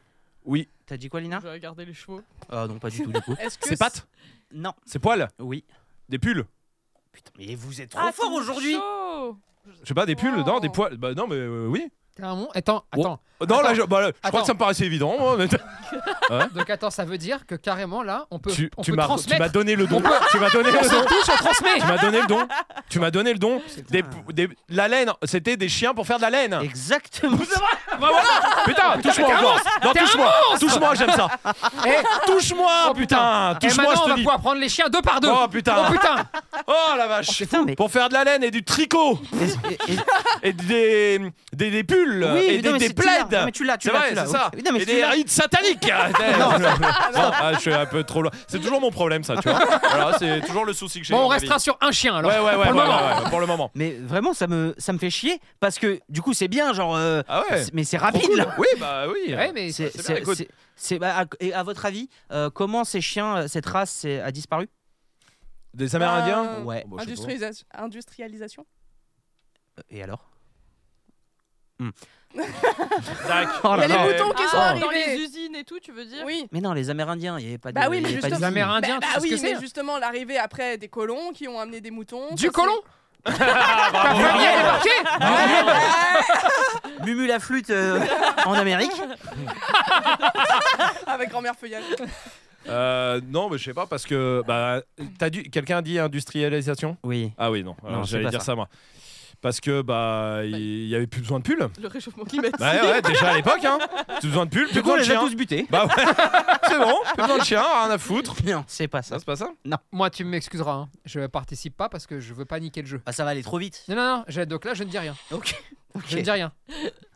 Speaker 2: Oui.
Speaker 4: T'as dit quoi,
Speaker 8: Je
Speaker 4: Lina
Speaker 8: vais garder les chevaux.
Speaker 4: Ah non, pas du tout, du coup.
Speaker 3: Est-ce que
Speaker 2: Ses pattes
Speaker 4: Non.
Speaker 2: Ses poils
Speaker 4: Oui.
Speaker 2: Des pulls
Speaker 4: Putain, mais vous êtes trop
Speaker 8: Ah,
Speaker 4: fort
Speaker 8: ton
Speaker 4: aujourd'hui
Speaker 8: chaud.
Speaker 2: Je sais pas, des pulls,
Speaker 3: Wow.
Speaker 2: non, des poils. Bah non, mais euh, oui.
Speaker 1: T'es un monstre. Attends, attends.
Speaker 2: Oh, Non, là, je, bah, là, je
Speaker 1: Attends.
Speaker 2: crois que ça me paraissait évident. moi, mais-
Speaker 1: Donc attends, ça veut dire que carrément là, on peut,
Speaker 2: tu
Speaker 1: on
Speaker 2: tu
Speaker 1: peut
Speaker 2: m'as tu m'as
Speaker 1: transmettre.
Speaker 2: donné le don. tu m'as donné
Speaker 1: On
Speaker 2: le
Speaker 1: s'en
Speaker 2: don.
Speaker 1: fiche, on transmet.
Speaker 2: Tu m'as donné le don. Tu m'as donné le don. Des,
Speaker 4: Putain.
Speaker 2: des- la laine, c'était des chiens pour faire de la laine.
Speaker 4: Exactement.
Speaker 2: Bah voilà Putain, touche-moi encore Non,
Speaker 1: T'es un
Speaker 2: touche-moi Touche-moi, j'aime ça
Speaker 1: Eh,
Speaker 2: Touche-moi,
Speaker 1: Oh,
Speaker 2: putain
Speaker 1: Et
Speaker 2: Touche-moi,
Speaker 1: maintenant, on
Speaker 2: je
Speaker 1: va
Speaker 2: te dis
Speaker 1: pouvoir prendre les chiens deux par deux.
Speaker 2: Oh putain
Speaker 1: Oh, putain.
Speaker 2: Oh la vache
Speaker 4: Putain, mais.
Speaker 2: Pour faire de la laine et du tricot
Speaker 4: et- et-
Speaker 2: Et des, des, des pulls
Speaker 4: oui,
Speaker 2: Et
Speaker 4: mais non,
Speaker 2: des,
Speaker 4: mais
Speaker 2: des
Speaker 4: c'est- tu l'as, non,
Speaker 2: plaids
Speaker 4: mais tu l'as, tu
Speaker 2: C'est
Speaker 4: l'as.
Speaker 2: vrai,
Speaker 4: tu
Speaker 2: c'est
Speaker 4: l'as,
Speaker 2: ça
Speaker 4: oui. Oui, non, mais
Speaker 2: Et
Speaker 4: tu
Speaker 2: des
Speaker 4: l'as.
Speaker 2: rites sataniques
Speaker 4: Non,
Speaker 2: Non, ah, je suis un peu trop loin. C'est toujours mon problème, ça, tu vois. Voilà, c'est toujours le souci que j'ai.
Speaker 1: Bon, on
Speaker 2: dans ma
Speaker 1: restera
Speaker 2: vie.
Speaker 1: sur un chien alors.
Speaker 2: Ouais, ouais, ouais,
Speaker 1: pour le
Speaker 2: ouais,
Speaker 1: moment.
Speaker 2: ouais, ouais, pour le moment.
Speaker 4: Mais vraiment, ça me, ça me fait chier parce que du coup, c'est bien, genre. euh,
Speaker 2: Ah ouais
Speaker 4: c'est- Mais c'est
Speaker 2: trop
Speaker 4: rapide
Speaker 2: cool.
Speaker 4: là.
Speaker 2: Oui, bah oui
Speaker 1: Ouais, mais
Speaker 4: C'est-
Speaker 2: c'est bien,
Speaker 4: c'est-
Speaker 2: écoute.
Speaker 4: c'est- c'est- bah, à, et à votre avis, euh, comment ces chiens, euh, cette race c'est- a disparu
Speaker 2: Des Amérindiens
Speaker 3: Euh,
Speaker 4: Ouais.
Speaker 2: Bon, je sais pas.
Speaker 3: Industrialisa- Industrialisation.
Speaker 4: Et alors Hmm.
Speaker 2: Tac.
Speaker 4: Oh là
Speaker 3: Il y a
Speaker 4: là.
Speaker 3: les moutons qui sont
Speaker 8: Ah, dans les
Speaker 3: arrivés.
Speaker 8: usines et tout, tu veux dire
Speaker 3: Oui.
Speaker 4: Mais non, les Amérindiens, il n'y avait pas de.
Speaker 3: Bah oui,
Speaker 4: il y
Speaker 3: mais
Speaker 4: avait pas
Speaker 3: justement-
Speaker 1: Les
Speaker 4: d'usine.
Speaker 1: Amérindiens,
Speaker 3: bah
Speaker 1: tu sais ce
Speaker 3: oui,
Speaker 1: que c'est hein.
Speaker 3: mais justement l'arrivée après des colons qui ont amené des moutons.
Speaker 1: Du
Speaker 3: ça,
Speaker 1: colon
Speaker 2: Ah,
Speaker 1: Ta
Speaker 2: bravo,
Speaker 1: famille, elle est
Speaker 2: bravo.
Speaker 1: marquée
Speaker 4: Mumu la flûte euh, en Amérique.
Speaker 3: c'est- Avec grand-mère feuillage.
Speaker 2: Euh, non, mais je sais pas parce que bah t'as dû quelqu'un a dit industrialisation
Speaker 4: Oui.
Speaker 2: Ah oui non, alors
Speaker 4: Non, c'est
Speaker 2: j'allais
Speaker 4: pas
Speaker 2: dire
Speaker 4: ça.
Speaker 2: ça. moi. Parce que bah il y avait plus besoin de pulls.
Speaker 8: Le réchauffement climatique.
Speaker 2: Bah ouais, ouais, déjà à l'époque hein. Plus besoin de pulls, plus
Speaker 4: Du coup, on
Speaker 2: besoin de
Speaker 4: les a
Speaker 2: chien.
Speaker 4: tous butés.
Speaker 2: Bah ouais. C'est bon, plus besoin de chien, rien à foutre.
Speaker 4: Non, c'est pas ça.
Speaker 2: Ça hein. c'est pas ça
Speaker 1: Moi, tu m'excuseras, hein. je participe pas parce que je veux pas niquer le jeu.
Speaker 4: Ah, ça va aller trop vite.
Speaker 1: Non, non, non, j'ai- donc là, je ne dis rien.
Speaker 4: Ok.
Speaker 1: Je ne dis rien.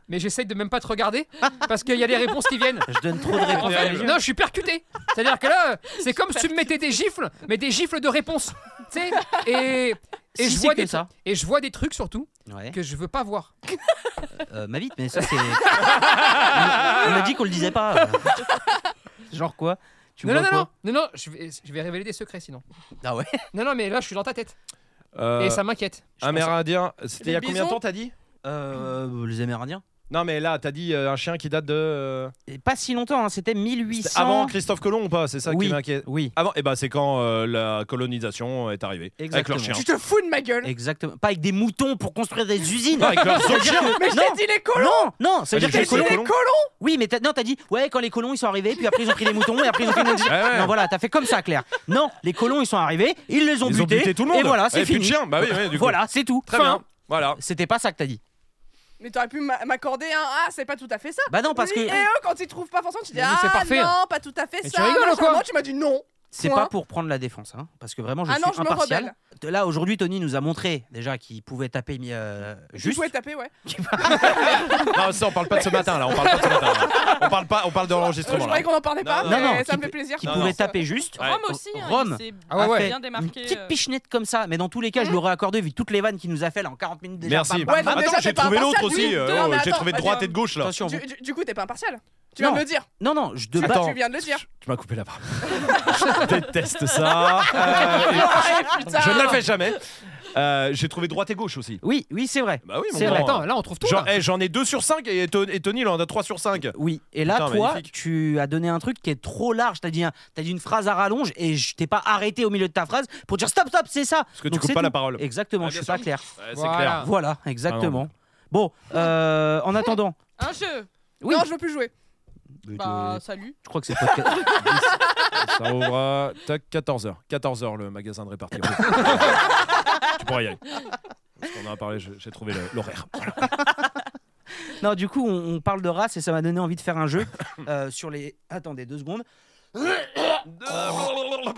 Speaker 1: Mais j'essaye de même pas te regarder parce qu'il y a des réponses qui viennent.
Speaker 4: Je donne trop de réponses. à mes
Speaker 1: Non, je suis percuté. C'est-à-dire que là, c'est comme si tu me mettais des gifles, mais des gifles de réponses. Tu sais et,
Speaker 4: Si,
Speaker 1: et, je
Speaker 4: c'est
Speaker 1: vois
Speaker 4: que
Speaker 1: des,
Speaker 4: ça. Eh.
Speaker 1: et je vois des trucs surtout
Speaker 4: Ouais.
Speaker 1: que je veux pas voir.
Speaker 4: Euh, ma bite, mais ça c'est. on m'a dit qu'on le disait pas. Genre quoi Tu
Speaker 1: Non, non,
Speaker 4: vois
Speaker 1: non,
Speaker 4: quoi
Speaker 1: non, non, non, je vais, je vais révéler des secrets sinon.
Speaker 4: Ah ouais.
Speaker 1: Non, non, mais là, je suis dans ta tête
Speaker 2: Euh,
Speaker 1: et ça m'inquiète.
Speaker 2: Amérindien, c'était il y a
Speaker 3: Les
Speaker 2: combien de
Speaker 3: bisons.
Speaker 2: temps t'as dit
Speaker 4: Euh, les Amérindiens.
Speaker 2: Non mais là t'as dit euh, un chien qui date de euh,
Speaker 4: Et Pas si longtemps. hein, C'était 1800.
Speaker 2: avant Christophe Colomb ou pas C'est ça
Speaker 4: Oui.
Speaker 2: qui m'inquiète.
Speaker 4: Oui.
Speaker 2: Avant, et bah c'est quand euh, la colonisation est arrivée
Speaker 4: Exactement.
Speaker 2: avec leurs
Speaker 3: Tu
Speaker 2: chiens.
Speaker 3: te fous de ma gueule.
Speaker 4: Exactement. Pas avec des moutons pour construire des usines.
Speaker 2: Non, avec leurs autres chiens.
Speaker 3: Mais je
Speaker 4: Non.
Speaker 3: t'ai dit les colons.
Speaker 4: Non, non, ça veut
Speaker 2: Ah,
Speaker 4: dire que
Speaker 2: j'ai dit
Speaker 4: les
Speaker 2: les
Speaker 4: colons.
Speaker 2: colons.
Speaker 4: Oui, mais t'as- non, t'as dit, ouais, quand les colons ils sont arrivés, puis après ils ont pris les moutons, et après ils ont pris les
Speaker 2: Ouais, ouais.
Speaker 4: Non, voilà, t'as fait comme ça, Claire. Non, les colons ils sont arrivés, ils les ont
Speaker 2: Ils ont
Speaker 4: butés.
Speaker 2: buté tout le monde.
Speaker 4: Et voilà, c'est
Speaker 2: Et plus de
Speaker 4: fini.
Speaker 2: chiens. Bah oui, oui, du coup.
Speaker 4: Voilà, c'est tout.
Speaker 2: Très
Speaker 4: Fin.
Speaker 2: bien. Voilà.
Speaker 4: C'était pas ça que t'as dit.
Speaker 3: Mais t'aurais pu m'a- m'accorder un Ah, c'est pas tout à fait ça.
Speaker 4: Bah non, parce
Speaker 3: Oui, eh,
Speaker 4: que.
Speaker 3: Et eux, quand ils trouvent pas forcément, tu dis
Speaker 1: Mais oui, c'est
Speaker 3: Ah,
Speaker 1: parfait.
Speaker 3: non, pas tout à fait
Speaker 1: Mais
Speaker 3: ça.
Speaker 1: tu rigoles ou
Speaker 3: machin.
Speaker 1: quoi
Speaker 3: Moi, tu m'as dit non.
Speaker 4: C'est
Speaker 3: Point.
Speaker 4: pas pour prendre la défense, hein, parce que vraiment je
Speaker 3: Ah
Speaker 4: suis
Speaker 3: non, je me
Speaker 4: impartial.
Speaker 3: rebelle.
Speaker 4: De là aujourd'hui, Tony nous a montré déjà qu'il pouvait taper mais, euh,
Speaker 3: Juste.
Speaker 4: juste.
Speaker 3: pouvais taper, ouais.
Speaker 2: Non, ça, on parle pas de ce matin là. On parle pas de ce matin. là. On parle pas. On parle de
Speaker 3: Euh, je
Speaker 2: l'enregistrement là.
Speaker 3: croyais qu'on en parlait
Speaker 2: Non,
Speaker 3: pas,
Speaker 2: non,
Speaker 3: mais
Speaker 4: non,
Speaker 3: ça
Speaker 4: qui
Speaker 3: me fait
Speaker 4: peut-
Speaker 3: plaisir.
Speaker 4: Qui
Speaker 3: qu'on
Speaker 4: pouvait
Speaker 3: pense,
Speaker 4: taper juste.
Speaker 2: Ouais.
Speaker 8: Rome aussi, hein,
Speaker 4: Rome.
Speaker 8: il s'est
Speaker 1: Ah ouais,
Speaker 4: a
Speaker 1: ouais.
Speaker 4: fait
Speaker 8: bien
Speaker 4: Une
Speaker 8: démarqué.
Speaker 4: petite
Speaker 8: euh,
Speaker 4: pichenette comme ça, mais dans tous les
Speaker 3: Mm.
Speaker 4: cas, je l'aurais accordé vu toutes les vannes qu'il nous a fait là en 40 minutes déjà.
Speaker 2: Merci.
Speaker 4: Bam, bam,
Speaker 3: Ouais,
Speaker 4: bam.
Speaker 3: non, mais
Speaker 2: attends,
Speaker 3: déjà,
Speaker 2: j'ai
Speaker 3: t'es pas
Speaker 2: trouvé l'autre
Speaker 3: impartial,
Speaker 2: aussi.
Speaker 3: oui.
Speaker 2: euh,
Speaker 3: Non, mais
Speaker 2: j'ai
Speaker 3: attends,
Speaker 2: trouvé de
Speaker 3: vas-y,
Speaker 2: droite
Speaker 3: hein.
Speaker 2: et de gauche là.
Speaker 4: Attention,
Speaker 3: Du,
Speaker 4: vous-
Speaker 3: du- du coup, t'es pas impartial. Tu
Speaker 4: Non.
Speaker 3: viens de le dire.
Speaker 4: non, non, je de
Speaker 3: Ah,
Speaker 4: bas.
Speaker 3: tu viens de le dire.
Speaker 2: Tu m'as coupé la parole. je déteste ça. Euh, et-
Speaker 3: Ah, putain.
Speaker 2: je ne le fais jamais. Euh, j'ai trouvé droite et gauche aussi.
Speaker 4: Oui, oui, c'est vrai.
Speaker 2: Bah oui, mon
Speaker 4: C'est
Speaker 2: grand.
Speaker 4: vrai.
Speaker 1: Attends, là on trouve tout.
Speaker 2: Genre,
Speaker 1: là.
Speaker 2: eh, j'en ai 2 sur 5 et, To- et Tony il en a 3 sur 5.
Speaker 4: Oui, et là,
Speaker 2: Putain,
Speaker 4: toi,
Speaker 2: magnifique.
Speaker 4: tu as donné un truc qui est trop large. T'as dit, un- t'as dit une phrase à rallonge et je t'ai pas arrêté au milieu de ta phrase pour dire stop, stop, c'est ça.
Speaker 2: Parce que tu
Speaker 4: Donc,
Speaker 2: coupes
Speaker 4: c'est
Speaker 2: pas la
Speaker 4: tout.
Speaker 2: parole.
Speaker 4: Exactement,
Speaker 2: Ah,
Speaker 4: je
Speaker 2: bien
Speaker 4: suis
Speaker 2: sûr.
Speaker 4: pas clair.
Speaker 2: Ouais, c'est
Speaker 1: Voilà.
Speaker 2: clair.
Speaker 4: Voilà, exactement. Bon, euh, en attendant,
Speaker 8: Un jeu
Speaker 4: oui,
Speaker 3: Non, je veux plus jouer.
Speaker 8: Bah, salut.
Speaker 4: je crois que c'est podcast.
Speaker 2: Ça ouvre euh, 14h. 14h le magasin de répartition. tu pourras y aller. Parce qu'on en a parlé, je- j'ai trouvé le- l'horaire.
Speaker 4: non, du coup, on, on parle de race et ça m'a donné envie de faire un jeu euh, sur les. Attendez deux secondes.
Speaker 2: bon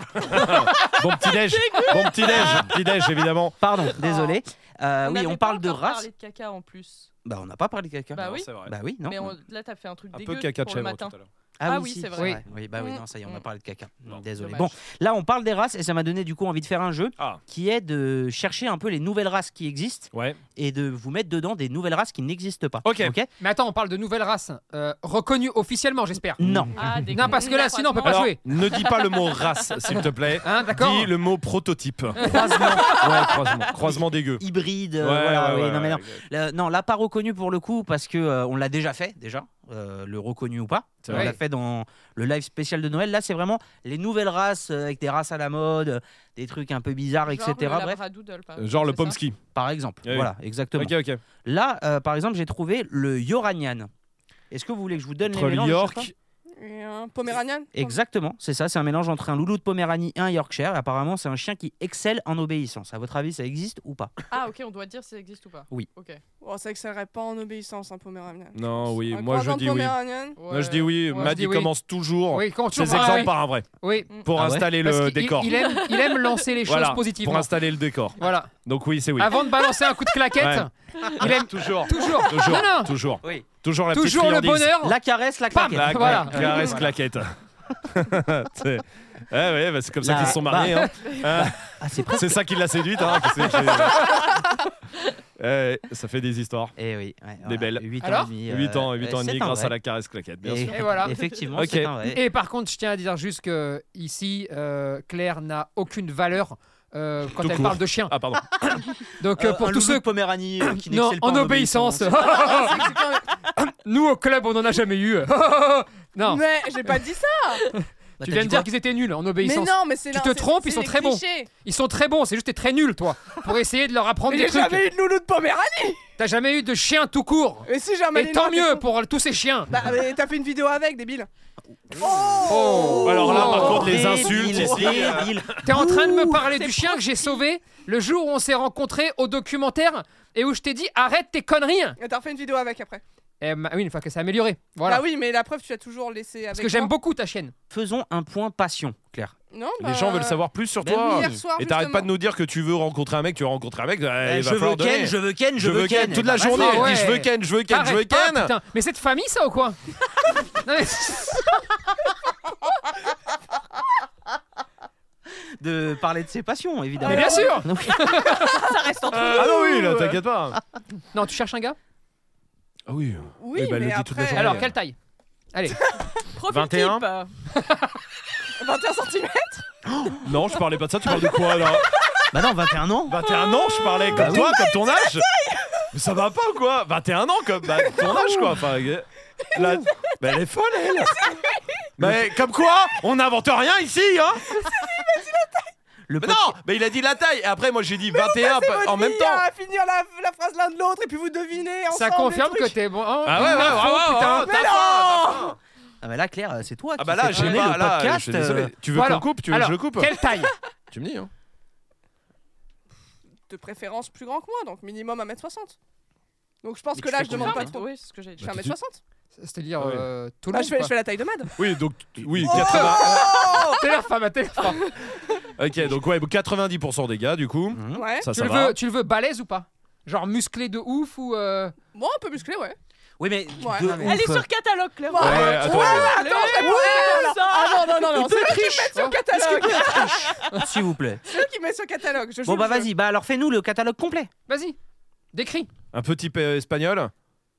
Speaker 2: petit déj. Bon petit déj. Petit déj évidemment.
Speaker 4: Pardon, désolé. Euh, oui,
Speaker 8: avait
Speaker 4: Oh. on
Speaker 8: pas
Speaker 4: parle de
Speaker 8: encore
Speaker 4: race.
Speaker 8: parlé de caca en plus.
Speaker 4: Bah, on n'a pas parlé de quelqu'un.
Speaker 8: Bah
Speaker 2: Non,
Speaker 8: oui.
Speaker 2: c'est vrai.
Speaker 4: Bah oui, non.
Speaker 8: mais on- là, t'as fait un truc
Speaker 2: Un
Speaker 8: dégueu
Speaker 2: peu caca de
Speaker 8: pour le
Speaker 2: chèvre tout
Speaker 8: matin.
Speaker 2: à l'heure.
Speaker 8: Ah oui,
Speaker 4: si,
Speaker 8: c'est vrai.
Speaker 4: Oui, bah oui,
Speaker 8: Mm.
Speaker 4: non, ça y est, on va
Speaker 8: Mm.
Speaker 4: parler de caca.
Speaker 2: Non.
Speaker 4: Désolé.
Speaker 8: Dommage.
Speaker 4: Bon, là, on parle des races et ça m'a donné du coup envie de faire un jeu
Speaker 2: Ah.
Speaker 4: qui est de chercher un peu les nouvelles races qui existent
Speaker 2: Ouais.
Speaker 4: et de vous mettre dedans des nouvelles races qui n'existent pas.
Speaker 2: Ok.
Speaker 1: Mais attends, on parle de nouvelles races euh, reconnues officiellement, j'espère.
Speaker 2: Mm.
Speaker 4: Non.
Speaker 8: Ah, des
Speaker 1: Non, parce que là,
Speaker 8: gros
Speaker 1: sinon, on peut pas
Speaker 2: Alors,
Speaker 1: jouer.
Speaker 2: ne dis pas le mot race s'il te plaît.
Speaker 1: Hein, d'accord.
Speaker 2: Dis le mot prototype.
Speaker 4: Croisement.
Speaker 2: Ouais, croisement. Croisement dégueu.
Speaker 4: Hybride. euh,
Speaker 2: Ouais,
Speaker 4: voilà,
Speaker 2: ouais,
Speaker 4: oui,
Speaker 2: ouais,
Speaker 4: non, mais
Speaker 2: ouais,
Speaker 4: non.
Speaker 2: ouais.
Speaker 4: Le- non, l'a pas reconnu pour le coup parce que euh, on l'a déjà fait déjà, euh, le reconnu ou pas.
Speaker 2: C'est
Speaker 4: On
Speaker 1: vrai.
Speaker 4: l'a fait dans le live spécial de Noël. Là, c'est vraiment les nouvelles races euh, avec des races à la mode, euh, des trucs un peu bizarres,
Speaker 8: Genre
Speaker 4: etc.
Speaker 8: le
Speaker 4: Bref,
Speaker 8: labradoodle, par
Speaker 2: Euh, Genre le
Speaker 8: exemple, c'est
Speaker 2: pomski.
Speaker 4: par exemple.
Speaker 2: Ouais,
Speaker 4: Voilà, exactement.
Speaker 2: Ok, ok.
Speaker 4: Là, euh, par exemple, j'ai trouvé le Yoranian. Est-ce que vous voulez que je vous donne
Speaker 2: Entre
Speaker 4: les mélanges à chaque
Speaker 2: York.
Speaker 4: fois
Speaker 3: Et un Pomeranian
Speaker 4: Exactement, c'est ça. C'est un mélange entre un loulou de Poméranie et un Yorkshire. Apparemment, c'est un chien qui excelle en obéissance. À votre avis, ça existe ou pas
Speaker 8: ça Ah, ok, on doit dire si ça existe ou pas.
Speaker 4: Oui.
Speaker 8: Ok.
Speaker 3: Oh, c'est vrai que ça irait pas en obéissance, un Pomeranian.
Speaker 2: Non, oui.
Speaker 3: Un
Speaker 2: Moi je
Speaker 3: croisant
Speaker 2: dis oui.
Speaker 3: Pomeranian.
Speaker 2: Moi je dis oui.
Speaker 1: Ouais.
Speaker 2: Maddy
Speaker 1: Je dis oui.
Speaker 2: commence toujours
Speaker 1: Oui, quand tu
Speaker 2: ses
Speaker 1: Ah,
Speaker 2: exemples
Speaker 1: oui,
Speaker 2: par un vrai.
Speaker 1: Oui.
Speaker 2: Pour
Speaker 4: Ah ouais
Speaker 2: installer
Speaker 1: Parce
Speaker 2: le
Speaker 1: qu'il-
Speaker 2: décor.
Speaker 1: Il, hein. aime, il aime lancer les choses
Speaker 2: Voilà,
Speaker 1: positivement.
Speaker 2: Pour installer le décor.
Speaker 1: Voilà.
Speaker 2: Donc oui, c'est oui.
Speaker 1: Avant de balancer un coup de claquette, Ah, il aime
Speaker 2: toujours.
Speaker 1: toujours.
Speaker 2: Toujours.
Speaker 1: Non, non.
Speaker 2: Toujours.
Speaker 4: Oui.
Speaker 2: Toujours la petite
Speaker 1: Toujours le
Speaker 2: friandise.
Speaker 1: bonheur.
Speaker 4: La caresse, la
Speaker 1: Pam
Speaker 4: claquette.
Speaker 2: La
Speaker 1: Voilà.
Speaker 2: cla- caresse claquette. C'est- Eh ouais, bah, c'est comme ça
Speaker 4: La-
Speaker 2: qu'ils se sont mariés. hein.
Speaker 4: Ah, c'est
Speaker 2: Hein, c'est ça qui l'a séduite. hein, parce que c'est- Eh, ça fait des histoires.
Speaker 4: Eh oui, ouais,
Speaker 2: Des belles.
Speaker 4: 8
Speaker 1: Alors
Speaker 4: ans et demi. euh,
Speaker 2: 8 ans, 8 ans et demi grâce à
Speaker 4: la
Speaker 2: la caresse claquette, bien
Speaker 4: et,
Speaker 2: sûr.
Speaker 1: Et voilà.
Speaker 4: Effectivement,
Speaker 2: Ok.
Speaker 4: c'est un vrai.
Speaker 1: Et par contre, je tiens à dire juste que ici, euh, Claire n'a aucune valeur euh, quand
Speaker 2: Tout
Speaker 1: elle
Speaker 2: court.
Speaker 1: parle de chien.
Speaker 2: Ah pardon.
Speaker 1: Donc euh, pour tous ceux
Speaker 4: Poméranie euh, qui
Speaker 1: non, en obéissance.
Speaker 2: Ah,
Speaker 1: Nous au club, on n'en a jamais eu. non,
Speaker 2: Bah,
Speaker 3: Mais j'ai pas dit ça.
Speaker 1: tu viens de dire qu'ils étaient nuls en
Speaker 3: Mais
Speaker 1: obéissance.
Speaker 3: non, mais c'est
Speaker 1: Tu
Speaker 3: là-
Speaker 1: te
Speaker 3: c'est-
Speaker 1: trompes,
Speaker 3: c'est
Speaker 1: ils sont
Speaker 3: les
Speaker 1: très bons.
Speaker 3: clichés.
Speaker 1: Ils sont très bons, c'est juste que t'es très nul, toi, pour essayer de leur apprendre
Speaker 3: Mais
Speaker 1: des
Speaker 3: j'ai
Speaker 1: trucs.
Speaker 3: jamais eu de loulou de Poméranie.
Speaker 1: T'as jamais eu de chien tout court.
Speaker 3: Mais si, j'ai un
Speaker 1: Et
Speaker 3: malinois,
Speaker 1: tant
Speaker 3: t'es
Speaker 1: mieux
Speaker 3: con.
Speaker 1: pour tous ces chiens.
Speaker 3: Bah, mais Bah, t'as fait une vidéo avec, débile.
Speaker 1: Oh.
Speaker 2: Alors là, par
Speaker 1: Oh.
Speaker 2: contre, les insultes ici. euh,
Speaker 1: T'es en train de me parler
Speaker 8: c'est
Speaker 1: du chien que j'ai sauvé le jour où on s'est rencontrés au documentaire et où je t'ai dit arrête tes conneries.
Speaker 3: Et t'as refait une vidéo avec après.
Speaker 1: Eh ben, oui, une fois que c'est amélioré. Voilà.
Speaker 3: Bah oui, mais la preuve, tu as toujours laissé avec.
Speaker 1: Parce que j'aime
Speaker 3: moi.
Speaker 1: beaucoup ta chienne.
Speaker 4: Faisons un point passion, Claire.
Speaker 3: Non, bah,
Speaker 2: Les gens veulent savoir plus sur
Speaker 4: Ben
Speaker 2: toi.
Speaker 4: oui.
Speaker 3: Hier soir,
Speaker 2: Et t'arrêtes pas de
Speaker 3: justement.
Speaker 2: nous dire que tu veux rencontrer un mec, tu veux rencontrer un mec. eh, il va
Speaker 4: Bah, je veux
Speaker 2: falloir donner.
Speaker 4: Ken, je veux Ken, je, veux Ken.
Speaker 2: Toute la
Speaker 4: Eh ben,
Speaker 2: journée,
Speaker 1: vas-y.
Speaker 2: elle
Speaker 1: Ouais.
Speaker 2: dit je veux Ken, je veux Ken, je veux
Speaker 1: Arrête pas,
Speaker 2: Ken.
Speaker 1: putain. Mais c'est de famille ça ou quoi Non, mais-
Speaker 4: De parler de ses passions, évidemment.
Speaker 1: Mais bien sûr.
Speaker 4: Donc,
Speaker 2: Ah non, oui, là, t'inquiète pas.
Speaker 1: Non, tu cherches un gars
Speaker 2: Ah oui.
Speaker 3: Oui,
Speaker 2: Eh ben, elle
Speaker 3: mais
Speaker 2: le dit toute la
Speaker 3: après.
Speaker 2: journée.
Speaker 1: Alors, quelle taille Allez,
Speaker 8: Profil
Speaker 2: 21.
Speaker 8: type, euh,
Speaker 3: 21 cm
Speaker 2: Non, je parlais pas de ça, tu parles de quoi là
Speaker 4: bah non, 21 ans.
Speaker 2: 21 ans, je parlais
Speaker 4: Bah
Speaker 2: comme toi, comme ton âge Mais ça va pas ou quoi 21 ans, comme bah, ton âge quoi enfin, euh, la- bah, Elle est folle elle Mais comme quoi, on n'invente rien ici hein
Speaker 4: Le
Speaker 2: Mais
Speaker 4: pot-
Speaker 2: non Mais il a dit la taille, et après moi j'ai dit 21 pa- en même temps
Speaker 4: hein.
Speaker 3: à finir la, la phrase l'un de l'autre et puis vous devinez ensemble.
Speaker 1: ça
Speaker 3: les
Speaker 1: confirme que
Speaker 3: trucs.
Speaker 1: t'es bon. Oh,
Speaker 2: Ah ouais, ouais, ouais,
Speaker 1: une info,
Speaker 2: ouais, ouais,
Speaker 1: putain.
Speaker 2: ouais, t'as faim, t'as faim.
Speaker 4: Ah bah là, Claire, euh, c'est toi
Speaker 2: Ah
Speaker 4: qui
Speaker 2: bah là,
Speaker 4: fais
Speaker 2: j'ai
Speaker 4: tourner
Speaker 2: pas,
Speaker 4: le
Speaker 2: là,
Speaker 4: podcast.
Speaker 2: je suis désolé.
Speaker 4: euh,
Speaker 2: Tu veux
Speaker 1: Bon,
Speaker 2: qu'on le
Speaker 1: alors,
Speaker 2: coupe Tu veux
Speaker 1: alors,
Speaker 2: que je le coupe
Speaker 1: Quelle taille
Speaker 2: Tu me dis, hein
Speaker 3: De préférence plus grand que moi, donc minimum 1m60. Donc je pense
Speaker 4: Mais
Speaker 3: que
Speaker 4: tu
Speaker 3: là,
Speaker 4: fais
Speaker 3: je demande
Speaker 8: femme,
Speaker 3: pas
Speaker 2: Bah,
Speaker 3: trop.
Speaker 8: Oui, c'est ce que j'ai
Speaker 3: Je
Speaker 8: dit.
Speaker 3: fais 1m60.
Speaker 1: C'est-à-dire
Speaker 2: Ah ouais.
Speaker 1: euh, tout le
Speaker 3: Bah, je,
Speaker 1: monde.
Speaker 3: fais,
Speaker 1: quoi.
Speaker 3: je fais la taille de Mad.
Speaker 2: Oui, donc, oui,
Speaker 3: Oh
Speaker 1: Téléphone, ma téléphone.
Speaker 2: euh, Ok, donc ouais, 90% des gars, du coup.
Speaker 3: Ouais.
Speaker 2: Hein
Speaker 1: Tu
Speaker 2: Ça, Ah, ça
Speaker 1: le
Speaker 2: va.
Speaker 1: veux, tu le veux balèze ou pas Genre musclé de ouf ou euh,
Speaker 3: Bon, un peu musclé, ouais.
Speaker 4: Oui, mais.
Speaker 3: Ouais.
Speaker 4: de
Speaker 1: Elle
Speaker 4: ouf.
Speaker 8: Elle est sur catalogue, clairement.
Speaker 2: Ouais, attends.
Speaker 3: Attends, je réponds à ça. Ah non, non, non, non, c'est eux qui mettent sur catalogue.
Speaker 4: S'il vous plaît.
Speaker 3: C'est eux qui mettent sur catalogue. Je joue
Speaker 4: Bon, bah
Speaker 3: le jeu.
Speaker 4: vas-y, bah alors fais-nous le catalogue complet.
Speaker 1: Vas-y, décris.
Speaker 2: Un petit peu espagnol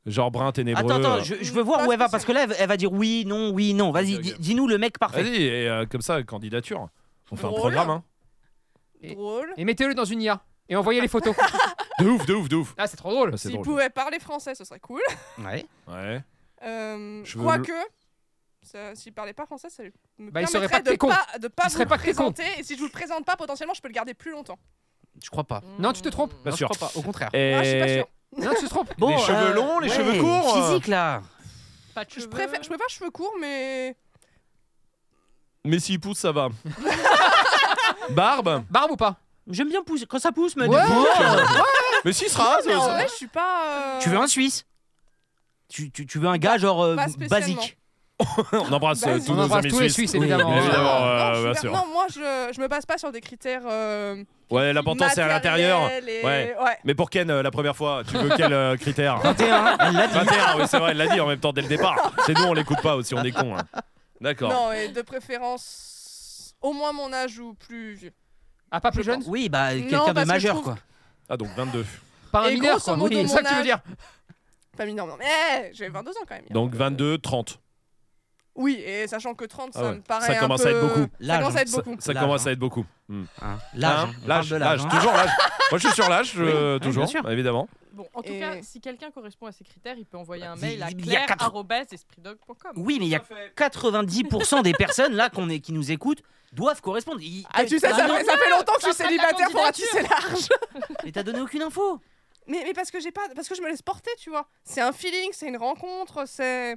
Speaker 2: Genre brun ténébreux.
Speaker 4: Attends, attends,
Speaker 2: euh.
Speaker 4: je, je veux voir
Speaker 3: Pas
Speaker 4: où elle va parce que là, elle, elle va dire oui, non, oui, non. Vas-y,
Speaker 2: Ok, ok.
Speaker 4: di- dis-nous le mec parfait.
Speaker 2: Vas-y, et euh, comme ça, candidature. On fait un
Speaker 4: Oh
Speaker 3: Drôle.
Speaker 2: programme, hein.
Speaker 3: Drôle.
Speaker 1: Et mettez-le dans une IA. Et envoyez les photos.
Speaker 2: De ouf, de ouf, de ouf.
Speaker 1: Ah, c'est trop drôle.
Speaker 2: Ah, c'est
Speaker 3: S'il
Speaker 2: drôle.
Speaker 3: pouvait parler français, ce serait cool.
Speaker 4: Ouais.
Speaker 2: Ouais.
Speaker 3: Euh,
Speaker 2: Je veux
Speaker 3: Quoique, ça- s'il parlait pas français, ça lui me
Speaker 1: Bah, il serait
Speaker 3: permettrait
Speaker 1: pas
Speaker 3: de
Speaker 1: técon.
Speaker 3: pas, de pas
Speaker 1: Il serait
Speaker 3: vous
Speaker 1: pas
Speaker 3: le
Speaker 1: técon.
Speaker 3: présenter. Et si je vous le présente pas, potentiellement, je peux le garder plus longtemps.
Speaker 4: Je crois pas.
Speaker 1: Non, tu te trompes.
Speaker 2: Pas
Speaker 4: Non,
Speaker 2: sûr.
Speaker 4: Je crois pas, au contraire.
Speaker 2: Et...
Speaker 3: Ah, je suis pas sûre.
Speaker 1: Non, tu te trompes.
Speaker 4: Bon, euh,
Speaker 2: cheveux longs, les cheveux courts, euh.
Speaker 4: Physique là.
Speaker 8: Pas de
Speaker 3: Je
Speaker 8: cheveux.
Speaker 3: préfère, je préfère cheveux courts, mais.
Speaker 2: Mais s'il pousse, ça va. Barbe
Speaker 1: Barbe ou pas
Speaker 4: J'aime bien pousser. Quand ça pousse, mais.
Speaker 1: Ouais.
Speaker 4: des-
Speaker 2: Mais s'il sera.
Speaker 3: mais en
Speaker 2: ça-
Speaker 3: vrai, je suis pas. euh,
Speaker 4: Tu veux un Suisse tu, tu, tu veux un gars genre euh,
Speaker 3: Bah, Pas spécialement.
Speaker 4: basique
Speaker 2: On
Speaker 4: Bah,
Speaker 2: embrasse euh,
Speaker 3: Vas-y.
Speaker 2: tous
Speaker 1: On
Speaker 2: nos
Speaker 1: embrasse
Speaker 2: amis
Speaker 1: tous les
Speaker 2: suisses.
Speaker 1: Suisses, évidemment.
Speaker 2: Oui, évidemment.
Speaker 3: Non,
Speaker 2: euh,
Speaker 3: je suis
Speaker 2: bien
Speaker 3: ver-
Speaker 2: sûr.
Speaker 3: Non, moi, je, je me base pas sur des critères. euh,
Speaker 2: Ouais, l'important, c'est à l'intérieur.
Speaker 3: matériels et-
Speaker 2: Ouais. Mais pour Ken, euh, la première fois, tu veux quel euh, critère
Speaker 4: 21, elle l'a dit.
Speaker 2: 21, oui, c'est vrai, elle l'a dit en même temps dès le départ. C'est nous, on l'écoute pas aussi, on est cons. hein. D'accord.
Speaker 3: Non, et de préférence au moins mon âge ou plus vieux.
Speaker 1: Ah, pas plus jeune
Speaker 4: Oui, bah
Speaker 3: Non,
Speaker 4: quelqu'un
Speaker 3: parce
Speaker 4: de
Speaker 3: que
Speaker 4: majeur
Speaker 3: je trouve-
Speaker 4: quoi.
Speaker 2: Ah, donc 22.
Speaker 1: Pas un
Speaker 3: Et
Speaker 1: mineur,
Speaker 3: grosso
Speaker 1: quoi.
Speaker 3: modo,
Speaker 1: Oui, c'est ça que tu
Speaker 3: mon
Speaker 1: veux dire.
Speaker 3: Pas mineur, non. Mais eh, j'ai 22 ans quand même.
Speaker 2: Donc 22, 30.
Speaker 3: Oui, et sachant que 30,
Speaker 2: Ah
Speaker 3: ça
Speaker 2: ouais.
Speaker 3: me paraît.
Speaker 2: Ça
Speaker 3: un
Speaker 2: commence à
Speaker 3: peu-
Speaker 2: être beaucoup.
Speaker 3: Ça
Speaker 4: L'âge,
Speaker 3: commence à être
Speaker 2: Ça,
Speaker 3: beaucoup.
Speaker 2: ça
Speaker 4: L'âge,
Speaker 2: commence
Speaker 4: hein.
Speaker 2: à être beaucoup. Hmm.
Speaker 4: Hein, L'âge,
Speaker 2: Hein
Speaker 4: hein, on parle
Speaker 2: l'âge,
Speaker 4: de l'âge.
Speaker 2: l'âge,
Speaker 4: hein.
Speaker 2: toujours l'âge. Moi, je suis sur l'âge, euh,
Speaker 4: oui,
Speaker 2: toujours,
Speaker 4: bien sûr.
Speaker 2: évidemment.
Speaker 8: Bon, en tout
Speaker 3: Et-
Speaker 8: cas, si quelqu'un correspond à ces critères, il peut envoyer un
Speaker 4: Il-
Speaker 8: mail à
Speaker 4: il y a quatre-
Speaker 8: claire.espritdog.com.
Speaker 4: Oui, mais il y a 90% des personnes là qu'on est, qui nous écoutent doivent correspondre. Ils-
Speaker 3: Ah, tu sais, ça,
Speaker 4: non,
Speaker 3: fait, ça fait longtemps que je suis
Speaker 8: Ça serait la
Speaker 3: célibataire pour
Speaker 8: candidature.
Speaker 3: ratisser large.
Speaker 4: Mais t'as donné aucune info.
Speaker 3: Mais, mais parce que j'ai pas. Parce que je me laisse porter, tu vois. C'est un feeling, c'est une rencontre, c'est.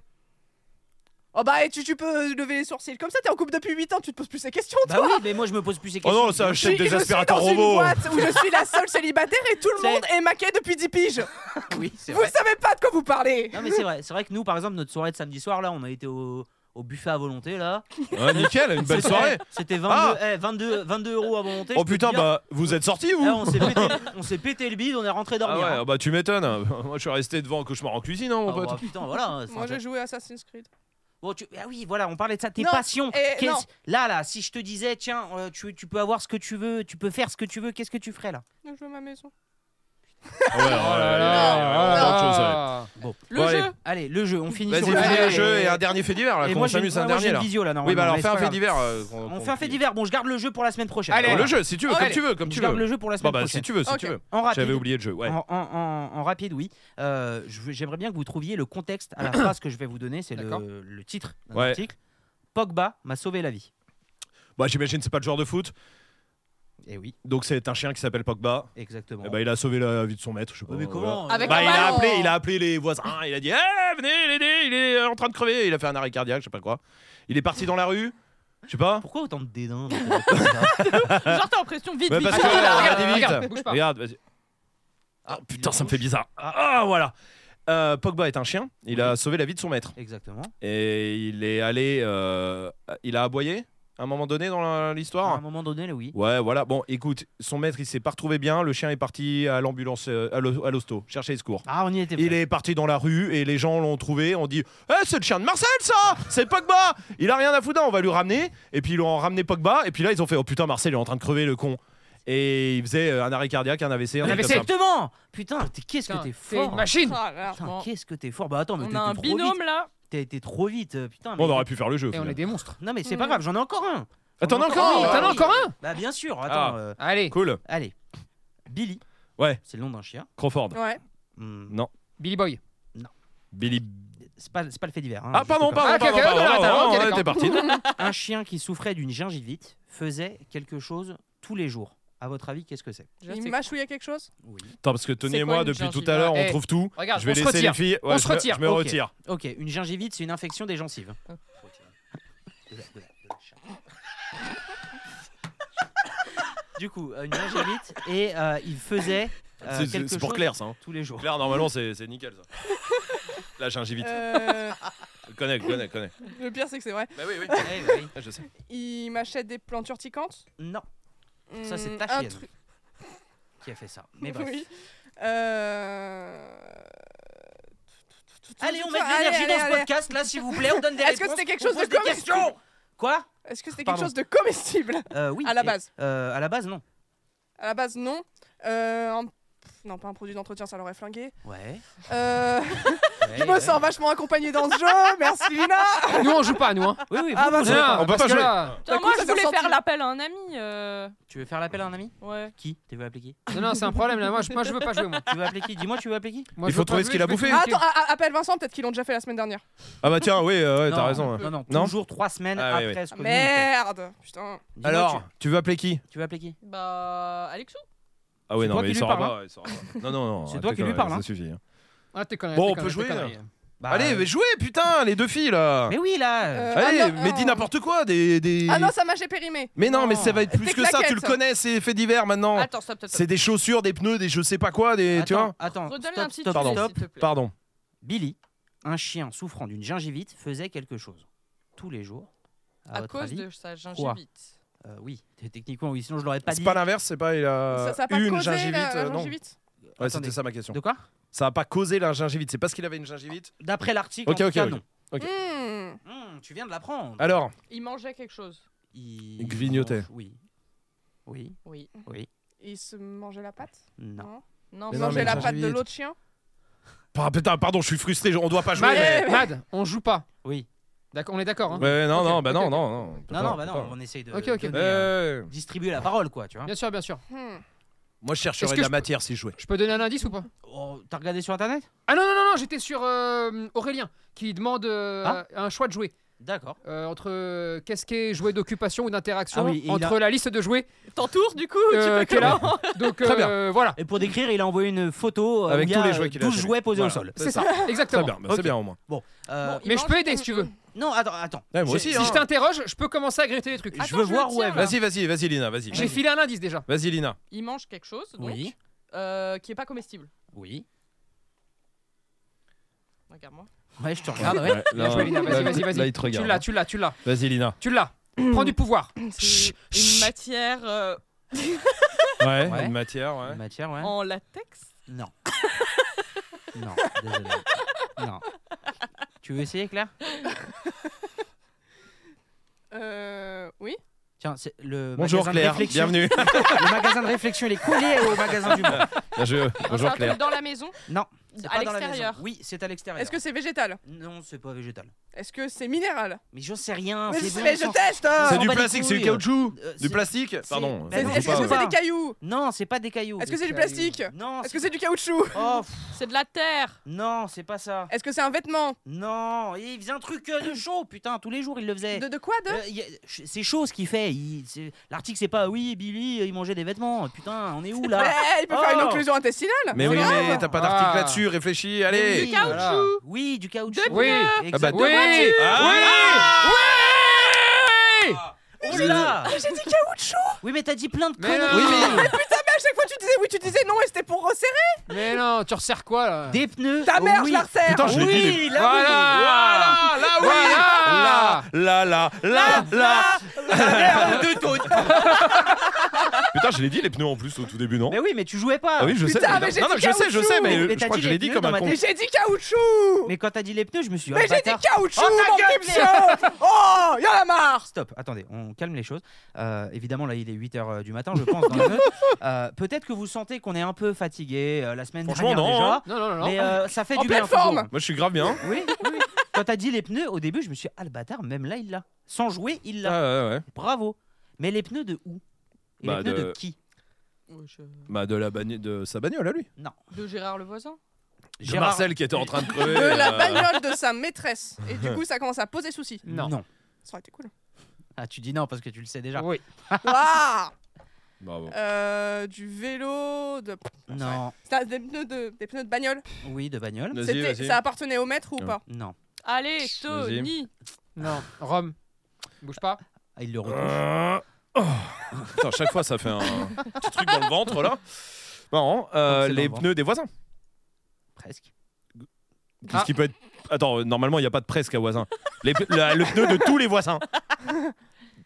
Speaker 3: Oh bah, et tu, tu peux lever les sourcils. Comme ça, t'es en couple depuis 8 ans, tu te poses plus ces questions,
Speaker 4: Bah
Speaker 3: toi.
Speaker 4: oui, mais moi je me pose plus ces
Speaker 2: Oh
Speaker 4: questions.
Speaker 2: non, ça
Speaker 3: Je suis-
Speaker 2: achète
Speaker 3: je
Speaker 2: des
Speaker 3: suis
Speaker 2: aspirateurs
Speaker 3: dans une
Speaker 2: robots.
Speaker 3: boîte où je suis la seule célibataire et tout le
Speaker 4: C'est-
Speaker 3: monde est maqué depuis 10 piges.
Speaker 4: Oui, c'est
Speaker 3: Vous
Speaker 4: vrai. Ah,
Speaker 3: savez pas de quoi vous parlez.
Speaker 4: Non mais c'est vrai, c'est vrai que nous par exemple notre soirée de samedi soir là, on a été au, au buffet à volonté là.
Speaker 2: Ouais, Hein, nickel, une belle
Speaker 4: C'était-
Speaker 2: soirée. Ah.
Speaker 4: C'était 22, eh, 22, 22 euros à volonté.
Speaker 2: Oh
Speaker 4: je peux te
Speaker 2: putain,
Speaker 4: dire.
Speaker 2: bah vous êtes sortis
Speaker 4: Eh,
Speaker 2: vous
Speaker 4: on s'est pété, on s'est pété le bide, on est rentré
Speaker 2: Ah
Speaker 4: dormir.
Speaker 2: ouais,
Speaker 4: hein.
Speaker 2: ah bah tu m'étonnes. Moi je suis resté devant un cauchemar en cuisine, hein, mon
Speaker 4: Ah,
Speaker 2: pote.
Speaker 4: bah, putain, voilà. hein,
Speaker 3: Moi,
Speaker 4: enfin,
Speaker 3: j'ai joué à Assassin's Creed.
Speaker 4: Bon, tu- Ah oui, voilà, on parlait de ça, tes
Speaker 3: Non,
Speaker 4: passions.
Speaker 2: eh,
Speaker 3: et
Speaker 4: Qu'est-ce-
Speaker 3: non.
Speaker 4: Là, là, si je te disais, tiens, euh, tu, tu peux avoir ce que tu veux, tu peux faire ce que tu veux, qu'est-ce que tu ferais là
Speaker 3: Je joue à ma maison.
Speaker 2: Ah ouais, ouais, ouais, ouais, ouais,
Speaker 1: Euh,
Speaker 2: ouais, ouais, autre chose, ouais.
Speaker 8: Le
Speaker 2: Bon, allez,
Speaker 8: jeu
Speaker 4: Allez, Ah, le jeu, on finit
Speaker 2: Vas-y,
Speaker 4: sur
Speaker 2: finis
Speaker 4: le jeu.
Speaker 2: le jeu et un dernier fait divers là,
Speaker 4: Et
Speaker 2: qu'on
Speaker 4: moi, j'ai-
Speaker 2: s'amuse,
Speaker 4: moi,
Speaker 2: un
Speaker 4: moi, j'ai
Speaker 2: dernier là.
Speaker 4: une visio là,
Speaker 2: Oui, bah
Speaker 4: normalement,
Speaker 2: alors
Speaker 4: mais
Speaker 2: fais un
Speaker 4: c'est
Speaker 2: fait
Speaker 4: pas grave.
Speaker 2: divers. euh, qu'on-
Speaker 4: On
Speaker 2: qu'on-
Speaker 4: fait un fait divers, bon, je garde le jeu pour la semaine prochaine.
Speaker 1: Allez,
Speaker 2: Bon, Le jeu, si tu veux,
Speaker 1: Oh,
Speaker 2: comme
Speaker 1: allez.
Speaker 2: tu veux, comme
Speaker 4: Je
Speaker 2: tu
Speaker 4: garde
Speaker 2: veux.
Speaker 4: le jeu pour la
Speaker 2: Bon
Speaker 4: semaine
Speaker 2: bah si
Speaker 4: prochaine.
Speaker 2: tu veux, si
Speaker 3: Ok.
Speaker 2: tu veux.
Speaker 4: En rapide.
Speaker 2: J'avais oublié le jeu, ouais.
Speaker 4: En, en- en- en rapide, oui. Euh, je veux- J'aimerais bien que vous trouviez le contexte à la phrase que je vais vous donner. C'est
Speaker 1: D'accord.
Speaker 4: le, le titre d'un
Speaker 2: Ouais.
Speaker 4: article. Pogba m'a sauvé la vie.
Speaker 2: Bah j'imagine c'est pas le joueur de foot,
Speaker 4: Et Eh oui,
Speaker 2: donc c'est un chien qui s'appelle Pogba.
Speaker 4: exactement.
Speaker 2: Et bah il a sauvé la vie de son maître, je sais pas.
Speaker 4: Oh, mais
Speaker 2: voilà.
Speaker 4: comment
Speaker 8: Avec
Speaker 2: Bah,
Speaker 8: un
Speaker 2: il a
Speaker 8: ballon.
Speaker 2: appelé, il a appelé les voisins, il a dit Eh, venez l'aider, il est euh, en train de crever, il a fait un arrêt cardiaque, je sais pas quoi. Il est parti dans la rue, je sais pas.
Speaker 4: Pourquoi autant de dédain dans ce truc comme ça
Speaker 8: Genre, t'as l'impression, vite,
Speaker 2: Ouais,
Speaker 8: vite,
Speaker 2: Bah, parce
Speaker 8: vite.
Speaker 2: que-
Speaker 8: regarde, regarde.
Speaker 2: regardez vite.
Speaker 1: regarde, bouge pas.
Speaker 2: Regarde, vas-y. Ah putain, ça me fait bizarre. Ah voilà. Euh, Pogba est un chien, il a sauvé la vie de son maître
Speaker 4: Exactement.
Speaker 2: et il est allé, euh, il a aboyé à un moment donné dans la-
Speaker 4: À un
Speaker 2: l'histoire.
Speaker 4: moment donné, là, oui.
Speaker 2: Ouais, voilà. Bon, écoute, son maître il s'est pas retrouvé bien, le chien est parti à l'ambulance, euh, à l'ho- à l'hosto, chercher les secours.
Speaker 4: Ah, on y était.
Speaker 2: Il
Speaker 4: presque.
Speaker 2: est parti dans la rue et les gens l'ont trouvé. On dit Eh, c'est le chien de Marcel, ça C'est Pogba Il a rien à foutre, hein, on va lui ramener. Et puis ils l'ont ramené Pogba. Et puis là, ils ont fait Oh putain, Marcel, il est en train de crever, le con. Et il faisait euh, un arrêt cardiaque, un AVC. Un
Speaker 1: Un AVC.
Speaker 2: truc comme ça.
Speaker 4: Exactement Putain, t'es- qu'est-ce
Speaker 1: Putain,
Speaker 4: que t'es
Speaker 1: C'est une
Speaker 4: fort
Speaker 3: Oh
Speaker 1: machine. Eh,
Speaker 3: là là.
Speaker 4: Ah, Putain,
Speaker 8: Bon.
Speaker 4: qu'est-ce que t'es fort Bah attends, mais
Speaker 8: On
Speaker 4: t'es
Speaker 8: a un
Speaker 4: t'es trop
Speaker 8: binôme
Speaker 4: vite
Speaker 8: là.
Speaker 4: T'as été trop vite, euh, putain.
Speaker 2: Bon, bah, on
Speaker 4: mais-
Speaker 2: aurait pu faire le jeu. au
Speaker 1: Et on
Speaker 2: final.
Speaker 1: est des monstres.
Speaker 4: Non, mais c'est pas grave, j'en ai encore un
Speaker 2: Ah, t'en as
Speaker 4: J'en ai
Speaker 2: encore
Speaker 4: un,
Speaker 2: un
Speaker 4: bah
Speaker 1: T'en as
Speaker 4: oui.
Speaker 1: encore un
Speaker 4: Bah bien sûr, attends.
Speaker 2: Ah.
Speaker 4: euh,
Speaker 1: Allez,
Speaker 2: Cool.
Speaker 4: allez. Billy.
Speaker 2: Ouais.
Speaker 4: C'est le nom d'un chien.
Speaker 2: Crawford.
Speaker 3: Ouais.
Speaker 4: Hmm,
Speaker 1: Billy Boy.
Speaker 2: Billy.
Speaker 4: C'est pas, c'est pas le fait divers. hein,
Speaker 2: Ah,
Speaker 4: juste
Speaker 2: pardon,
Speaker 4: comme-
Speaker 1: Ah,
Speaker 2: pardon,
Speaker 1: ok,
Speaker 2: pardon.
Speaker 1: ok,
Speaker 2: pardon,
Speaker 1: non,
Speaker 2: pardon,
Speaker 1: attends,
Speaker 2: on
Speaker 1: ok,
Speaker 2: était
Speaker 1: d'accord.
Speaker 2: parti.
Speaker 4: Un chien qui souffrait d'une gingivite faisait quelque chose tous les jours. À votre avis, qu'est-ce que c'est
Speaker 8: Déjà,
Speaker 3: Il
Speaker 8: c'est-
Speaker 3: mâchouille à quelque chose
Speaker 4: Oui.
Speaker 2: Attends, parce que Tony
Speaker 8: C'est
Speaker 2: et
Speaker 8: quoi
Speaker 2: moi,
Speaker 8: une
Speaker 2: depuis tout
Speaker 8: gingivite
Speaker 2: à l'heure, on
Speaker 1: Eh,
Speaker 2: trouve tout.
Speaker 1: Regarde,
Speaker 2: Je vais
Speaker 1: on se
Speaker 2: laisser les
Speaker 1: retire.
Speaker 2: filles.
Speaker 1: On
Speaker 2: Ouais, je
Speaker 1: se
Speaker 2: me-
Speaker 1: retire.
Speaker 2: Je me
Speaker 1: Ok.
Speaker 2: retire.
Speaker 4: Ok, une gingivite, c'est une infection des gencives.
Speaker 3: Oh.
Speaker 4: Du coup, euh, une gingivite et euh, il faisait euh,
Speaker 2: C'est-
Speaker 4: quelque
Speaker 2: C'est pour
Speaker 4: chose
Speaker 2: Claire, ça. hein.
Speaker 4: tous les jours.
Speaker 2: Claire, normalement, c'est c'est nickel, ça. La gingivite.
Speaker 3: Euh,
Speaker 2: Connais, connais, connais.
Speaker 3: Le pire, c'est que c'est vrai.
Speaker 2: Bah oui, oui.
Speaker 4: Eh oui.
Speaker 2: Je sais.
Speaker 3: Il m'achète des plantes urticantes.
Speaker 4: Non, ça c'est
Speaker 3: Hum,
Speaker 4: ta
Speaker 3: un
Speaker 4: chienne
Speaker 3: truc-
Speaker 4: qui a fait ça. Mais bref.
Speaker 3: Oui. Euh,
Speaker 4: Allez, on met de
Speaker 3: Allez,
Speaker 4: l'énergie
Speaker 3: allez,
Speaker 4: dans ce
Speaker 3: allez.
Speaker 4: podcast là, s'il vous plaît. On donne des
Speaker 3: Est-ce que
Speaker 4: réponses.
Speaker 3: c'était quelque
Speaker 4: on
Speaker 3: chose de
Speaker 4: pose des
Speaker 3: comestible
Speaker 4: questions. Quoi
Speaker 3: Est-ce que c'était quelque
Speaker 4: Pardon.
Speaker 3: chose de comestible
Speaker 4: Euh, Oui.
Speaker 3: À la
Speaker 4: et-
Speaker 3: base.
Speaker 4: euh, à la base, non.
Speaker 3: À la base, non. Euh, un- pff, Non, pas un produit d'entretien, ça l'aurait flingué.
Speaker 4: Ouais.
Speaker 3: Euh, je
Speaker 4: ouais,
Speaker 3: me
Speaker 4: ouais.
Speaker 3: sens vachement accompagnée dans ce jeu, merci Lina
Speaker 1: Nous, on joue pas, nous. Hein.
Speaker 4: Oui, oui.
Speaker 3: Ah,
Speaker 4: vous-
Speaker 3: bah,
Speaker 4: vous-
Speaker 1: Non,
Speaker 2: on peut
Speaker 1: parce
Speaker 2: pas
Speaker 1: que
Speaker 2: jouer.
Speaker 1: là-
Speaker 8: Putain,
Speaker 3: D'un
Speaker 8: moi,
Speaker 3: coup, ça
Speaker 8: je voulais
Speaker 3: s'est
Speaker 8: faire
Speaker 3: ressenti.
Speaker 8: l'appel à un ami. euh,
Speaker 4: Tu veux faire l'appel à un ami
Speaker 8: Ouais.
Speaker 4: Qui Tu veux appeler qui
Speaker 1: Non, non, c'est un problème là. Moi, je, moi, je veux pas jouer, moi.
Speaker 4: Tu veux appeler qui Dis-moi, tu veux appeler qui
Speaker 1: Moi,
Speaker 2: Il
Speaker 1: je
Speaker 2: faut
Speaker 1: veux pas
Speaker 2: trouver
Speaker 1: jouer,
Speaker 2: ce qu'il a
Speaker 1: je vais
Speaker 2: bouffé.
Speaker 1: te
Speaker 3: Ah,
Speaker 1: niquer.
Speaker 3: attends, a- a- appelle Vincent, peut-être qu'ils l'ont déjà fait la semaine dernière.
Speaker 2: Ah bah tiens, oui, euh, ouais, t'as
Speaker 4: Non,
Speaker 2: raison. ouais.
Speaker 4: Non, non,
Speaker 2: Non
Speaker 4: toujours trois semaines
Speaker 2: Ah, oui,
Speaker 4: après ce
Speaker 3: Ah,
Speaker 4: que nous, on fait.
Speaker 3: merde Putain.
Speaker 4: Dis-moi,
Speaker 2: Alors, tu veux appeler qui
Speaker 4: tu, tu veux appeler qui
Speaker 8: Bah, Alexou.
Speaker 2: Ah ouais,
Speaker 1: C'est
Speaker 2: non,
Speaker 1: toi
Speaker 2: mais
Speaker 1: qui
Speaker 2: il
Speaker 1: lui
Speaker 2: saura
Speaker 1: parle,
Speaker 2: pas. il saura pas. Non, non, non.
Speaker 4: C'est toi
Speaker 2: t'es
Speaker 4: qui lui
Speaker 2: connerie,
Speaker 4: parle, hein.
Speaker 2: Ça suffit. hein.
Speaker 1: Ah, t'es connerie.
Speaker 2: Bon,
Speaker 1: t'es
Speaker 2: on peut
Speaker 1: connerie,
Speaker 2: jouer,
Speaker 1: t'es
Speaker 2: là.
Speaker 1: connerie.
Speaker 4: Bah,
Speaker 2: Allez, mais jouez, putain, les deux filles là.
Speaker 4: Mais oui, là.
Speaker 3: Euh,
Speaker 2: Allez,
Speaker 3: ah non,
Speaker 2: mais
Speaker 3: ah,
Speaker 2: dis n'importe quoi, des. des-
Speaker 3: Ah non, ça m'a j'ai périmé.
Speaker 2: mais non, mais ça va être
Speaker 3: Des
Speaker 2: plus que ça, tu le
Speaker 3: claquettes.
Speaker 2: connais, c'est fait divers maintenant.
Speaker 8: Attends, stop, stop,
Speaker 2: Oh. C'est
Speaker 8: stop.
Speaker 2: des chaussures, des pneus, des je sais pas quoi, des. Tu vois
Speaker 4: Attends, attends.
Speaker 8: Redonne
Speaker 4: stop,
Speaker 8: un petit
Speaker 4: stop,
Speaker 2: pardon.
Speaker 4: stop.
Speaker 8: s'il te plaît.
Speaker 2: Pardon.
Speaker 4: Billy, un chien souffrant d'une gingivite, faisait quelque chose tous les jours. À,
Speaker 8: À
Speaker 4: votre
Speaker 8: cause
Speaker 4: avis
Speaker 8: de sa gingivite.
Speaker 4: Euh, oui, techniquement oui, sinon je l'aurais pas
Speaker 2: C'est
Speaker 4: dit.
Speaker 2: pas l'inverse, c'est pas il
Speaker 4: Euh,
Speaker 2: a
Speaker 3: Ça, ça a pas
Speaker 2: une
Speaker 3: causé la-
Speaker 2: gingivite,
Speaker 3: la
Speaker 2: euh, non.
Speaker 3: gingivite
Speaker 2: Ouais,
Speaker 4: Attendez.
Speaker 2: c'était ça ma question.
Speaker 4: De quoi
Speaker 2: Ça a pas causé la gingivite, c'est parce qu'il avait une gingivite.
Speaker 4: D'après l'article,
Speaker 2: Ok,
Speaker 4: en tout
Speaker 2: ok,
Speaker 4: cas,
Speaker 2: ok.
Speaker 4: non.
Speaker 2: Ok.
Speaker 3: Hmm.
Speaker 4: Hum, tu viens de l'apprendre.
Speaker 2: Alors,
Speaker 8: Il mangeait quelque chose.
Speaker 4: Il
Speaker 2: Grignotait.
Speaker 4: mange- Oui. Oui.
Speaker 8: Oui.
Speaker 4: Oui.
Speaker 3: Il se mangeait la patte
Speaker 4: Non.
Speaker 8: Non,
Speaker 2: Mais
Speaker 3: Il
Speaker 2: non,
Speaker 3: mangeait
Speaker 2: mais la
Speaker 3: la patte de
Speaker 2: gingivite.
Speaker 3: l'autre chien
Speaker 2: Ah, putain, pardon, je suis frustré, je- on doit pas hein. jouer.
Speaker 1: Mad,
Speaker 2: mais-
Speaker 3: Ouais, ouais.
Speaker 1: Mad, on joue pas.
Speaker 4: Oui.
Speaker 1: D'accord, on est d'accord. hein.
Speaker 2: Ouais, non,
Speaker 1: Ok,
Speaker 2: non, bah
Speaker 1: ok,
Speaker 2: non,
Speaker 1: ok.
Speaker 2: non, non. on peut
Speaker 4: Non,
Speaker 2: pas,
Speaker 4: non,
Speaker 2: on
Speaker 4: bah
Speaker 2: peut
Speaker 4: non,
Speaker 2: pas.
Speaker 4: on essaye de
Speaker 1: Ok, ok.
Speaker 4: donner, euh,
Speaker 2: Euh,
Speaker 4: distribuer la parole, quoi, tu vois.
Speaker 1: Bien sûr, bien sûr.
Speaker 3: Hmm.
Speaker 2: Moi, je chercherais
Speaker 1: Est-ce
Speaker 2: de
Speaker 1: que
Speaker 2: la
Speaker 1: je-
Speaker 2: matière si je jouais.
Speaker 1: Je peux donner un indice ou pas
Speaker 4: Oh, T'as regardé sur internet
Speaker 1: Ah non, non, non, non j'étais sur euh, Aurélien qui demande euh,
Speaker 4: Ah.
Speaker 1: un choix de jouer
Speaker 4: D'accord.
Speaker 1: Euh, entre euh, qu'est-ce qui est joué d'occupation ou d'interaction
Speaker 4: Ah oui, et il
Speaker 1: entre la liste de jouets
Speaker 8: T'entoures du coup
Speaker 1: euh,
Speaker 8: tu
Speaker 1: qui est là. Donc
Speaker 2: Très
Speaker 1: euh, voilà,
Speaker 4: Et pour décrire, il a envoyé une photo euh,
Speaker 2: Avec
Speaker 4: où il y a,
Speaker 2: tous les
Speaker 4: euh,
Speaker 2: jouets qu'il a.
Speaker 4: 12
Speaker 2: chez lui.
Speaker 4: jouets posés
Speaker 2: Voilà,
Speaker 4: au sol.
Speaker 1: c'est ça,
Speaker 2: Très
Speaker 1: exactement.
Speaker 2: bien, bah,
Speaker 4: Ok.
Speaker 2: c'est bien au moins.
Speaker 4: Euh,
Speaker 1: Mais je peux aider si tu veux.
Speaker 4: Non, attends, attends.
Speaker 2: Ouais, moi
Speaker 4: J'ai-
Speaker 2: aussi,
Speaker 1: Si
Speaker 2: hein.
Speaker 1: je t'interroge, je peux commencer à griller les trucs.
Speaker 4: Je veux
Speaker 8: je le
Speaker 4: voir où
Speaker 8: tiens,
Speaker 4: elle va.
Speaker 8: là.
Speaker 2: Vas-y, vas-y, vas-y, Lina, vas-y.
Speaker 1: J'ai filé un indice déjà.
Speaker 2: Vas-y, Lina.
Speaker 8: Il mange quelque chose, donc,
Speaker 4: Oui.
Speaker 8: euh, qui est pas comestible.
Speaker 4: Oui.
Speaker 8: Regarde-moi.
Speaker 4: Ouais, je te regarde, ouais.
Speaker 1: Bien joué, Lina, vas-y, vas-y, vas-y.
Speaker 2: Ah, bah, Là, il te
Speaker 1: Tu
Speaker 2: regarde. hein.
Speaker 1: l'as, tu l'as, tu l'as,
Speaker 2: Vas-y, Lina.
Speaker 1: tu l'as. Prends du pouvoir.
Speaker 8: C'est une matière euh,
Speaker 2: Ouais,
Speaker 4: Ouais.
Speaker 2: une matière,
Speaker 4: Une
Speaker 2: ouais.
Speaker 4: Matière, ouais.
Speaker 8: en latex.
Speaker 4: Non. non, désolé. Non. Tu veux essayer, Claire
Speaker 3: Euh, oui.
Speaker 4: Tiens, c'est le
Speaker 2: Bonjour
Speaker 4: magasin de
Speaker 2: Claire,
Speaker 4: réflexion.
Speaker 2: bienvenue.
Speaker 4: Le magasin de réflexion, il est collé au magasin du monde.
Speaker 2: Bien joué.
Speaker 8: Non, c'est un
Speaker 2: Bonjour
Speaker 8: truc
Speaker 2: Claire.
Speaker 8: dans la maison
Speaker 4: Non. c'est
Speaker 8: À
Speaker 4: pas dans la
Speaker 8: l'extérieur.
Speaker 4: maison. Oui, c'est à l'extérieur.
Speaker 3: Est-ce que c'est végétal
Speaker 4: non, c'est pas végétal
Speaker 3: Est-ce que c'est minéral
Speaker 4: Mais je sais rien.
Speaker 3: Mais,
Speaker 4: c'est bon
Speaker 3: mais je
Speaker 4: sang.
Speaker 3: teste
Speaker 4: Ah,
Speaker 2: C'est
Speaker 4: on
Speaker 2: du
Speaker 4: bat les
Speaker 2: plastique, c'est du
Speaker 4: couilles.
Speaker 2: caoutchouc.
Speaker 4: Euh,
Speaker 2: Du
Speaker 4: c'est-
Speaker 2: plastique
Speaker 4: c'est-
Speaker 2: Pardon.
Speaker 4: Ben,
Speaker 3: Est-ce
Speaker 2: on
Speaker 4: non,
Speaker 2: joue
Speaker 3: est-ce
Speaker 2: pas,
Speaker 3: que
Speaker 4: je
Speaker 2: ouais.
Speaker 3: c'est
Speaker 4: pas.
Speaker 3: des cailloux
Speaker 4: Non, c'est pas des cailloux.
Speaker 3: Est-ce que c'est du
Speaker 1: cailloux.
Speaker 3: plastique
Speaker 4: Non,
Speaker 3: Est-ce
Speaker 4: c'est-
Speaker 3: que c'est du caoutchouc
Speaker 4: Oh, pff,
Speaker 8: C'est de la terre.
Speaker 4: non, c'est pas ça.
Speaker 3: Est-ce que c'est un vêtement
Speaker 4: Non, il faisait un truc euh, de chaud, putain, tous les jours il le faisait.
Speaker 3: de, de quoi de
Speaker 4: Euh, y a- ch- c'est chaud ce qu'il fait. il- c'est- L'article c'est pas oui Billy euh, il mangeait des vêtements. Putain on est où là
Speaker 3: Ouais, Il peut faire une
Speaker 4: Oh.
Speaker 3: occlusion intestinale
Speaker 2: Mais
Speaker 4: Non,
Speaker 2: oui,
Speaker 4: non,
Speaker 2: mais
Speaker 4: non.
Speaker 2: t'as pas d'article
Speaker 1: Ah.
Speaker 2: là-dessus, réfléchis, allez.
Speaker 4: Oui.
Speaker 8: Caoutchouc.
Speaker 1: Voilà.
Speaker 4: Oui du caoutchouc.
Speaker 8: De
Speaker 1: Oui.
Speaker 2: Ah bah,
Speaker 4: Exactement.
Speaker 1: Oui, oui,
Speaker 2: Ah.
Speaker 1: oui.
Speaker 4: Oh là
Speaker 3: Ah, J'ai dit caoutchouc
Speaker 4: Oui mais t'as dit plein de
Speaker 1: Mais
Speaker 4: conneries.
Speaker 2: Oui,
Speaker 1: non.
Speaker 2: mais-
Speaker 3: À chaque fois tu disais oui, tu disais non et c'était pour resserrer
Speaker 1: Mais non, tu resserres quoi là
Speaker 4: Des pneus.
Speaker 3: ta
Speaker 4: oh
Speaker 3: mère,
Speaker 4: oui.
Speaker 3: je la resserre
Speaker 2: Putain, je l'ai dit,
Speaker 4: Oui là
Speaker 1: Voilà.
Speaker 2: Ah, là, oui.
Speaker 1: Voilà.
Speaker 2: Là, là, là, là, là.
Speaker 4: oui. La mère de Tony.
Speaker 2: Putain, je l'ai dit les pneus en plus au tout début, non
Speaker 4: Mais oui mais tu jouais pas.
Speaker 2: Ah oui, je sais.
Speaker 3: Putain,
Speaker 2: mais-
Speaker 3: mais j'ai
Speaker 2: non, non,
Speaker 3: dit
Speaker 2: je sais, je sais, mais
Speaker 4: caoutchouc. Mais
Speaker 2: je
Speaker 4: t'as
Speaker 2: crois que
Speaker 4: dit
Speaker 2: je
Speaker 4: les
Speaker 2: l'ai dit
Speaker 4: pneus
Speaker 2: comme
Speaker 4: dans
Speaker 2: un
Speaker 4: ma
Speaker 2: con.
Speaker 3: Mais j'ai dit caoutchouc
Speaker 4: Mais quand t'as dit les pneus je me suis dit, ah,
Speaker 3: Mais j'ai
Speaker 4: bâtard.
Speaker 3: dit caoutchouc,
Speaker 4: Oh, ta
Speaker 3: mon
Speaker 4: gueule,
Speaker 3: petit pchou Oh, y'en a marre
Speaker 4: Stop, attendez, on calme les choses. Euh, évidemment, là, il est 8h du matin, je pense, dans la meute. Euh, Peut-être que vous sentez qu'on est un peu fatigué euh, la semaine
Speaker 2: Franchement, non,
Speaker 4: dernière déjà.
Speaker 1: Non, non, non, non.
Speaker 4: Mais euh, ça fait
Speaker 3: En
Speaker 4: du bien.
Speaker 3: pleine forme.
Speaker 4: toujours.
Speaker 2: Moi, je suis grave bien.
Speaker 4: Oui, oui, oui. Quand t'as dit les pneus, au début, je me suis dit, ah le bâtard, même là, il l'a. Sans jouer, il l'a.
Speaker 2: Ah, ouais, ouais.
Speaker 4: Bravo. Mais les pneus de où Et
Speaker 2: Bah,
Speaker 4: les pneus de,
Speaker 2: de-
Speaker 4: qui
Speaker 2: Bah, de, la bagno- de sa bagnole à lui.
Speaker 8: De Gérard le voisin.
Speaker 2: De
Speaker 4: Gérard-
Speaker 2: Marcel qui était en train de crever.
Speaker 3: De la
Speaker 2: euh,
Speaker 3: bagnole de sa maîtresse. Et du coup, ça commence à poser souci.
Speaker 4: non.
Speaker 3: Ça aurait été cool.
Speaker 4: Ah, tu dis non parce que tu le sais déjà.
Speaker 1: Oui.
Speaker 3: Waouh
Speaker 2: Bravo.
Speaker 3: Ah! Euh, du vélo, de...
Speaker 4: Non.
Speaker 3: C'était des pneus de, des pneus de bagnole.
Speaker 4: Oui, de bagnole.
Speaker 2: Vas-y,
Speaker 3: C'était-
Speaker 2: vas-y.
Speaker 3: Ça appartenait au maître ou
Speaker 2: Ouais.
Speaker 3: pas
Speaker 4: Non.
Speaker 8: Allez,
Speaker 2: Vas-y.
Speaker 8: Tony.
Speaker 1: Non, Rome. Bouge pas.
Speaker 4: Ah, il le retouche.
Speaker 2: Euh, oh. Putain, chaque fois ça fait un petit truc dans le ventre là. Marrant. Euh,
Speaker 4: Donc, c'est dans
Speaker 2: les
Speaker 4: le
Speaker 2: pneus des voisins.
Speaker 4: Presque.
Speaker 2: Qu'est-ce
Speaker 1: Ah.
Speaker 2: qui peut être. Attends, euh, normalement, il n'y a pas de presque à voisin. Les p- la- le pneu de tous les voisins.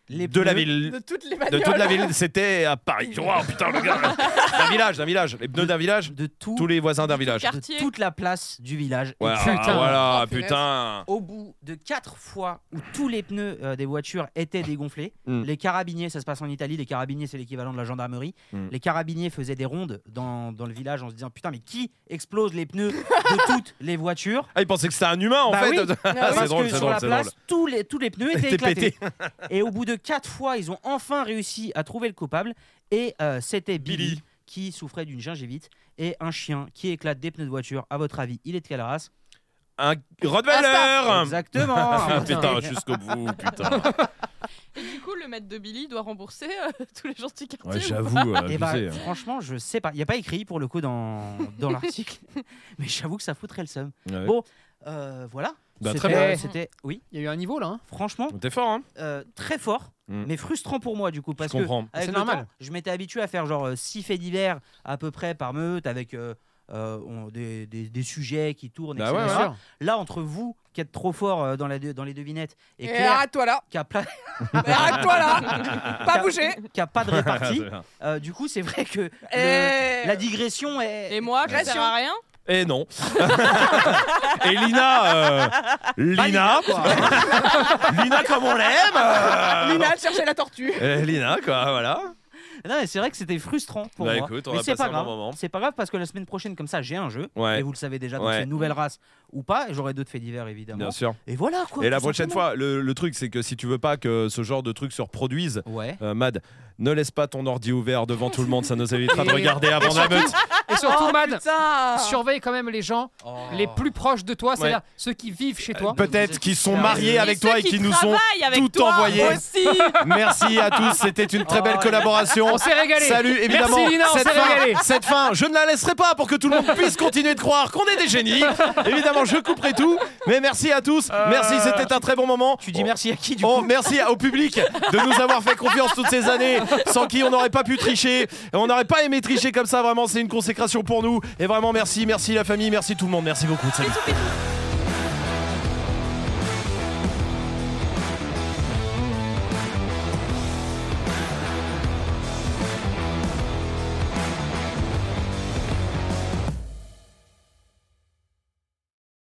Speaker 4: Les
Speaker 2: de la
Speaker 4: pneus-
Speaker 2: ville.
Speaker 3: De toutes les
Speaker 2: De
Speaker 3: bagnoles.
Speaker 2: toute la ville. C'était à Paris. Waouh, putain, le gars. D'un village, d'un village. Les pneus d'un village.
Speaker 4: De tout,
Speaker 2: Tous les voisins d'un village.
Speaker 4: de
Speaker 8: Quartier.
Speaker 4: toute la place du village.
Speaker 2: Ouais, ah,
Speaker 1: Putain.
Speaker 2: voilà,
Speaker 3: Oh, punaise.
Speaker 2: putain.
Speaker 4: Au bout de quatre fois où tous les pneus euh, des voitures étaient dégonflés,
Speaker 2: Mm.
Speaker 4: les carabiniers, ça se passe en Italie, les carabiniers c'est l'équivalent de la gendarmerie,
Speaker 2: Mm.
Speaker 4: les carabiniers faisaient des rondes dans, dans le village en se disant putain mais qui explose les pneus de toutes les voitures
Speaker 2: Ah, il pensait que c'était un humain en
Speaker 4: Bah
Speaker 2: fait.
Speaker 4: oui.
Speaker 2: Ah, c'est
Speaker 4: Parce
Speaker 2: drôle, c'est
Speaker 4: que sur
Speaker 2: drôle,
Speaker 4: la
Speaker 2: c'est drôle.
Speaker 4: place, tous les, tous les pneus étaient
Speaker 2: C'était
Speaker 4: éclatés.
Speaker 2: pété.
Speaker 4: Et au bout de quatre fois, ils ont enfin réussi à trouver le coupable. Et euh, c'était Billy,
Speaker 2: Billy.
Speaker 4: qui souffrait d'une gingivite et un chien qui éclate des pneus de voiture. À votre avis, il est de quelle race
Speaker 2: Un Rottweiler. Ah,
Speaker 4: Exactement.
Speaker 2: Putain, jusqu'au bout, putain.
Speaker 8: Et du coup, le maître de Billy doit rembourser euh, tous les gens du quartier.
Speaker 5: Ouais,
Speaker 8: ou
Speaker 5: j'avoue,
Speaker 8: pas
Speaker 5: euh,
Speaker 4: Et
Speaker 5: abusé,
Speaker 4: bah,
Speaker 5: hein.
Speaker 4: franchement, je sais pas. Il n'y a pas écrit pour le coup dans, dans l'article, mais j'avoue que ça foutrait le seum.
Speaker 2: Ouais.
Speaker 4: Bon, euh, voilà.
Speaker 2: Bah,
Speaker 4: C'était-
Speaker 2: très
Speaker 1: bien.
Speaker 4: euh, C'était, oui,
Speaker 1: Il y a eu un niveau là. hein.
Speaker 4: franchement,
Speaker 2: T'es fort, hein
Speaker 4: euh, très fort,
Speaker 2: Mm.
Speaker 4: mais frustrant pour moi du coup
Speaker 2: Je
Speaker 4: parce que
Speaker 2: comprends.
Speaker 4: Avec
Speaker 1: C'est
Speaker 4: le
Speaker 1: normal.
Speaker 4: temps, je m'étais habitué à faire genre 6 faits divers à peu près par meute avec euh, euh, on- des, des- des sujets qui tournent,
Speaker 2: Bah
Speaker 4: etc.
Speaker 2: ouais,
Speaker 1: Bien sûr.
Speaker 4: Là, entre vous qui êtes trop fort euh, dans, la, dans les devinettes et,
Speaker 3: Et
Speaker 4: Claire
Speaker 3: arrête-toi là.
Speaker 4: qui a, pla-
Speaker 3: Mais arrête-toi là. Pas bouger.
Speaker 4: qui a pas de répartie,
Speaker 2: C'est bien.
Speaker 4: euh, du coup, c'est vrai que le-
Speaker 3: Et...
Speaker 4: la digression est.
Speaker 8: Et moi, je
Speaker 3: Agression.
Speaker 8: sert à rien.
Speaker 2: Et Eh non. Et Lina, euh,
Speaker 4: Pas
Speaker 2: Lina,
Speaker 4: quoi.
Speaker 2: Lina comme on l'aime. euh,
Speaker 3: Lina, elle cherchait la tortue.
Speaker 2: euh, Lina, quoi, voilà.
Speaker 4: non, mais c'est vrai que c'était frustrant pour
Speaker 2: Bah,
Speaker 4: moi.
Speaker 2: écoute, on
Speaker 4: mais
Speaker 2: a passé
Speaker 4: c'est pas
Speaker 2: un
Speaker 4: grave.
Speaker 2: bon moment.
Speaker 4: C'est pas grave parce que la semaine prochaine, comme ça, j'ai un jeu.
Speaker 2: Ouais.
Speaker 4: Et vous le savez déjà, donc
Speaker 2: Ouais.
Speaker 4: c'est une nouvelle race ou pas. et J'aurai d'autres faits divers évidemment.
Speaker 2: Bien sûr.
Speaker 4: Et voilà quoi.
Speaker 2: Et la
Speaker 4: tout
Speaker 2: prochaine
Speaker 4: simplement.
Speaker 2: fois, le, le truc, c'est que si tu veux pas que ce genre de truc se reproduise,
Speaker 4: Ouais.
Speaker 2: euh, Mad, ne laisse pas ton ordi ouvert devant tout le monde, ça nous évitera de
Speaker 1: Et-
Speaker 2: regarder avant la meute.
Speaker 1: Et surtout,
Speaker 4: Oh,
Speaker 1: Mad,
Speaker 3: Putain.
Speaker 1: surveille quand même les gens les
Speaker 2: Oh.
Speaker 1: plus proches de toi, c'est-à-dire ceux qui vivent
Speaker 2: Euh,
Speaker 1: chez toi.
Speaker 2: Peut-être qu'ils sont
Speaker 4: Et
Speaker 2: mariés avec
Speaker 8: ceux
Speaker 2: toi et qui nous ont.
Speaker 8: travaillent avec
Speaker 2: tout
Speaker 8: toi
Speaker 2: envoyé.
Speaker 8: Aussi.
Speaker 2: Merci à tous, c'était une très belle
Speaker 4: Oh,
Speaker 2: collaboration.
Speaker 1: On s'est régalé.
Speaker 2: Salut, évidemment.
Speaker 1: Merci Lina, on
Speaker 2: cette,
Speaker 1: s'est régalé.
Speaker 2: fin, cette fin, je ne la laisserai pas pour que tout le monde puisse continuer de croire qu'on est des génies. évidemment, je couperai tout. Mais merci à tous.
Speaker 1: Euh,
Speaker 2: Merci, c'était un très bon moment.
Speaker 4: Tu dis
Speaker 2: On-
Speaker 4: merci à qui du
Speaker 2: on-
Speaker 4: coup
Speaker 2: merci à- au public de nous avoir fait confiance toutes ces années, sans qui on n'aurait pas pu tricher. Et On n'aurait pas aimé tricher comme ça, vraiment, c'est une consécration pour nous. Et vraiment, merci, merci la famille, merci tout le monde, merci beaucoup. Salut.
Speaker 8: Bisous, bisous.